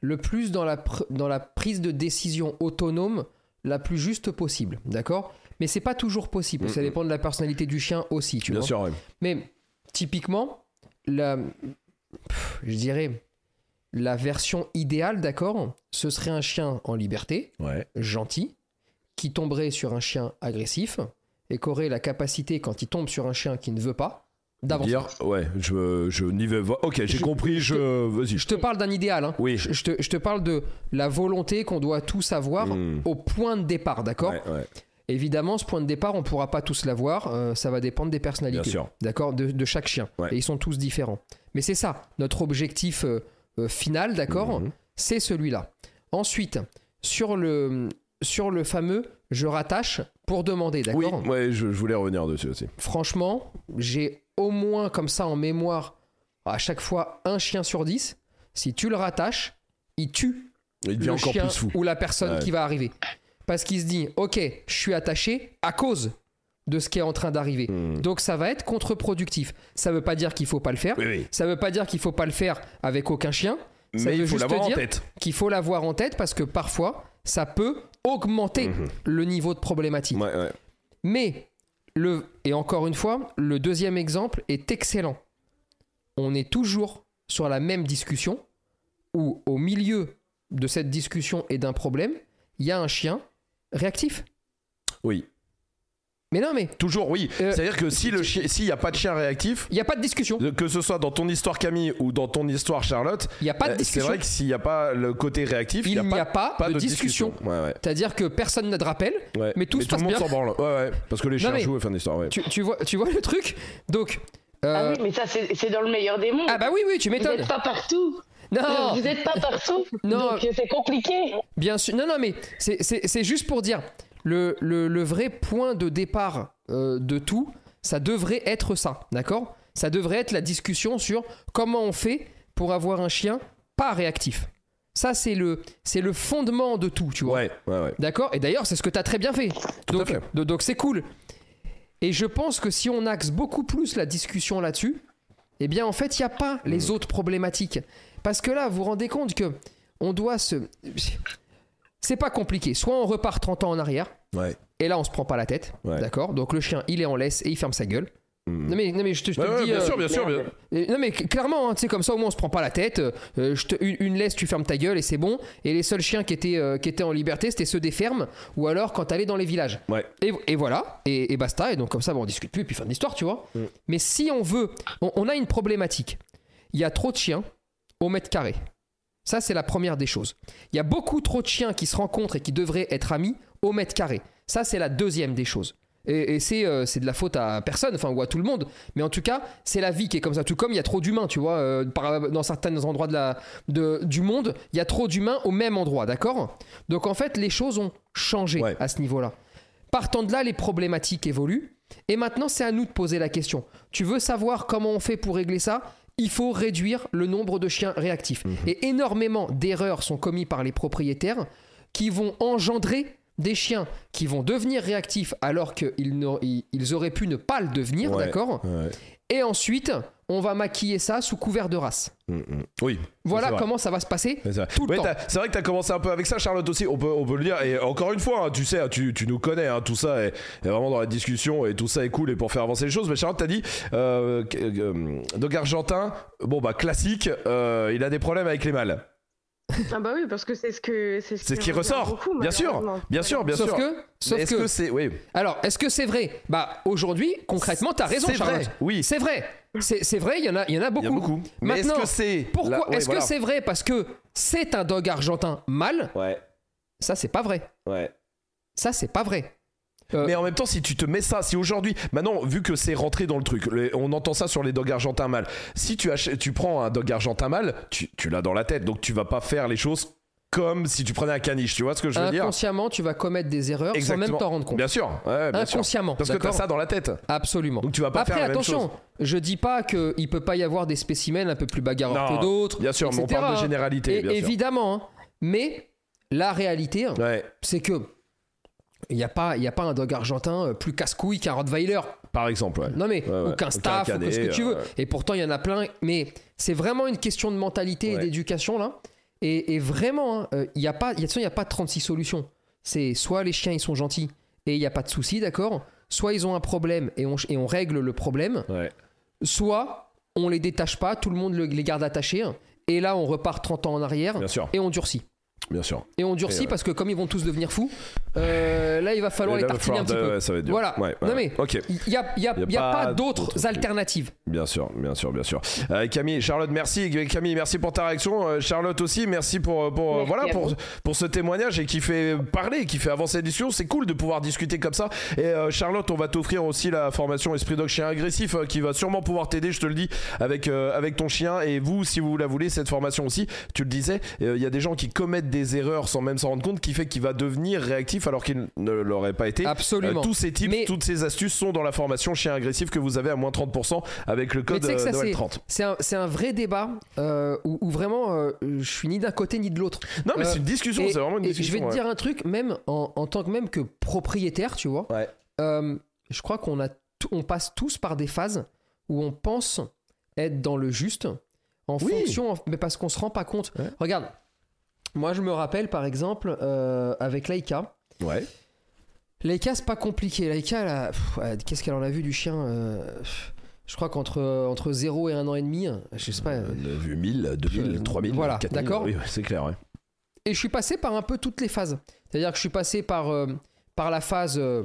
S2: le plus dans la, pr- dans la prise de décision autonome la plus juste possible, d'accord Mais c'est pas toujours possible, parce que ça
S1: Mm, mm.
S2: dépend de la personnalité du chien aussi, tu
S1: Bien
S2: vois.
S1: sûr, ouais.
S2: Mais typiquement, la, pff, je dirais, la version idéale, d'accord, ce serait un chien en liberté,
S1: Ouais,
S2: gentil, qui tomberait sur un chien agressif et qui aurait la capacité, quand il tombe sur un chien qui ne veut pas, d'avance.
S1: Dire, ouais, je, je n'y vais pas. Ok, j'ai
S2: Je-
S1: compris, je. Vas-y.
S2: Je te parle d'un idéal. hein.
S1: Oui.
S2: Je, je te, je te parle de la volonté qu'on doit tous avoir
S1: Hmm.
S2: au point de départ, d'accord
S1: Ouais, ouais,
S2: Évidemment, ce point de départ, on ne pourra pas tous l'avoir. euh, ça va dépendre des
S1: bien
S2: personnalités,
S1: sûr.
S2: d'accord de, de chaque chien.
S1: Ouais.
S2: Et ils sont tous différents. Mais c'est ça, notre objectif euh, euh, final, d'accord
S1: Mhm.
S2: C'est celui-là. Ensuite, sur le, sur le fameux je rattache pour demander,
S1: Oui,
S2: d'accord
S1: ouais, je, je voulais revenir dessus aussi.
S2: Franchement, j'ai au moins comme ça en mémoire à chaque fois un chien sur dix. Si tu le rattaches, il tue
S1: Il devient
S2: le
S1: encore
S2: chien
S1: plus fou.
S2: ou la personne
S1: Ouais.
S2: qui va arriver. Parce qu'il se dit, ok, je suis attaché à cause de ce qui est en train d'arriver.
S1: Hmm.
S2: Donc ça va être contre-productif. Ça veut pas dire qu'il faut pas le faire.
S1: Oui, oui.
S2: Ça veut pas dire qu'il faut pas le faire avec aucun chien. Ça
S1: Mais
S2: veut
S1: il faut
S2: juste
S1: l'avoir en
S2: dire
S1: tête.
S2: qu'il faut l'avoir en tête parce que parfois, ça peut augmenter
S1: Mhm.
S2: le niveau de problématique.
S1: Ouais, ouais.
S2: Mais, le, et encore une fois, le deuxième exemple est excellent. On est toujours sur la même discussion où, au milieu de cette discussion et d'un problème, il y a un chien réactif.
S1: Oui.
S2: Mais non, mais
S1: Toujours, oui.
S2: Euh,
S1: C'est-à-dire que si le chien- s'il n'y a pas de chien réactif,
S2: il n'y a pas de discussion.
S1: que ce soit dans ton histoire Camille ou dans ton histoire Charlotte,
S2: Il n'y a pas de
S1: euh, c'est
S2: discussion.
S1: vrai que s'il n'y a pas le côté réactif,
S2: Il
S1: n'y
S2: n'y a,
S1: pas,
S2: pas,
S1: pas
S2: de, discussion.
S1: Ouais, ouais.
S2: C'est-à-dire que personne ne te rappelle.
S1: Ouais.
S2: Mais tout se
S1: le
S2: passe
S1: monde
S2: bien.
S1: s'en branle. Ouais, ouais. Parce que les
S2: Non,
S1: chiens
S2: mais-
S1: jouent et fin d'histoire, ouais.
S2: Tu, tu vois, tu vois le truc Donc.
S9: Ah
S2: euh,
S9: oui, mais ça, c'est c'est dans le meilleur des mondes.
S2: ah bah oui, oui, tu
S9: vous
S2: m'étonnes.
S9: n'êtes pas partout.
S2: Non
S10: Oh.
S9: Vous n'êtes pas partout.
S10: [LAUGHS]
S2: Non.
S9: Donc, euh, c'est compliqué.
S2: Bien sûr. Non, non, mais c'est- c'est c'est juste pour dire le, le- le vrai point de départ euh, de tout, ça devrait être ça, d'accord Ça devrait être la discussion sur comment on fait pour avoir un chien pas réactif. Ça, c'est le, c'est le fondement de tout, tu vois.
S1: Ouais, ouais, ouais.
S2: D'accord Et d'ailleurs, c'est ce que tu as très bien fait.
S1: à
S2: donc,
S1: fait.
S2: do- donc c'est cool. Et je pense que si on axe beaucoup plus la discussion là-dessus, eh bien en fait, il n'y a pas
S1: Hmm.
S2: les autres problématiques. Parce que là, vous vous rendez compte que on doit se... [LAUGHS] C'est pas compliqué. Soit on repart 30 ans en arrière,
S1: Ouais.
S2: et là on se prend pas la tête,
S1: Ouais.
S2: d'accord Donc le chien, il est en laisse et il ferme sa gueule.
S1: Hmm.
S2: Non mais, non mais je te, je te
S1: Ouais,
S2: le
S1: ouais,
S2: dis...
S1: bien
S2: euh,
S1: sûr, bien sûr.
S9: merde.
S1: bien-
S2: et- Non mais cl- clairement, hein, tu sais comme ça au moins on se prend pas la tête. Euh, je te- une, une laisse, tu fermes ta gueule et c'est bon. Et les seuls chiens qui étaient, euh, qui étaient en liberté, c'était ceux des fermes ou alors quand t'allais dans les villages.
S1: Ouais.
S2: Et, et voilà, et, et basta. Et donc comme ça, bon, on discute plus et puis fin de l'histoire, tu vois. Mais si on veut, on, on a une problématique. Il y a trop de chiens au mètre carré. Ça c'est la première des choses. Il y a beaucoup trop de chiens qui se rencontrent et qui devraient être amis au mètre carré. Ça c'est la deuxième des choses. Et, et c'est euh, c'est de la faute à personne, enfin ou à tout le monde. Mais en tout cas, c'est la vie qui est comme ça. Tout comme il y a trop d'humains, tu vois, euh, par- dans certains endroits de la, de- du monde, il y a trop d'humains au même endroit, d'accord Donc en fait, les choses ont changé
S1: Ouais.
S2: à ce niveau-là. Partant de là, les problématiques évoluent. Et maintenant, c'est à nous de poser la question. Tu veux savoir comment on fait pour régler ça il faut réduire le nombre de chiens réactifs.
S1: Mhm.
S2: Et énormément d'erreurs sont commises par les propriétaires qui vont engendrer des chiens qui vont devenir réactifs alors qu'ils n'aur- ils- ils auraient pu ne pas le devenir,
S1: Ouais.
S2: d'accord
S1: Ouais.
S2: et ensuite, on va maquiller ça sous couvert de race.
S1: Hmm, hmm. Oui.
S2: Voilà
S1: c'est vrai.
S2: comment ça va se passer.
S1: C'est vrai.
S2: Tout le
S1: Ouais,
S2: temps.
S1: t'as- c'est vrai que t'as commencé un peu avec ça, Charlotte aussi. On peut, on peut le dire. Et encore une fois, hein, tu sais, tu, tu nous connais, hein, tout ça est, est vraiment dans la discussion et tout ça est cool et pour faire avancer les choses. Mais Charlotte, t'as dit, euh, que- euh, donc Argentin, bon bah classique, euh, il a des problèmes avec les mâles.
S8: Ah bah oui, parce que c'est ce que c'est
S1: C'est ce qui ressort,
S8: beaucoup,
S1: bien sûr,
S8: malheureusement.
S1: Bien sûr, bien
S2: sauf
S1: sûr.
S2: que,
S1: Mais
S2: sauf que,
S1: est-ce que, c'est, oui,
S2: alors, est-ce que c'est vrai Bah, aujourd'hui, concrètement, t'as raison,
S1: c'est vrai.
S2: Charlotte.
S1: Oui,
S2: C'est vrai. C'est c'est vrai. Il y en a, il y en a
S1: il y
S2: beaucoup.
S1: a beaucoup. Mais est-ce
S2: Maintenant,
S1: que c'est
S2: Pourquoi
S1: là- ouais,
S2: Est-ce
S1: voilà.
S2: que c'est vrai parce que c'est un dog argentin mâle
S6: Ouais,
S2: Ça, c'est pas vrai.
S6: ouais.
S2: Ça, c'est pas vrai. Euh,
S1: Mais en même temps, si tu te mets ça, si aujourd'hui, maintenant, vu que c'est rentré dans le truc, le- on entend ça sur les dogs argentins mâles. Si tu, achè- tu prends un dog argentin mâle, tu, tu l'as dans la tête, donc tu vas pas faire les choses comme si tu prenais un caniche. Tu vois ce que je veux dire
S2: Inconsciemment, tu vas commettre des erreurs sans
S1: Exactement.
S2: même t'en rendre compte.
S1: Bien sûr, ouais, bien sûr.
S2: Inconsciemment.
S1: Parce que t'as
S2: d'accord
S1: ça dans la tête,
S2: Absolument.
S1: donc tu vas pas
S2: Après,
S1: faire la même
S2: attention,
S1: chose.
S2: je dis pas qu'il peut pas y avoir des spécimens un peu plus bagarreurs
S1: Non,
S2: que d'autres.
S1: Bien sûr, mais on
S2: etc.,
S1: parle de
S2: hein.
S1: généralité,
S2: Et-
S1: bien sûr.
S2: évidemment, hein. mais la réalité, hein,
S1: Ouais,
S2: c'est que il n'y a, pas- y a pas un dog argentin euh, plus casse-couille qu'un Rottweiler.
S1: par exemple, ouais.
S2: Non mais,
S1: Ouais, ouais.
S2: ou qu'un
S1: Ou qu'un
S2: staff, ou que ce que
S1: cadet,
S2: tu
S1: euh,
S2: veux.
S1: ouais.
S2: Et pourtant, il y en a plein. Mais c'est vraiment une question de mentalité et
S1: Ouais.
S2: d'éducation, là. Et, et vraiment, hein, euh, il n'y a pas, y a, de toute façon, y a pas 36 solutions. C'est soit les chiens, ils sont gentils et il n'y a pas de souci, d'accord Soit ils ont un problème et on, ch- et on règle le problème.
S1: Ouais.
S2: Soit on les détache pas, tout le monde le- les garde attachés. hein. Et là, on repart 30 ans en arrière
S1: Bien sûr,
S2: et on durcit.
S1: bien sûr.
S2: Et on
S1: Et
S2: durcit
S1: ouais.
S2: parce que comme ils vont tous devenir fous, euh, là il va falloir
S1: Et
S2: les
S1: là, il va
S2: tartiner
S1: falloir
S2: un petit
S1: de-
S2: peu.
S1: ouais, ça va être dur.
S2: Voilà.
S1: Ouais, ouais,
S2: non
S1: ouais.
S2: mais
S1: Ok.
S2: il n'y a, il y a- il y a pas, d'autres
S1: trucs.
S2: alternatives.
S1: Bien sûr, bien sûr, bien sûr. Euh, Camille, Charlotte, merci. Camille, merci pour ta réaction. Euh, Charlotte aussi, merci pour, euh, pour
S9: Merci
S1: voilà
S9: à
S1: pour,
S9: vous.
S1: pour ce témoignage et qui fait parler, qui fait avancer la discussion. C'est cool de pouvoir discuter comme ça. Et euh, Charlotte, on va t'offrir aussi la formation Esprit Dog Chien Agressif euh, qui va sûrement pouvoir t'aider, je te le dis, avec, euh, avec ton chien. Et vous, si vous la voulez, cette formation aussi, tu le disais, euh, il y a des gens qui commettent des erreurs sans même s'en rendre compte, qui fait qu'il va devenir réactif alors qu'il ne l'aurait pas été.
S2: Absolument.
S1: Euh, tous ces tips,
S2: Mais-
S1: toutes ces astuces sont dans la formation chien agressif que vous avez à moins 30% avec le
S2: Mais
S1: code
S2: tu sais que
S1: euh,
S2: ça,
S1: Noël
S2: c'est-
S1: 30.
S2: C'est un, c'est un vrai débat euh, où, où vraiment euh, je suis ni d'un côté ni de l'autre.
S1: Non, mais
S2: Euh,
S1: c'est une discussion,
S2: et-
S1: c'est vraiment une
S2: et
S1: discussion.
S2: Je vais te
S1: ouais.
S2: dire un truc, même en, en tant que même que propriétaire, tu vois.
S1: Ouais.
S2: euh, je crois qu'on a, tout- on passe tous par des phases où on pense être dans le juste en
S1: Oui.
S2: fonction, mais parce qu'on se rend pas compte.
S1: Ouais.
S2: Regarde, moi je me rappelle par exemple euh, avec Laïka.
S1: Ouais.
S2: Laïka, c'est pas compliqué. Laïka, elle a- pff, elle- qu'est-ce qu'elle en a vu du chien euh, pff, Je crois qu'entre euh, entre 0 et 1 an et demi, je sais pas.
S1: Euh, 9000, 2000,
S2: Euh,
S1: 3000,
S2: voilà,
S1: 4000.
S2: d'accord.
S1: Oui, ouais, c'est clair. ouais.
S2: et je suis passé par un peu toutes les phases. C'est-à-dire que je suis passé par, euh, par la phase euh,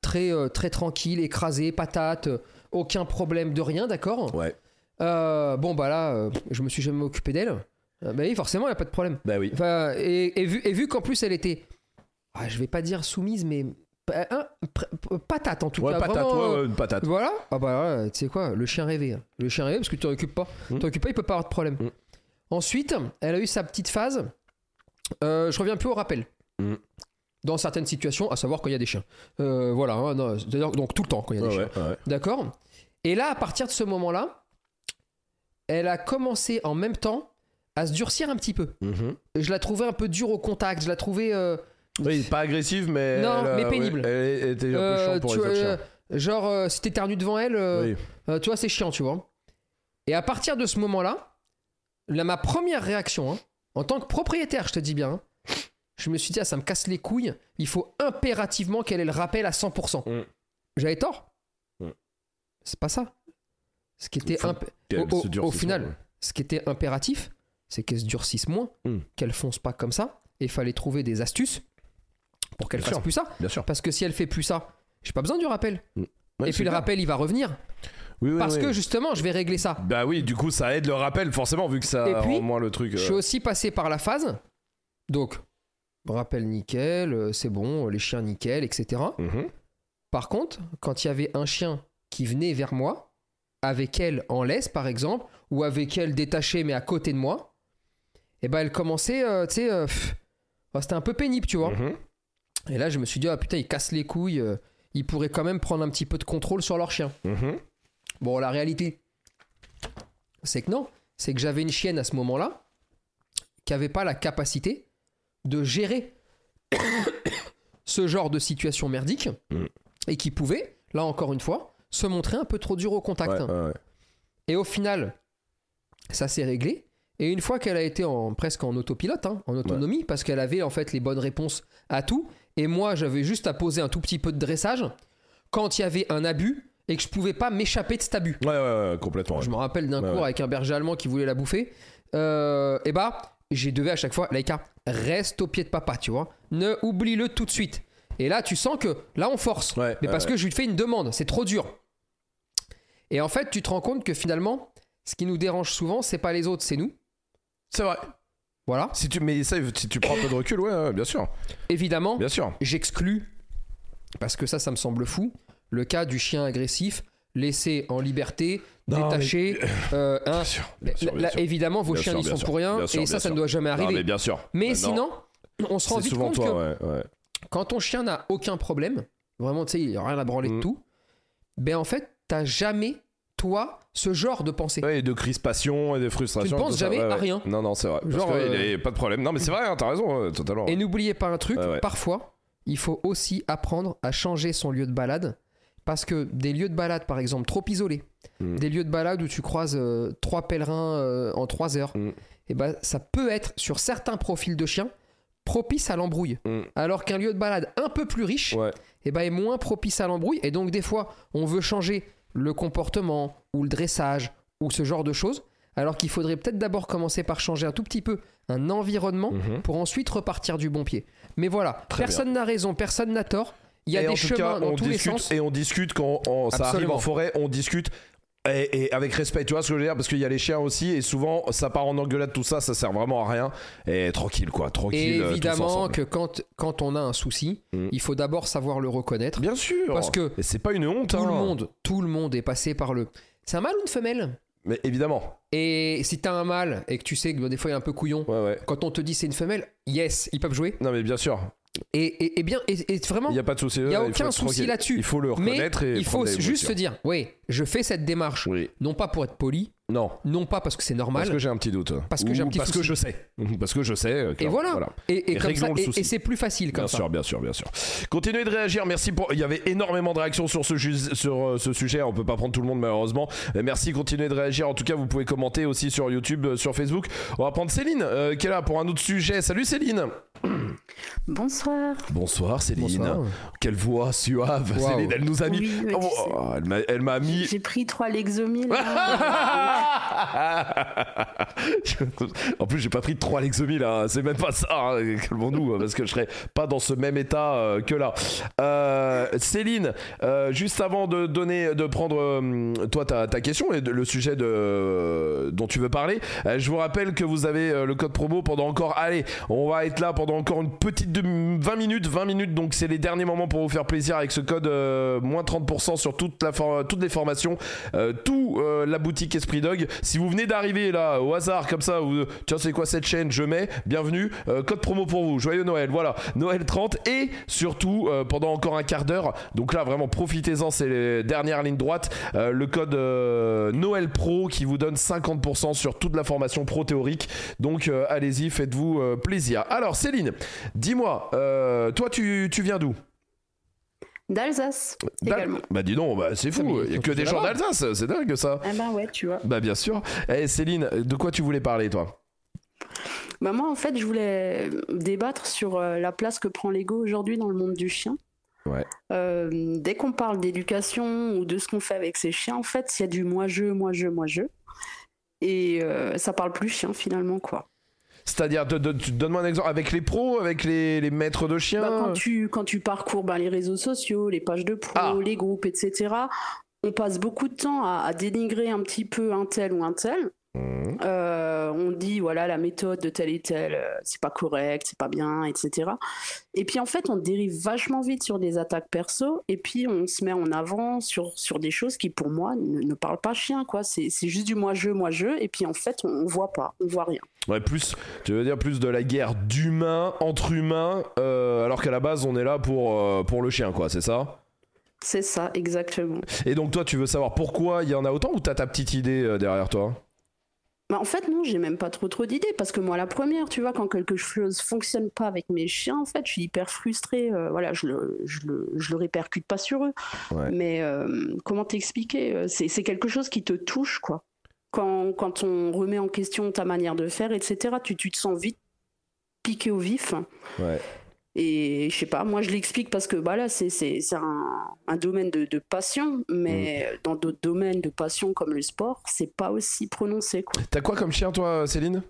S2: très, euh, très tranquille, écrasée, patate, euh, aucun problème de rien, d'accord
S1: Ouais.
S2: Euh, Bon, bah là, euh, je me suis jamais occupé d'elle. Euh, bah oui, forcément, il n'y a pas de problème.
S1: Bah oui.
S2: Enfin, et, et vu, et vu qu'en plus, elle était, ah, je vais pas dire soumise, mais euh, hein, pr- patate en tout
S1: Ouais,
S2: cas.
S1: patate,
S2: vraiment,
S1: ouais,
S2: euh,
S1: ouais, une patate.
S2: voilà. Ah bah ouais, tu sais quoi, le chien rêvé. hein. Le chien rêvé parce que tu t'en occupes pas.
S1: Mm.
S2: T'en occupes pas, il peut pas avoir de problème.
S1: Mm.
S2: Ensuite, elle a eu sa petite phase. Euh, je reviens plus au rappel.
S1: Mm.
S2: Dans certaines situations, à savoir quand il y a des chiens. Euh, voilà, hein, non, c'est-à-dire- donc tout le temps quand il y a
S1: Ouais,
S2: des
S1: ouais,
S2: chiens.
S1: ouais.
S2: D'accord Et là, à partir de ce moment-là, elle a commencé en même temps à se durcir un petit peu.
S1: Mhm.
S2: Je la trouvais un peu dure au contact, je la trouvais... euh,
S1: Oui, pas agressive, mais.
S2: Non,
S1: elle, euh,
S2: mais pénible.
S1: ouais, elle était un peu
S2: euh,
S1: chiante pour
S2: tu
S1: les autres
S2: vois,
S1: chiens.
S2: euh, genre, euh, si t'éternues devant elle, euh,
S1: Oui.
S2: euh, tu vois, c'est chiant, tu vois. Et à partir de ce moment-là, là, ma première réaction, hein, en tant que propriétaire, je te dis bien, hein, je me suis dit, ah, ça me casse les couilles, il faut impérativement qu'elle ait le rappel à 100%.
S1: Mm.
S2: J'avais tort.
S1: Mm.
S2: C'est pas ça. Ce qui était
S1: Faut
S2: impé-
S1: qu'elle
S2: au- au-
S1: se
S2: au
S1: durcisse,
S2: final,
S1: ouais.
S2: ce qui était impératif, c'est qu'elle se durcisse moins,
S1: Mm.
S2: qu'elle fonce pas comme ça, et il fallait trouver des astuces pour qu'elle
S1: Bien
S2: fasse
S1: sûr.
S2: plus ça.
S1: Bien sûr.
S2: Parce que si elle fait plus ça, j'ai pas besoin du rappel.
S1: Ouais,
S2: et
S1: c'est
S2: puis le
S1: clair.
S2: rappel, il va revenir.
S1: Oui, oui,
S2: parce
S1: oui.
S2: que justement, je vais régler ça.
S1: Bah oui, du coup, ça aide le rappel, forcément, vu que ça
S2: Et puis,
S1: rend moins le truc.
S2: Je suis
S1: euh,
S2: aussi passé par la phase. Donc, rappel nickel, euh, c'est bon, les chiens nickel, etc.
S1: mhm.
S2: Par contre, quand il y avait un chien qui venait vers moi, avec elle en laisse par exemple, ou avec elle détachée mais à côté de moi, et ben elle commençait, euh, tu sais, euh, pff, bah, c'était un peu pénible, tu vois.
S1: Mhm.
S2: Et là, je me suis dit, ah putain, ils cassent les couilles, euh, ils pourraient quand même prendre un petit peu de contrôle sur leur chien.
S1: Mhm.
S2: Bon, la réalité, c'est que non. C'est que j'avais une chienne à ce moment-là qui n'avait pas la capacité de gérer [COUGHS] ce genre de situation merdique
S1: Mm.
S2: et qui pouvait, là encore une fois, se montrer un peu trop dur au contact.
S1: Ouais, ouais, ouais.
S2: Et au final, ça s'est réglé. Et une fois qu'elle a été en, presque en autopilote, hein, en autonomie, parce qu'elle avait en fait les bonnes réponses à tout, et moi j'avais juste à poser un tout petit peu de dressage quand il y avait un abus et que je pouvais pas m'échapper de cet abus.
S1: Ouais, ouais, ouais, complètement. ouais.
S2: Je me rappelle d'un
S1: Ouais,
S2: cours
S1: ouais.
S2: avec un berger allemand qui voulait la bouffer. et bah, j'ai devais à chaque fois, Laïka, reste au pied de papa, tu vois. Ne oublie-le tout de suite. Et là, tu sens que là, on force.
S1: Ouais,
S2: mais
S1: ouais,
S2: parce que je lui fais une demande, c'est trop dur. Et en fait, tu te rends compte que finalement, ce qui nous dérange souvent, c'est pas les autres, c'est nous.
S1: C'est vrai.
S2: Voilà.
S1: Si tu, mais ça, si tu prends un peu de recul, ouais, ouais, bien sûr.
S2: Évidemment,
S1: Bien sûr.
S2: j'exclus, parce que ça, ça me semble fou, le cas du chien agressif laissé en liberté,
S1: Non,
S2: détaché. euh, hein.
S1: Bien sûr, bien sûr,
S2: Là,
S1: bien
S2: là,
S1: sûr.
S2: évidemment, vos
S1: Bien
S2: chiens
S1: sûr,
S2: n'y
S1: bien
S2: sont
S1: sûr,
S2: pour rien,
S1: bien sûr,
S2: et ça,
S1: bien
S2: ça ne
S1: sûr.
S2: doit jamais
S1: Non,
S2: arriver.
S1: mais bien sûr.
S2: Mais
S1: Bah, non.
S2: sinon, on se rend
S1: c'est
S2: vite
S1: souvent
S2: compte
S1: toi,
S2: que
S1: ouais, ouais.
S2: quand ton chien n'a aucun problème, vraiment, tu sais, il n'y a rien à branler
S1: Mm.
S2: de tout, ben en fait, t'as jamais, toi, ce genre de pensée.
S1: Ouais, et de crispation et de frustration.
S2: Tu
S1: et
S2: ne
S1: tout
S2: penses
S1: ça,
S2: jamais
S1: ouais,
S2: à
S1: ouais.
S2: rien.
S1: Non, non, c'est vrai. Parce
S2: Genre,
S1: que, ouais,
S2: euh,
S1: il y a pas de problème. Non, mais c'est vrai, hein, t'as raison, euh, totalement.
S2: Et n'oubliez pas un truc,
S1: Ouais, ouais.
S2: parfois, il faut aussi apprendre à changer son lieu de balade. Parce que des lieux de balade, par exemple, trop isolés,
S1: Mm.
S2: des lieux de balade où tu croises euh, trois pèlerins euh, en trois heures,
S1: Mm.
S2: et ben, ça peut être, sur certains profils de chiens, propice à l'embrouille.
S1: Mm.
S2: Alors qu'un lieu de balade un peu plus riche
S1: Ouais.
S2: eh ben, est moins propice à l'embrouille. Et donc, des fois, on veut changer le comportement ou le dressage ou ce genre de choses alors qu'il faudrait peut-être d'abord commencer par changer un tout petit peu un environnement
S1: Mhm.
S2: pour ensuite repartir du bon pied. Mais voilà,
S1: Très
S2: personne n'a raison, personne n'a tort. Il y a
S1: et en
S2: des
S1: tout
S2: chemins
S1: cas,
S2: dans
S1: on
S2: tous les
S1: discute,
S2: sens.
S1: Et on discute quand on- ça arrive
S2: Absolument.
S1: en forêt, on discute. Et, et avec respect, tu vois ce que je veux dire Parce qu'il y a les chiens aussi, et souvent ça part en engueulade, tout ça, ça sert vraiment à rien. Et tranquille, quoi,
S2: Et
S1: tranquille. euh, tous
S2: évidemment
S1: ensemble.
S2: que quand, quand on a un souci,
S1: Mhm.
S2: il faut d'abord savoir le reconnaître.
S1: Bien sûr
S2: Parce que
S1: Et c'est pas une honte,
S2: tout
S1: hein.
S2: le monde, tout le monde est passé par le. C'est un mâle ou une femelle
S1: Mais évidemment.
S2: Et si t'as un mâle et que tu sais que bah, des fois il est un peu couillon,
S1: Ouais, ouais.
S2: quand on te dit c'est une femelle, yes, ils peuvent jouer.
S1: Non, mais bien sûr.
S2: Et, et, et bien, et, et vraiment,
S1: Il n'y a pas de souci. Il
S2: y a
S1: faut
S2: aucun
S1: être
S2: souci
S1: tranquille.
S2: là-dessus.
S1: Il faut le
S2: mais
S1: reconnaître et
S2: il faut
S1: prendre des hein.
S2: juste se
S1: mesures.
S2: dire, oui, je fais cette démarche,
S1: Oui.
S2: non pas pour être poli,
S1: Non.
S2: non pas parce que c'est normal.
S1: Parce que j'ai un petit doute.
S2: Parce que
S1: Ou
S2: j'ai un petit
S1: parce que
S2: souci.
S1: je sais. Parce que je sais. euh,
S2: et
S1: clair.
S2: voilà. Et, et
S1: Et
S2: comme ça,
S1: réglons le
S2: et,
S1: souci.
S2: et c'est plus facile comme
S1: Bien
S2: ça.
S1: sûr, bien sûr, bien sûr. Continuez de réagir. Merci pour. Il y avait énormément de réactions sur ce, ju- sur euh, ce sujet. On peut pas prendre tout le monde malheureusement. Mais merci. Continuez de réagir. En tout cas, vous pouvez commenter aussi sur YouTube, euh, sur Facebook. On va prendre Céline euh, qui est là pour un autre sujet. Salut Céline.
S10: Bonsoir.
S1: Bonsoir Céline.
S2: Bonsoir.
S1: Quelle voix suave.
S2: Waouh.
S1: Céline, elle nous a mis.
S10: Oui, mais tu
S1: Oh,
S10: sais,
S1: oh, elle m'a- elle m'a mis
S10: J'ai pris trois Lexomil.
S1: [LAUGHS] en plus, j'ai pas pris de 3 Lexomil, là. c'est même pas ça, hein. calmons-nous, hein, parce que je serais pas dans ce même état euh, que là. Euh, Céline, euh, juste avant de donner, de prendre euh, toi ta, ta question et de- le sujet de, dont tu veux parler, euh, je vous rappelle que vous avez euh, le code promo pendant encore, allez, on va être là pendant encore une petite demi- 20 minutes, 20 minutes, donc c'est les derniers moments pour vous faire plaisir avec ce code euh, moins 30% sur toute la for- toutes les formations euh, tout euh, la boutique Esprit Dog. Si vous venez d'arriver là au hasard comme ça, vous, tiens c'est quoi cette chaîne Je mets, bienvenue, euh, code promo pour vous, joyeux Noël, voilà, Noël 30 et surtout euh, pendant encore un quart d'heure, donc là vraiment profitez-en, c'est les dernières lignes droites, euh, le code euh, Noël Pro qui vous donne 50% sur toute la formation pro théorique, donc euh, allez-y, faites-vous euh, plaisir. Alors Céline, dis-moi, euh, toi tu, tu viens d'où
S10: D'Alsace.
S1: D'Al-
S10: Également.
S1: Bah dis donc, bah, c'est
S2: Ah, mais
S1: fou, il n'y
S2: ils
S1: a
S2: sont
S1: que
S2: tous
S1: des gens
S2: là-bas.
S1: d'Alsace, c'est dingue ça.
S10: Ah ben ouais, tu vois.
S1: Bah bien sûr. Eh, Céline, de quoi tu voulais parler toi
S10: Bah moi, en fait, je voulais débattre sur euh, la place que prend l'ego aujourd'hui dans le monde du chien.
S1: Ouais.
S10: Euh, dès qu'on parle d'éducation ou de ce qu'on fait avec ses chiens, en fait, il y a du moi-je, moi-je, moi-je. Et euh, ça parle plus chien, finalement, quoi.
S1: C'est-à-dire, de- de- tu- donne-moi un exemple avec les pros, avec les, les maîtres de chiens.
S10: Bah, quand, tu, quand tu parcours ben, les réseaux sociaux, les pages de pro,
S1: Ah.
S10: les groupes, etc., on passe beaucoup de temps à, à dénigrer un petit peu un tel ou un tel.
S1: Mmh.
S10: Euh, on dit, voilà, la méthode de tel et tel, euh, c'est pas correct, c'est pas bien, etc. Et puis en fait, on dérive vachement vite sur des attaques perso, et puis on se met en avant sur, sur des choses qui, pour moi, ne, ne parlent pas chien, quoi. C'est c'est juste du moi-je, moi-je, et puis en fait, on, on voit pas, on voit rien.
S1: Ouais, plus, tu veux dire plus de la guerre d'humains entre humains, euh, alors qu'à la base on est là pour, euh, pour le chien, quoi, c'est ça
S10: C'est ça, exactement.
S1: Et donc toi, tu veux savoir pourquoi il y en a autant ou t'as ta petite idée euh, derrière toi
S10: Bah, en fait, non, j'ai même pas trop trop d'idées parce que moi, la première, tu vois, quand quelque chose fonctionne pas avec mes chiens, en fait, je suis hyper frustrée. euh, voilà, je le, je, le, je le répercute pas sur eux.
S1: Ouais.
S10: Mais euh, comment t'expliquer euh, C'est c'est quelque chose qui te touche, quoi. Quand, quand on remet en question ta manière de faire, etc., tu, tu te sens vite piqué au vif.
S1: Ouais.
S10: Et je sais pas, moi je l'explique parce que bah là c'est c'est- c'est un, un domaine de, de passion, mais dans d'autres domaines de passion comme le sport, c'est pas aussi prononcé [LAUGHS] quoi.
S1: T'as quoi comme chien, toi, Céline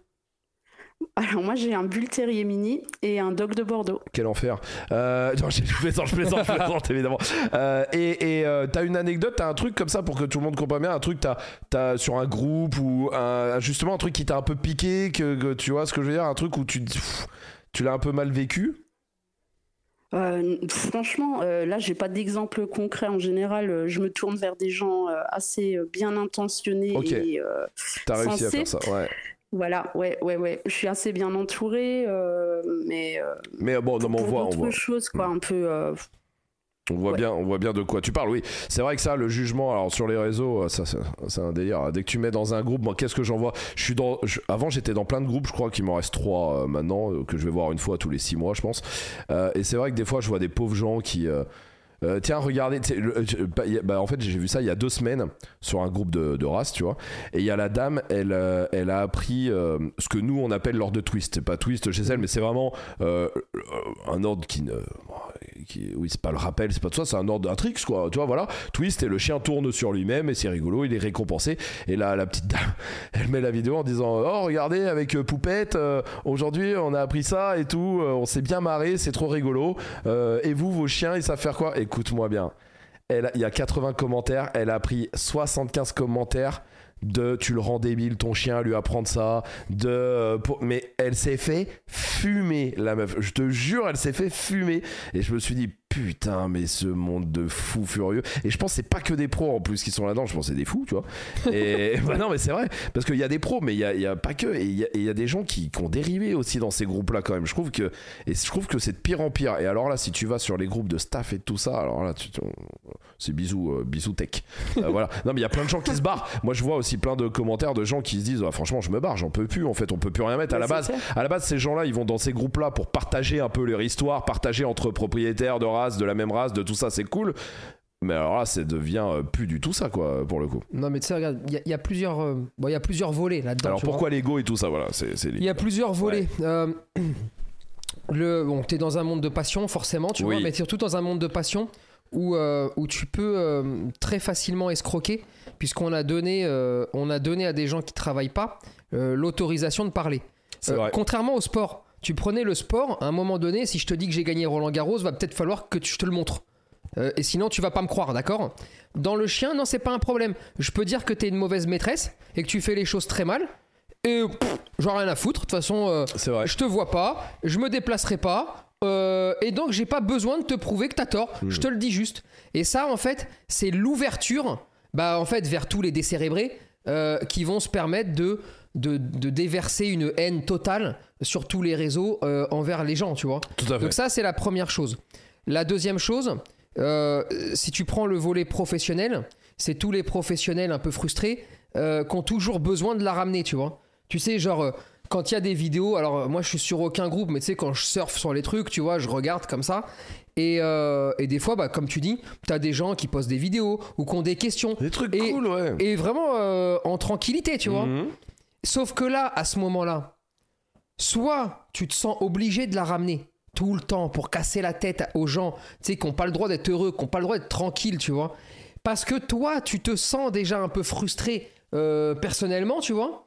S10: Alors moi j'ai un bull terrier mini et un dog de Bordeaux.
S1: Quel enfer. Euh, [LAUGHS] non, je je plaisante, je plaisante, je plaisante, évidemment. Euh, et et, euh, t'as une anecdote, t'as un truc comme ça pour que tout le monde comprenne bien, un truc t'as as sur un groupe ou un- justement un truc qui t'a un peu piqué, que, que tu vois ce que je veux dire, un truc où tu, pff, tu l'as un peu mal vécu.
S10: Euh, franchement, euh, là j'ai pas d'exemple concret en général. euh, Je me tourne vers des gens euh, assez euh, bien intentionnés
S1: Ok.
S10: et euh,
S1: T'as réussi à
S10: Censé.
S1: faire ça, ouais.
S10: voilà, ouais, ouais, ouais. Je suis assez bien entourée, euh, mais euh,
S1: Mais euh, bon, non, mais on
S10: pour
S1: voit, on
S10: d'autres
S1: voit. Mm.
S10: choses quoi, un peu. euh,
S1: On voit
S10: Ouais.
S1: bien, on voit bien de quoi tu parles. Oui, c'est vrai que ça, le jugement, alors sur les réseaux, euh, ça, ça- c'est un délire. Dès que tu mets dans un groupe, moi, qu'est-ce que j'en vois Je suis dans. je- avant, j'étais dans plein de groupes. Je crois qu'il m'en reste trois euh, maintenant euh, que je vais voir une fois tous les six mois, je pense. Euh, et c'est vrai que des fois, je vois des pauvres gens qui. euh, euh, tiens, regardez, tu sais, le- euh, je- bah, y a- bah, en fait j'ai vu ça il y a deux semaines sur un groupe de, de race, tu vois. Et il y a la dame, elle, euh, elle a appris euh, ce que nous on appelle l'ordre de twist. C'est pas twist chez elle, mais c'est vraiment euh, euh, un ordre qui ne, qui- oui, c'est pas le rappel, c'est pas tout ça, c'est un ordre, un tricks quoi. Tu vois, voilà. Twist et le chien tourne sur lui-même et c'est rigolo, il est récompensé. Et là, la petite dame, [LAUGHS] elle met la vidéo en disant Oh, regardez, avec euh, Poupette, euh, aujourd'hui on a appris ça et tout, euh, on s'est bien marré, c'est trop rigolo. Euh, et vous, vos chiens, ils savent faire quoi Écoute-moi bien. Elle a- Il y a 80 commentaires, elle a pris 75 commentaires de tu le rends débile ton chien à lui apprendre ça de euh, pour- mais elle s'est fait fumer la meuf je te jure elle s'est fait fumer et je me suis dit putain mais ce monde de fous furieux et je pense que c'est pas que des pros en plus qui sont là-dedans je pense que c'est des fous tu vois et bah non mais c'est vrai parce qu'il y a des pros mais il y a, il y a pas que et il y a, et il y a des gens qui, qui ont dérivé aussi dans ces groupes là quand même je trouve que et je trouve que c'est de pire en pire et alors là si tu vas sur les groupes de staff et tout ça alors là tu, tu- c'est bisous euh, bisous tech Euh, voilà non mais il y a plein de gens qui se barrent moi je vois aussi plein de commentaires de gens qui se disent Ah, franchement je me barre j'en peux plus en fait on peut plus rien mettre à
S10: Ouais,
S1: la
S10: c'est
S1: base
S10: ça.
S1: à la base, ces gens-là, ils vont dans ces groupes-là pour partager un peu leur histoire, partager entre propriétaires de races, de la même race, de tout ça, c'est cool. Mais alors là, ça devient euh, plus du tout ça, quoi, pour le coup.
S2: Non, mais tu sais, regarde, il y a- il y, a plusieurs, euh, bon, il y a plusieurs volets là-dedans.
S1: alors
S2: tu vois.
S1: pourquoi l'ego et tout ça, voilà, c'est c'est
S2: Il y a plusieurs volets. Euh, [CLEARS THROAT] le, bon, t'es dans un monde de passion, forcément, tu
S1: Oui.
S2: vois, mais t'es surtout dans un monde de passion où, euh, où tu peux euh, très facilement escroquer, puisqu'on a, donné, euh, on a donné à des gens qui travaillent pas euh, l'autorisation de parler.
S1: C'est vrai.
S2: Euh, Contrairement au sport, tu prenais le sport, à un moment donné, si je te dis que j'ai gagné Roland Garros, va peut-être falloir que tu- je te le montre. Euh, et sinon, tu vas pas me croire, d'accord Dans le chien, non, c'est pas un problème. Je peux dire que t'es une mauvaise maîtresse et que tu fais les choses très mal. Et pff, j'en ai rien à foutre. De toute façon, euh,
S1: C'est vrai.
S2: je te vois pas, je me déplacerai pas. euh, et donc, j'ai pas besoin de te prouver que t'as tort. Je te le dis juste. Et ça, en fait, c'est l'ouverture, bah, en fait, vers tous les décérébrés euh, qui vont se permettre de, de, de déverser une haine totale sur tous les réseaux euh, envers les gens, tu vois.
S1: Tout à fait.
S2: Donc ça, c'est la première chose. La deuxième chose, euh, si tu prends le volet professionnel, c'est tous les professionnels un peu frustrés euh, qui ont toujours besoin de la ramener, tu vois. Tu sais, genre, euh, quand il y a des vidéos, alors euh, moi je suis sur aucun groupe, mais tu sais, quand je surfe sur les trucs, tu vois, je regarde comme ça. Et, euh, et des fois, bah, comme tu dis, t'as des gens qui postent des vidéos ou qui ont des questions.
S1: Des trucs
S2: et,
S1: cool, ouais.
S2: Et vraiment euh, en tranquillité, tu vois.
S1: Mhm.
S2: Sauf que là, à ce moment-là, soit tu te sens obligé de la ramener tout le temps pour casser la tête aux gens, tu sais, qui n'ont pas le droit d'être heureux, qui n'ont pas le droit d'être tranquille, tu vois. Parce que toi, tu te sens déjà un peu frustré euh, personnellement, tu vois.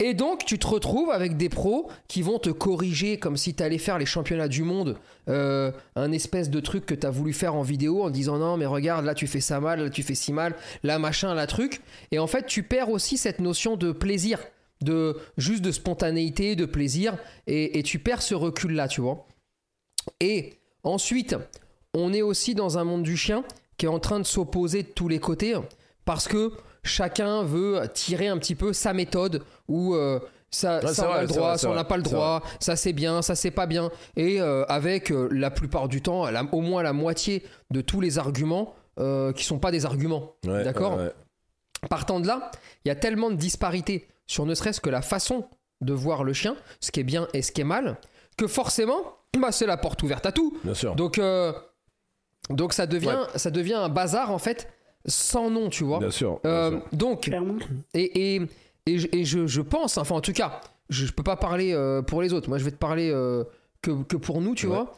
S2: Et donc, tu te retrouves avec des pros qui vont te corriger comme si tu allais faire les championnats du monde, euh, un espèce de truc que tu as voulu faire en vidéo en disant non, mais regarde, là tu fais ça mal, là tu fais si mal, là machin, là truc. Et en fait, tu perds aussi cette notion de plaisir, de juste de spontanéité, de plaisir, et, et tu perds ce recul-là, tu vois. Et ensuite, on est aussi dans un monde du chien qui est en train de s'opposer de tous les côtés parce que chacun veut tirer un petit peu sa méthode ou euh, ça,
S1: Ouais,
S2: ça,
S1: c'est
S2: on
S1: vrai,
S2: a le
S1: c'est
S2: droit,
S1: vrai, c'est
S2: ça on n'a
S1: vrai,
S2: pas le
S1: c'est
S2: droit, ça c'est bien, ça c'est pas bien. Et euh, avec euh, la plupart du temps, la- au moins la moitié de tous les arguments euh, qui sont pas des arguments.
S1: Ouais,
S2: D'accord
S1: ouais, ouais.
S2: Partant de là, il y a tellement de disparités sur ne serait-ce que la façon de voir le chien, ce qui est bien et ce qui est mal, que forcément, bah, c'est la porte ouverte à tout.
S1: Bien sûr.
S2: Donc, euh, donc ça, devient, ça devient un bazar en fait sans nom, tu vois.
S1: Bien sûr. bien
S2: Euh,
S1: sûr.
S2: donc,
S10: clairement.
S2: et, et, et je, et je- je pense, enfin en tout cas, je, je peux pas parler euh, pour les autres. Moi, je vais te parler euh, que, que pour nous, tu
S1: Ouais.
S2: vois.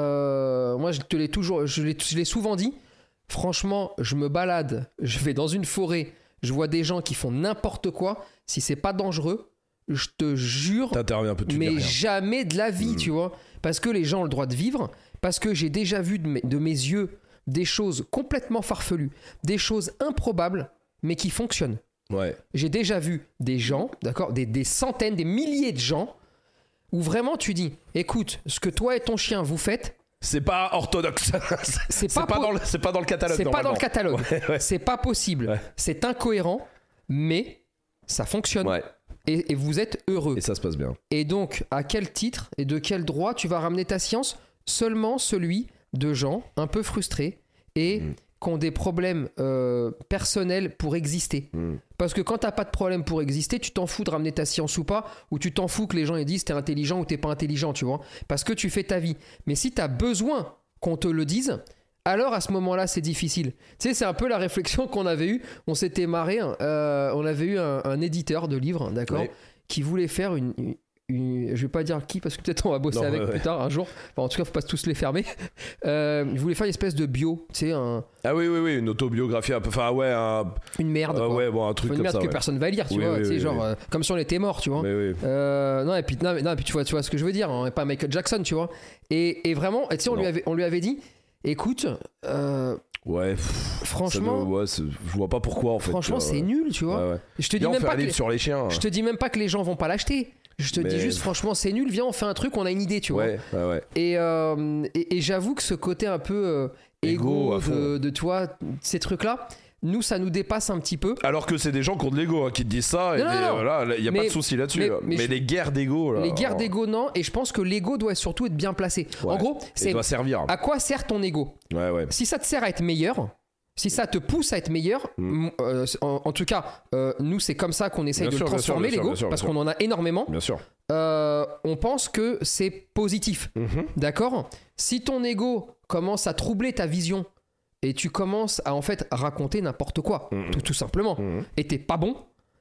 S2: Euh, moi, je te l'ai toujours, je l'ai je l'ai souvent dit. Franchement, je me balade, je vais dans une forêt, je vois des gens qui font n'importe quoi. Si c'est pas dangereux, je te jure,
S1: T'interviens un peu, tu dis
S2: mais
S1: rien.
S2: jamais de la vie,
S1: Mm.
S2: tu vois. Parce que les gens ont le droit de vivre, parce que j'ai déjà vu de mes, de mes yeux des choses complètement farfelues, des choses improbables, mais qui fonctionnent.
S1: Ouais.
S2: J'ai déjà vu des gens, d'accord, des, des centaines, des milliers de gens, où vraiment tu dis, écoute, ce que toi et ton chien vous faites,
S1: C'est pas orthodoxe. [LAUGHS]
S2: c'est
S1: c'est
S2: pas,
S1: pas,
S2: po-
S1: dans le, c'est pas dans le catalogue.
S2: c'est pas dans le
S1: normalement.
S2: catalogue,
S1: Ouais, ouais.
S2: c'est pas possible,
S1: Ouais.
S2: c'est incohérent, mais ça fonctionne
S1: Ouais.
S2: et, et vous êtes heureux.
S1: Et ça se passe bien.
S2: Et donc, à quel titre et de quel droit tu vas ramener ta science Seulement celui de gens un peu frustrés et
S1: Mm.
S2: qui ont des problèmes euh, personnels pour exister.
S1: Mm.
S2: Parce que quand t'as pas de problème pour exister, tu t'en fous de ramener ta science ou pas, ou tu t'en fous que les gens ils disent t'es intelligent ou t'es pas intelligent, tu vois. Parce que tu fais ta vie. Mais si t'as besoin qu'on te le dise, alors à ce moment-là, c'est difficile. Tu sais, c'est un peu la réflexion qu'on avait eue. On s'était marré. hein, euh, on avait eu un, un éditeur de livres, d'accord,
S1: Oui.
S2: qui voulait faire une, une- une- je vais pas dire qui parce que peut-être on va bosser
S1: Non,
S2: avec
S1: ouais, ouais.
S2: plus tard un jour. Enfin, en tout cas, faut pas tous les fermer. Euh, je voulais faire une espèce de bio, tu sais, un-
S1: Ah oui, oui, oui, une autobiographie. un peu- Enfin, ouais, un.
S2: une merde.
S1: Ah
S2: quoi.
S1: ouais, bon, un truc
S2: une
S1: comme
S2: merde
S1: ça.
S2: que
S1: ouais.
S2: personne va lire, tu
S1: Oui,
S2: vois,
S1: oui,
S2: tu sais,
S1: oui,
S2: genre
S1: oui.
S2: euh, comme si on était mort, tu vois.
S1: Mais oui.
S2: Euh, non et puis non, mais- non, et puis tu vois tu vois ce que je veux dire hein, pas Michael Jackson tu vois et, et vraiment et tu sais on
S1: Non.
S2: lui avait on lui avait dit écoute euh,
S1: Ouais. pff, ça
S2: franchement
S1: doit- ouais, c'est- je vois pas pourquoi en fait.
S2: franchement
S1: tu
S2: c'est
S1: vois, ouais.
S2: nul tu vois
S1: Ouais, ouais.
S2: je te dis
S1: Viens, on
S2: même
S1: fait
S2: pas
S1: un
S2: que
S1: livre sur les chiens. hein.
S2: je te dis même pas que les gens vont pas l'acheter je te dis
S1: Mais-
S2: juste franchement c'est nul viens on fait un truc on a une idée tu vois
S1: Ouais, ouais, ouais.
S2: et, euh, et, et j'avoue que ce côté un peu euh,
S1: Égo,
S2: égo
S1: à fond.
S2: de, de toi ces trucs là nous ça nous dépasse un petit peu
S1: Alors que c'est des gens qui ont de l'ego hein, qui te disent ça. Et
S2: Non,
S1: des-
S2: non, non.
S1: voilà, il y a pas
S2: Mais-
S1: de souci là-dessus.
S2: mais-
S1: là.
S2: mais
S1: Mais,
S2: je-
S1: les guerres d'ego Oh là. hein,
S2: les guerres
S1: alors,
S2: d'ego non et je pense que l'ego doit surtout être bien placé en
S1: Ouais.
S2: gros
S1: Il
S2: c'est
S1: doit servir.
S2: à quoi sert ton ego
S1: Ouais, ouais.
S2: si ça te sert à être meilleur, si ça te pousse à être meilleur,
S1: Mm.
S2: m- euh, en, en tout cas, euh, nous, c'est comme ça qu'on essaye
S1: Bien
S2: de
S1: sûr,
S2: le
S1: bien sûr,
S2: transformer,
S1: bien sûr,
S2: l'ego,
S1: bien sûr,
S2: parce
S1: bien
S2: qu'on en a énormément.
S1: Bien sûr.
S2: Euh, on pense que c'est positif,
S1: Mhm.
S2: d'accord Si ton ego commence à troubler ta vision et tu commences à en fait raconter n'importe quoi,
S1: Mm.
S2: tout, tout simplement,
S1: Mhm.
S2: et t'es pas bon,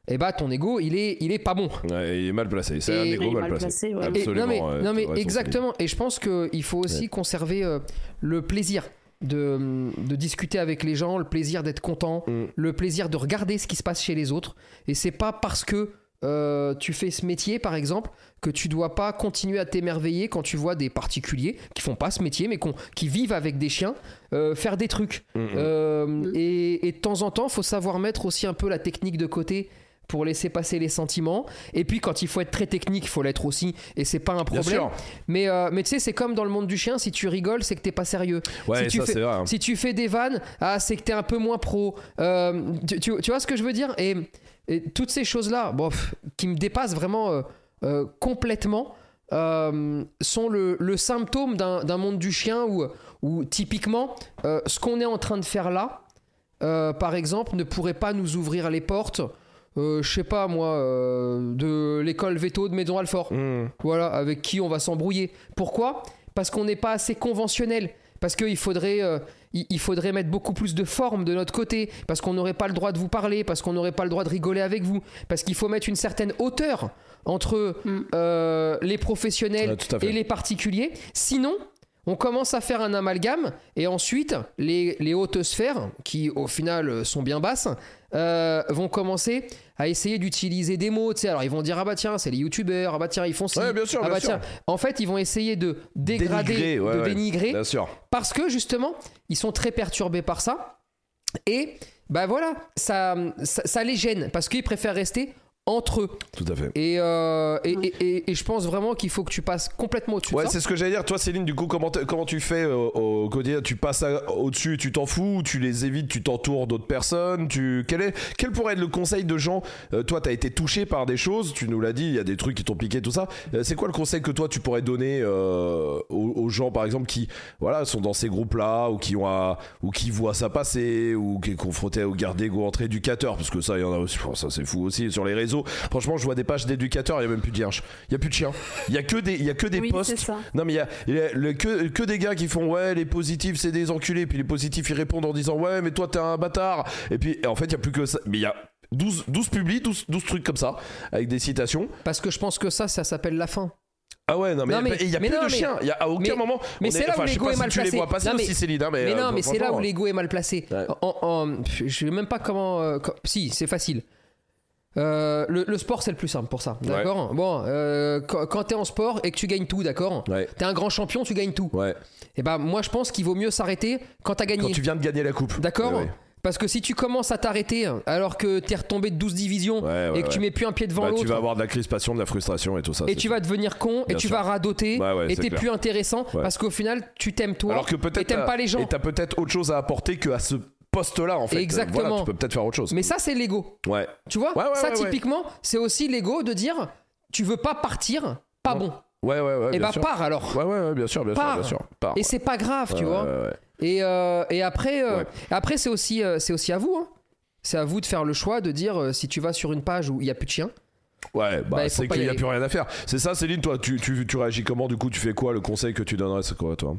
S2: et bah ton ego, il est, il est pas bon.
S1: Ouais, il est mal placé. C'est
S2: Et-
S1: un
S2: Il
S1: ego
S10: est
S1: mal
S10: mal
S1: placé.
S10: placé, ouais.
S2: Et-
S1: Absolument.
S2: non mais,
S1: ouais,
S2: non, mais
S1: t'as raison,
S2: exactement. Et je pense qu'il faut aussi conserver euh, le plaisir de, de discuter avec les gens, le plaisir d'être content,
S1: Mm.
S2: le plaisir de regarder ce qui se passe chez les autres. Et c'est pas parce que euh, tu fais ce métier, par exemple, que tu dois pas continuer à t'émerveiller quand tu vois des particuliers qui font pas ce métier, mais qu'on- qui vivent avec des chiens, euh, faire des trucs.
S1: Mm, mm.
S2: Euh, et, et de temps en temps, faut savoir mettre aussi un peu la technique de côté pour laisser passer les sentiments. Et puis quand il faut être très technique, faut l'être aussi. Et c'est pas un
S1: Bien
S2: problème.
S1: sûr.
S2: Mais, euh, mais tu sais, c'est comme dans le monde du chien, si tu rigoles, c'est que t'es pas sérieux.
S1: Ouais,
S2: si, tu
S1: ça
S2: fais,
S1: c'est vrai. hein.
S2: si tu fais des vannes, ah, c'est que t'es un peu moins pro. Euh, tu, tu- tu vois ce que je veux dire et, et toutes ces choses-là, bon, pff, qui me dépassent vraiment euh, euh, complètement, euh, sont le, le symptôme d'un d'un monde du chien où, où typiquement, euh, ce qu'on est en train de faire là, euh, par exemple, ne pourrait pas nous ouvrir les portes. euh, je sais pas moi, euh, de l'école veto de Maison Alfort
S1: Mm.
S2: voilà, avec qui on va s'embrouiller. Pourquoi Parce qu'on n'est pas assez conventionnel. Parce qu'il faudrait, euh, il, il faudrait mettre beaucoup plus de forme de notre côté. Parce qu'on n'aurait pas le droit de vous parler. Parce qu'on n'aurait pas le droit de rigoler avec vous. Parce qu'il faut mettre une certaine hauteur entre
S10: Mm.
S2: euh, les
S1: Ouais,
S2: professionnels
S1: tout à fait.
S2: et les particuliers. Sinon, on commence à faire un amalgame. Et ensuite, les, les hautes sphères, qui au final euh, sont bien basses, euh, vont commencer à essayer d'utiliser des mots. tu sais. Alors ils vont dire Ah bah tiens, c'est les youtubeurs. Ah bah tiens, ils font ça.
S1: Ouais, bien sûr,
S2: Ah
S1: bien
S2: bah
S1: sûr.
S2: tiens, en fait, ils vont essayer de dégrader,
S1: Dénigrer, ouais,
S2: de
S1: ouais.
S2: dénigrer,
S1: Bien sûr.
S2: parce que justement, ils sont très perturbés par ça. Et bah voilà, ça, ça, ça les gêne, parce qu'ils préfèrent rester entre eux.
S1: Tout à fait.
S2: Et, euh, et, et- et- et je pense vraiment qu'il faut que tu passes complètement au-dessus
S1: Ouais,
S2: de ça.
S1: c'est ce que j'allais dire. Toi, Céline, du coup, comment, t- comment tu fais euh, au quotidien Tu passes à- au-dessus, tu t'en fous, tu les évites, tu t'entoures d'autres personnes. Tu... Quel, est, quel pourrait être le conseil de gens Euh, Toi, t'as été touché par des choses, tu nous l'as dit, il y a des trucs qui t'ont piqué, tout ça. Euh, c'est quoi le conseil que toi, tu pourrais donner euh, aux, aux gens, par exemple, qui voilà, sont dans ces groupes-là ou, qui ont à- ou qui voient ça passer ou qui est confronté aux gardes d'ego entre éducateurs Parce que ça, il y en a aussi, oh, ça c'est fou aussi, sur les réseaux. Franchement, je vois des pages d'éducateurs, il n'y a même plus de chiens. Il n'y a plus de chiens. Il n'y a que des, il y a que des
S10: Oui,
S1: posts
S10: c'est ça.
S1: non mais il y a, il y a le- que, que des gars qui font ouais les positifs c'est des enculés puis les positifs ils répondent en disant ouais mais toi t'es un bâtard et puis en fait il y a plus que ça mais il y a 12, 12 publis 12, 12 trucs comme ça avec des citations
S2: Parce que je pense que ça, ça s'appelle la fin.
S1: ah ouais non mais
S2: Non,
S1: il y a-
S2: mais-
S1: il y a
S2: mais
S1: plus
S2: non,
S1: de
S2: mais-
S1: chiens il y a à aucun
S2: mais-
S1: moment
S2: mais
S1: on
S2: c'est là où
S1: enfin, je sais
S2: l'ego
S1: pas
S2: est
S1: si
S2: mal
S1: tu les
S2: placé.
S1: vois passer
S2: Non, mais-
S1: aussi Céline hein, mais
S2: Mais
S1: euh,
S2: non, mais c'est là où
S1: franchement,
S2: l'ego est mal placé.
S1: Ouais.
S2: En- en- pff, je sais même pas comment. euh, co- si, c'est facile. Euh, le, le sport, c'est le plus simple pour ça. D'accord Bon, euh, quand, quand t'es en sport et que tu gagnes tout, d'accord
S1: Ouais.
S2: T'es un grand champion, tu gagnes tout.
S1: ouais
S2: Et bah, moi, je pense qu'il vaut mieux s'arrêter quand t'as
S1: quand
S2: gagné.
S1: tu viens de gagner la coupe
S2: D'accord
S1: Ouais, ouais.
S2: Parce que si tu commences à t'arrêter alors que t'es retombé de 12 divisions
S1: Ouais, ouais,
S2: et que tu
S1: ouais.
S2: mets plus un pied devant
S1: Bah, tu
S2: l'autre.
S1: vas avoir de la crispation de la frustration et tout ça
S2: Et
S1: c'est
S2: tu
S1: sûr.
S2: vas devenir con, et
S1: Bien
S2: tu
S1: sûr.
S2: vas radoter,
S1: Ouais, ouais,
S2: et
S1: c'est
S2: t'es
S1: clair.
S2: plus intéressant,
S1: Ouais.
S2: parce qu'au final, tu t'aimes toi,
S1: alors que peut-être
S2: et t'aimes
S1: t'as-
S2: pas les gens.
S1: et t'as peut-être autre chose à apporter que à ce poste là en fait
S2: Exactement.
S1: Voilà, tu peux peut-être faire autre chose
S2: Mais ça, c'est l'ego.
S1: ouais
S2: Tu vois,
S1: Ouais, ouais,
S2: ça
S1: ouais, ouais.
S2: typiquement, c'est aussi l'ego de dire tu veux pas partir, pas
S1: Non.
S2: bon.
S1: ouais ouais ouais
S2: et
S1: bien
S2: bah
S1: sûr.
S2: pars alors.
S1: Ouais, ouais, ouais, bien sûr, bien sûr,
S2: Part.
S1: bien sûr. Part,
S2: Et
S1: ouais.
S2: c'est pas grave, tu
S1: Ouais,
S2: vois.
S1: ouais, ouais.
S2: Et, euh, et après, euh,
S1: Ouais.
S2: après c'est aussi, euh, c'est aussi à vous. hein. C'est à vous de faire le choix de dire euh, si tu vas sur une page où il y a plus de chiens.
S1: Ouais, bah,
S2: Bah, il faut
S1: c'est
S2: pas
S1: qu'il
S2: y
S1: n'y a
S2: aller.
S1: plus rien à faire. C'est ça, Céline, toi, tu, tu, tu réagis comment du coup Tu fais quoi Le conseil que tu donnerais, c'est quoi, toi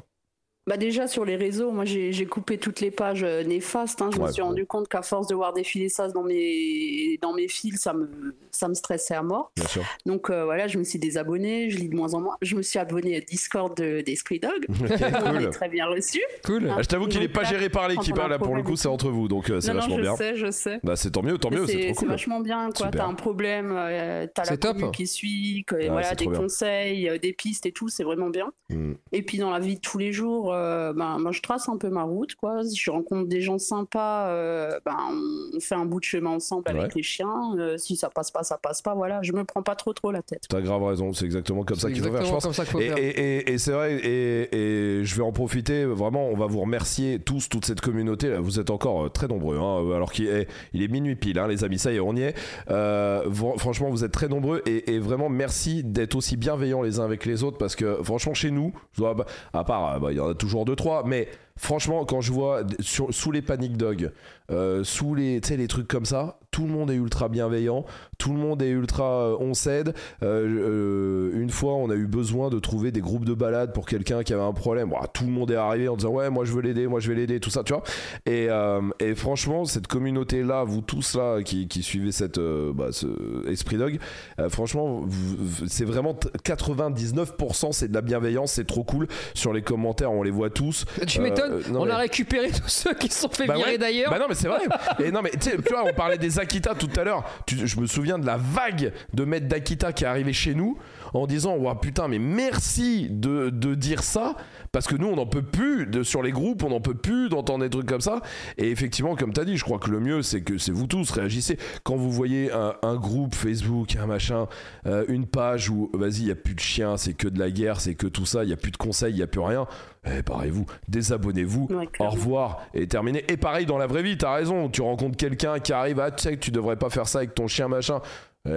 S10: Bah déjà sur les réseaux, moi j'ai j'ai coupé toutes les pages euh, néfastes. hein. Je
S1: Ouais,
S10: me suis
S1: ouais.
S10: rendu compte qu'à force de voir défiler ça dans mes dans mes fils, ça me ça me stressait à mort.
S1: Bien
S2: [LAUGHS]
S1: sûr.
S10: Donc euh, voilà, je me suis désabonnée, je lis de moins en moins. Je me suis abonnée à Discord de- d'Esprit Dog.
S1: Ok,
S10: On
S1: [LAUGHS] cool.
S10: est très bien reçu.
S2: Cool.
S1: Ah, je t'avoue qu'il
S10: Donc
S1: est pas
S10: là,
S1: géré par l'équipe,
S10: quand on
S1: hein,
S10: a
S1: là pour le
S10: problème
S1: coup,
S10: et
S1: c'est entre vous, donc euh, c'est
S10: non,
S1: vachement
S10: non, je
S1: bien.
S10: sais, je sais.
S1: Bah, c'est tant mieux, tant
S10: Mais
S1: mieux, c'est trop cool.
S10: vachement bien, quoi.
S1: Super.
S10: T'as un problème, euh, t'as
S2: C'est
S10: la
S2: top.
S10: commu qui suit, que-
S1: Ouais,
S10: voilà,
S1: c'est
S10: des
S1: trop bien.
S10: conseils, euh, des pistes et tout, c'est vraiment bien.
S1: Mm.
S10: Et puis dans la vie de tous les jours, euh, ben, moi je trace un peu ma route, quoi. Si je rencontre des gens sympas, euh, ben, on- on fait un bout de chemin ensemble
S1: Ouais.
S10: avec les chiens. Euh, si ça passe pas, ça passe pas, voilà. Je me prends pas trop trop la tête.
S1: T'as grave raison, c'est exactement comme ça
S2: C'est
S1: qu'il faut faire, je
S2: exactement
S1: pense.
S2: comme ça qu'il faut
S1: Et,
S2: faire.
S1: et- et- et c'est vrai, et, et je vais en profiter, vraiment, on va vous remercier tous, toute cette communauté, là, vous êtes encore euh, très nombreux, hein, alors qu'il est, il est minuit pile, hein, les amis, ça y est, on y est. Euh, vr- franchement, vous êtes très nombreux, et, et vraiment, merci d'être aussi bienveillants les uns avec les autres, parce que franchement, chez nous, je dois- bah, à part, euh, bah, il y en a toujours deux, trois, mais franchement, quand je vois d- sur- sous les panic dogs, euh, sous les, tu sais, les trucs comme ça, tout le monde est ultra bienveillant, tout le monde est ultra euh, on s'aide, euh, euh, une fois, on a eu besoin de trouver des groupes de balade pour quelqu'un qui avait un problème. Ouah, tout le monde est arrivé en disant ouais, moi je veux l'aider, moi je vais l'aider, tout ça, tu vois. Et, euh, et franchement, cette communauté là, vous tous là qui, qui suivez cette euh, bah, ce esprit dog, euh, franchement, vous- vous- c'est vraiment t- 99% c'est de la bienveillance, c'est trop cool. Sur les commentaires, on les voit tous.
S2: Tu
S1: Euh,
S2: m'étonnes,
S1: euh, non,
S2: on
S1: mais-
S2: a récupéré tous ceux qui se sont fait
S1: Bah
S2: virer
S1: ouais.
S2: d'ailleurs.
S1: Bah non mais c'est vrai. Et non mais tu sais, tu vois, on parlait des Akita tout à l'heure. Tu- Je me souviens de la vague de maîtres d'Akita qui est arrivé chez nous en disant "Ouah putain mais merci de, de dire ça parce que nous on n'en peut plus de sur les groupes, on n'en peut plus d'entendre des trucs comme ça." Et effectivement comme tu as dit, je crois que le mieux c'est que c'est vous tous réagissez quand vous voyez un, un groupe Facebook, un machin, euh, une page où vas-y, il y a plus de chiens, c'est que de la guerre, c'est que tout ça, il y a plus de conseils, il y a plus rien. Eh, parez-vous, désabonnez-vous,
S10: Ouais,
S1: au
S10: clairement.
S1: revoir et terminé. Et pareil dans la vraie vie, t'as raison. Tu rencontres quelqu'un qui arrive, ah tu sais que tu devrais pas faire ça avec ton chien machin. Eh,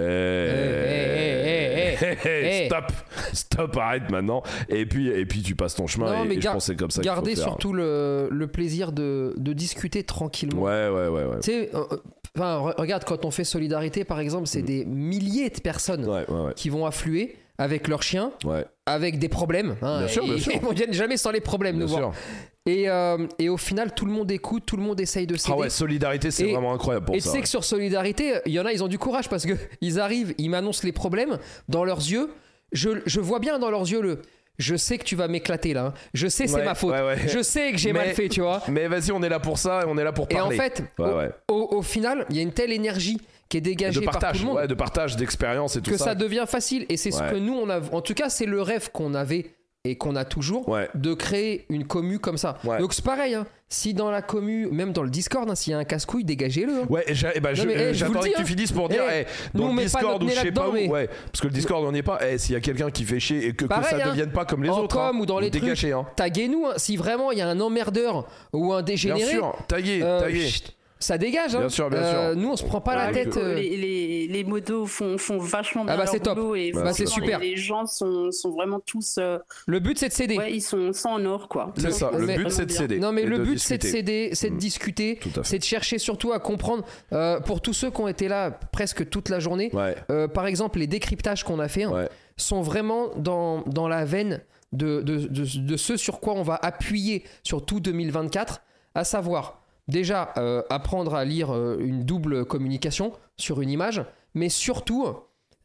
S2: eh, eh, eh, eh.
S1: Stop, stop, arrête maintenant. Et puis et puis tu passes ton chemin.
S2: Non,
S1: et,
S2: mais
S1: et je
S2: gar-
S1: pense que c'est comme ça. qu'il faut
S2: Gardez
S1: faire.
S2: surtout le, le plaisir de, de discuter tranquillement.
S1: Ouais ouais ouais ouais.
S2: Tu sais, euh, euh, enfin, re- regarde, quand on fait Solidarité, par exemple, c'est
S1: Mm.
S2: des milliers de personnes
S1: Ouais ouais ouais.
S2: qui vont affluer avec leurs chiens,
S1: ouais.
S2: avec des problèmes. hein.
S1: Bien sûr, bien
S2: Et-
S1: sûr.
S2: [LAUGHS] Ils ne viennent jamais sans les problèmes
S1: Bien
S2: nous voir.
S1: sûr.
S2: Et, euh, et au final, tout le monde écoute, tout le monde essaye de s'aider.
S1: Ah ouais, solidarité, c'est
S2: Et-
S1: vraiment incroyable pour
S2: et tu
S1: ça.
S2: sais que sur Solidarité, il y en a, ils ont du courage parce que [LAUGHS] ils arrivent, ils m'annoncent les problèmes dans leurs yeux. Je, je vois bien dans leurs yeux le. Je sais que tu vas m'éclater là. hein. Je sais c'est
S1: Ouais,
S2: ma faute.
S1: ouais, ouais.
S2: Je sais que j'ai mal
S1: Mais-
S2: fait, tu vois.
S1: Mais vas-y, on est là pour ça et on est là pour
S2: Et
S1: parler.
S2: en fait,
S1: Ouais,
S2: au-
S1: ouais.
S2: Au, au final, il y a une telle énergie qui est
S1: de
S2: dégagée par tout
S1: partage,
S2: le monde
S1: ouais, de partage, d'expérience et tout
S2: que ça.
S1: ça.
S2: devient facile. Et c'est
S1: Ouais.
S2: ce que nous, on a. En tout cas, c'est le rêve qu'on avait et qu'on a toujours
S1: Ouais.
S2: de créer une commu comme ça.
S1: Ouais.
S2: Donc c'est pareil, hein. si dans la commu, même dans le Discord, hein, s'il y a un casse-couille, dégagez-le. hein.
S1: Ouais, et j'a- eh ben, je-
S2: mais, eh,
S1: euh,
S2: je vous le
S1: j'attendais
S2: dis,
S1: que tu
S2: hein.
S1: finisses pour dire,
S2: Eh,
S1: eh, dans
S2: nous, on
S1: le
S2: met pas
S1: Discord
S2: notre
S1: ou je
S2: nez
S1: sais pas où,
S2: là-dedans, mais-
S1: ouais, parce que le Discord on n'y est pas, eh, s'il y a quelqu'un qui fait chier et que, que
S2: Pareil,
S1: ça
S2: hein.
S1: devienne pas comme les
S2: En
S1: autres, hein,
S2: com ou dans les trucs.
S1: dégagez, hein.
S2: Taguez-nous, hein. si vraiment il y a un emmerdeur ou un
S1: bien
S2: dégénéré,
S1: sûr, taillez,
S2: euh,
S1: taillez.
S2: chut, ça dégage. hein.
S1: Bien sûr, bien
S2: Euh,
S1: sûr.
S2: nous, on se prend pas
S1: Ouais,
S2: la
S1: que-
S2: tête.
S10: Euh,
S2: euh,
S10: Les, les, les modos font, font vachement bien
S2: Ah bah,
S10: leur
S2: c'est top.
S10: boulot et
S1: Bah,
S10: franchement,
S1: c'est
S2: super.
S10: Les, les gens sont, sont vraiment tous euh,
S2: Le but, c'est de céder.
S10: ouais ils sont sans en or quoi
S1: C'est ça, le
S2: mais-
S1: but c'est de céder.
S2: Non, mais
S1: et
S2: le
S1: de
S2: but, c'est de
S1: discuter.
S2: céder, c'est de
S1: Mm.
S2: discuter,
S1: Tout à fait.
S2: c'est de chercher surtout à comprendre. euh, pour tous ceux qui ont été là presque toute la journée,
S1: Ouais,
S2: euh, par exemple, les décryptages qu'on a fait hein,
S1: Ouais.
S2: sont vraiment dans, dans la veine de, de, de- de ce sur quoi on va appuyer sur tout 2024, à savoir déjà euh, apprendre à lire euh, une double communication sur une image, mais surtout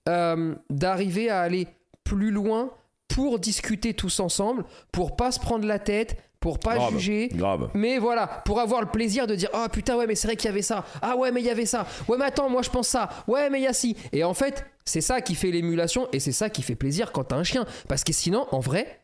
S2: euh, d'arriver à aller plus loin pour discuter tous ensemble, pour pas se prendre la tête, pour pas
S1: Grave.
S2: juger,
S1: grave.
S2: mais voilà, pour avoir le plaisir de dire Ah putain, ouais, mais c'est vrai qu'il y avait ça. Ah ouais, mais il y avait ça. Ouais, mais attends, moi je pense ça. Ouais, mais il y a ci. Et en fait, c'est ça qui fait l'émulation et c'est ça qui fait plaisir quand t'as un chien. Parce que sinon, en vrai,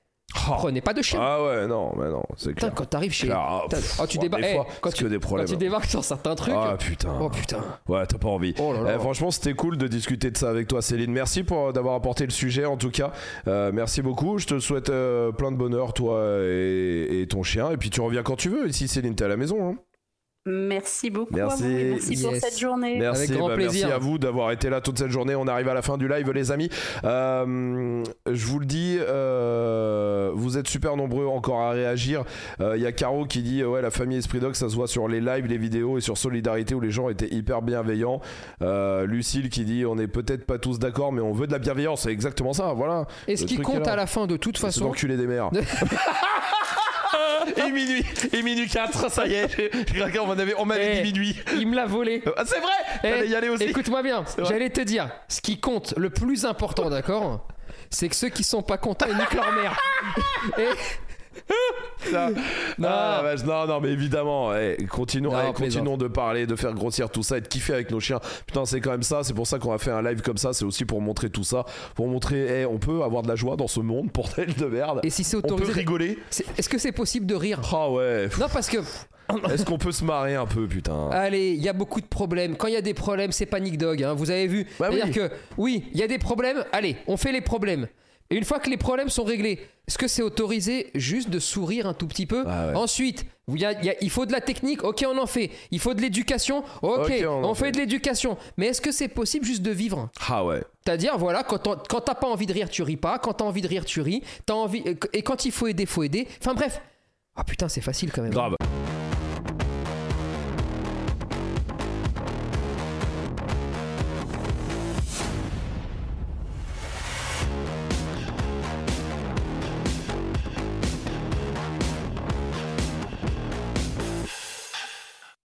S1: Oh.
S2: prenez pas de chien.
S1: Ah ouais, non, mais non, c'est
S2: putain,
S1: clair.
S2: quand t'arrives chez.
S1: Clair, ah,
S2: Putain,
S1: pff,
S2: oh, tu
S1: oh,
S2: déba-
S1: des
S2: eh,
S1: fois,
S2: quand
S1: c'est que des
S2: Quand
S1: problèmes.
S2: tu débarques sur certains trucs.
S1: bah. Ah putain.
S2: Oh putain.
S1: Ouais, t'as pas envie.
S2: Oh là là.
S1: Eh, franchement, c'était cool de discuter de ça avec toi, Céline. Merci pour euh, d'avoir apporté le sujet, en tout cas. Euh, merci beaucoup. Je te souhaite euh, plein de bonheur, toi et, et ton chien. Et puis tu reviens quand tu veux. Ici, Céline, t'es à la maison. hein.
S10: merci beaucoup à
S1: Merci.
S10: vous et merci pour
S2: Yes.
S10: cette journée
S1: Merci,
S2: avec grand
S1: bah,
S2: plaisir.
S1: merci à vous d'avoir été là toute cette journée. On arrive à la fin du live, les amis. Euh, je vous le dis, euh, vous êtes super nombreux encore à réagir. Euh, Il y a Caro qui dit euh, ouais la famille Esprit Dog, ça se voit sur les lives, les vidéos et sur Solidarité où les gens étaient hyper bienveillants. Euh, Lucille qui dit on n'est peut-être pas tous d'accord, mais on veut de la bienveillance. C'est exactement ça. Voilà.
S2: Et ce
S1: Le
S2: qui
S1: truc est
S2: compte
S1: là.
S2: [LAUGHS] à la fin, de toute
S1: C'est
S2: façon,
S1: d'enculer des mères. Et minuit, et minuit 4, ça y est. je- je- regarde, on m'avait on m'avait
S2: Eh.
S1: dit minuit.
S2: Il me l'a volé.
S1: Ah, c'est vrai
S2: Eh.
S1: T'allais y aller [LAUGHS] aussi.
S2: Écoute-moi bien,
S1: C'est vrai.
S2: j'allais te dire, ce qui compte, le plus important, d'accord C'est que ceux qui sont pas contents, ils niquent leur mère. [LAUGHS]
S1: Ça. Non. Ah, la vache, non, non, mais évidemment, eh, continuons,
S2: Ah. Non,
S1: eh,
S2: plaisante.
S1: continuons de parler, de faire grossir tout ça et de kiffer avec nos chiens. Putain, c'est quand même ça, c'est pour ça qu'on a fait un live comme ça, c'est aussi pour montrer tout ça, pour montrer, eh, on peut avoir de la joie dans ce monde, [LAUGHS] bordel de merde.
S2: Et si c'est
S1: on peut
S2: autorisé. [LAUGHS]
S1: rigoler.
S2: c'est- Est-ce que c'est possible de rire
S1: Ah ouais.
S2: Non, parce que.
S1: Est-ce qu'on peut se marrer un peu, putain
S2: Allez, il y a beaucoup de problèmes. Quand il y a des problèmes, c'est Panic Dog. hein, vous avez vu
S1: Bah oui.
S2: C'est-à-dire que, oui, il y a des problèmes. Allez, on fait les problèmes. Et une fois que les problèmes sont réglés, est-ce que c'est autorisé juste de sourire un tout petit peu
S1: Ah ouais.
S2: Ensuite, il y a- il y a- il faut de la technique, ok, on en fait. Il faut de l'éducation, ok,
S1: Ok,
S2: on,
S1: on en
S2: fait,
S1: fait.
S2: de l'éducation. Mais est-ce que c'est possible juste de vivre
S1: Ah ouais.
S2: C'est-à-dire, voilà, quand, on- quand t'as pas envie de rire, tu ris pas. Quand t'as envie de rire, tu ris. T'as envie, et quand il faut aider, faut aider. Enfin bref. Ah putain, c'est facile quand même.
S1: Grave.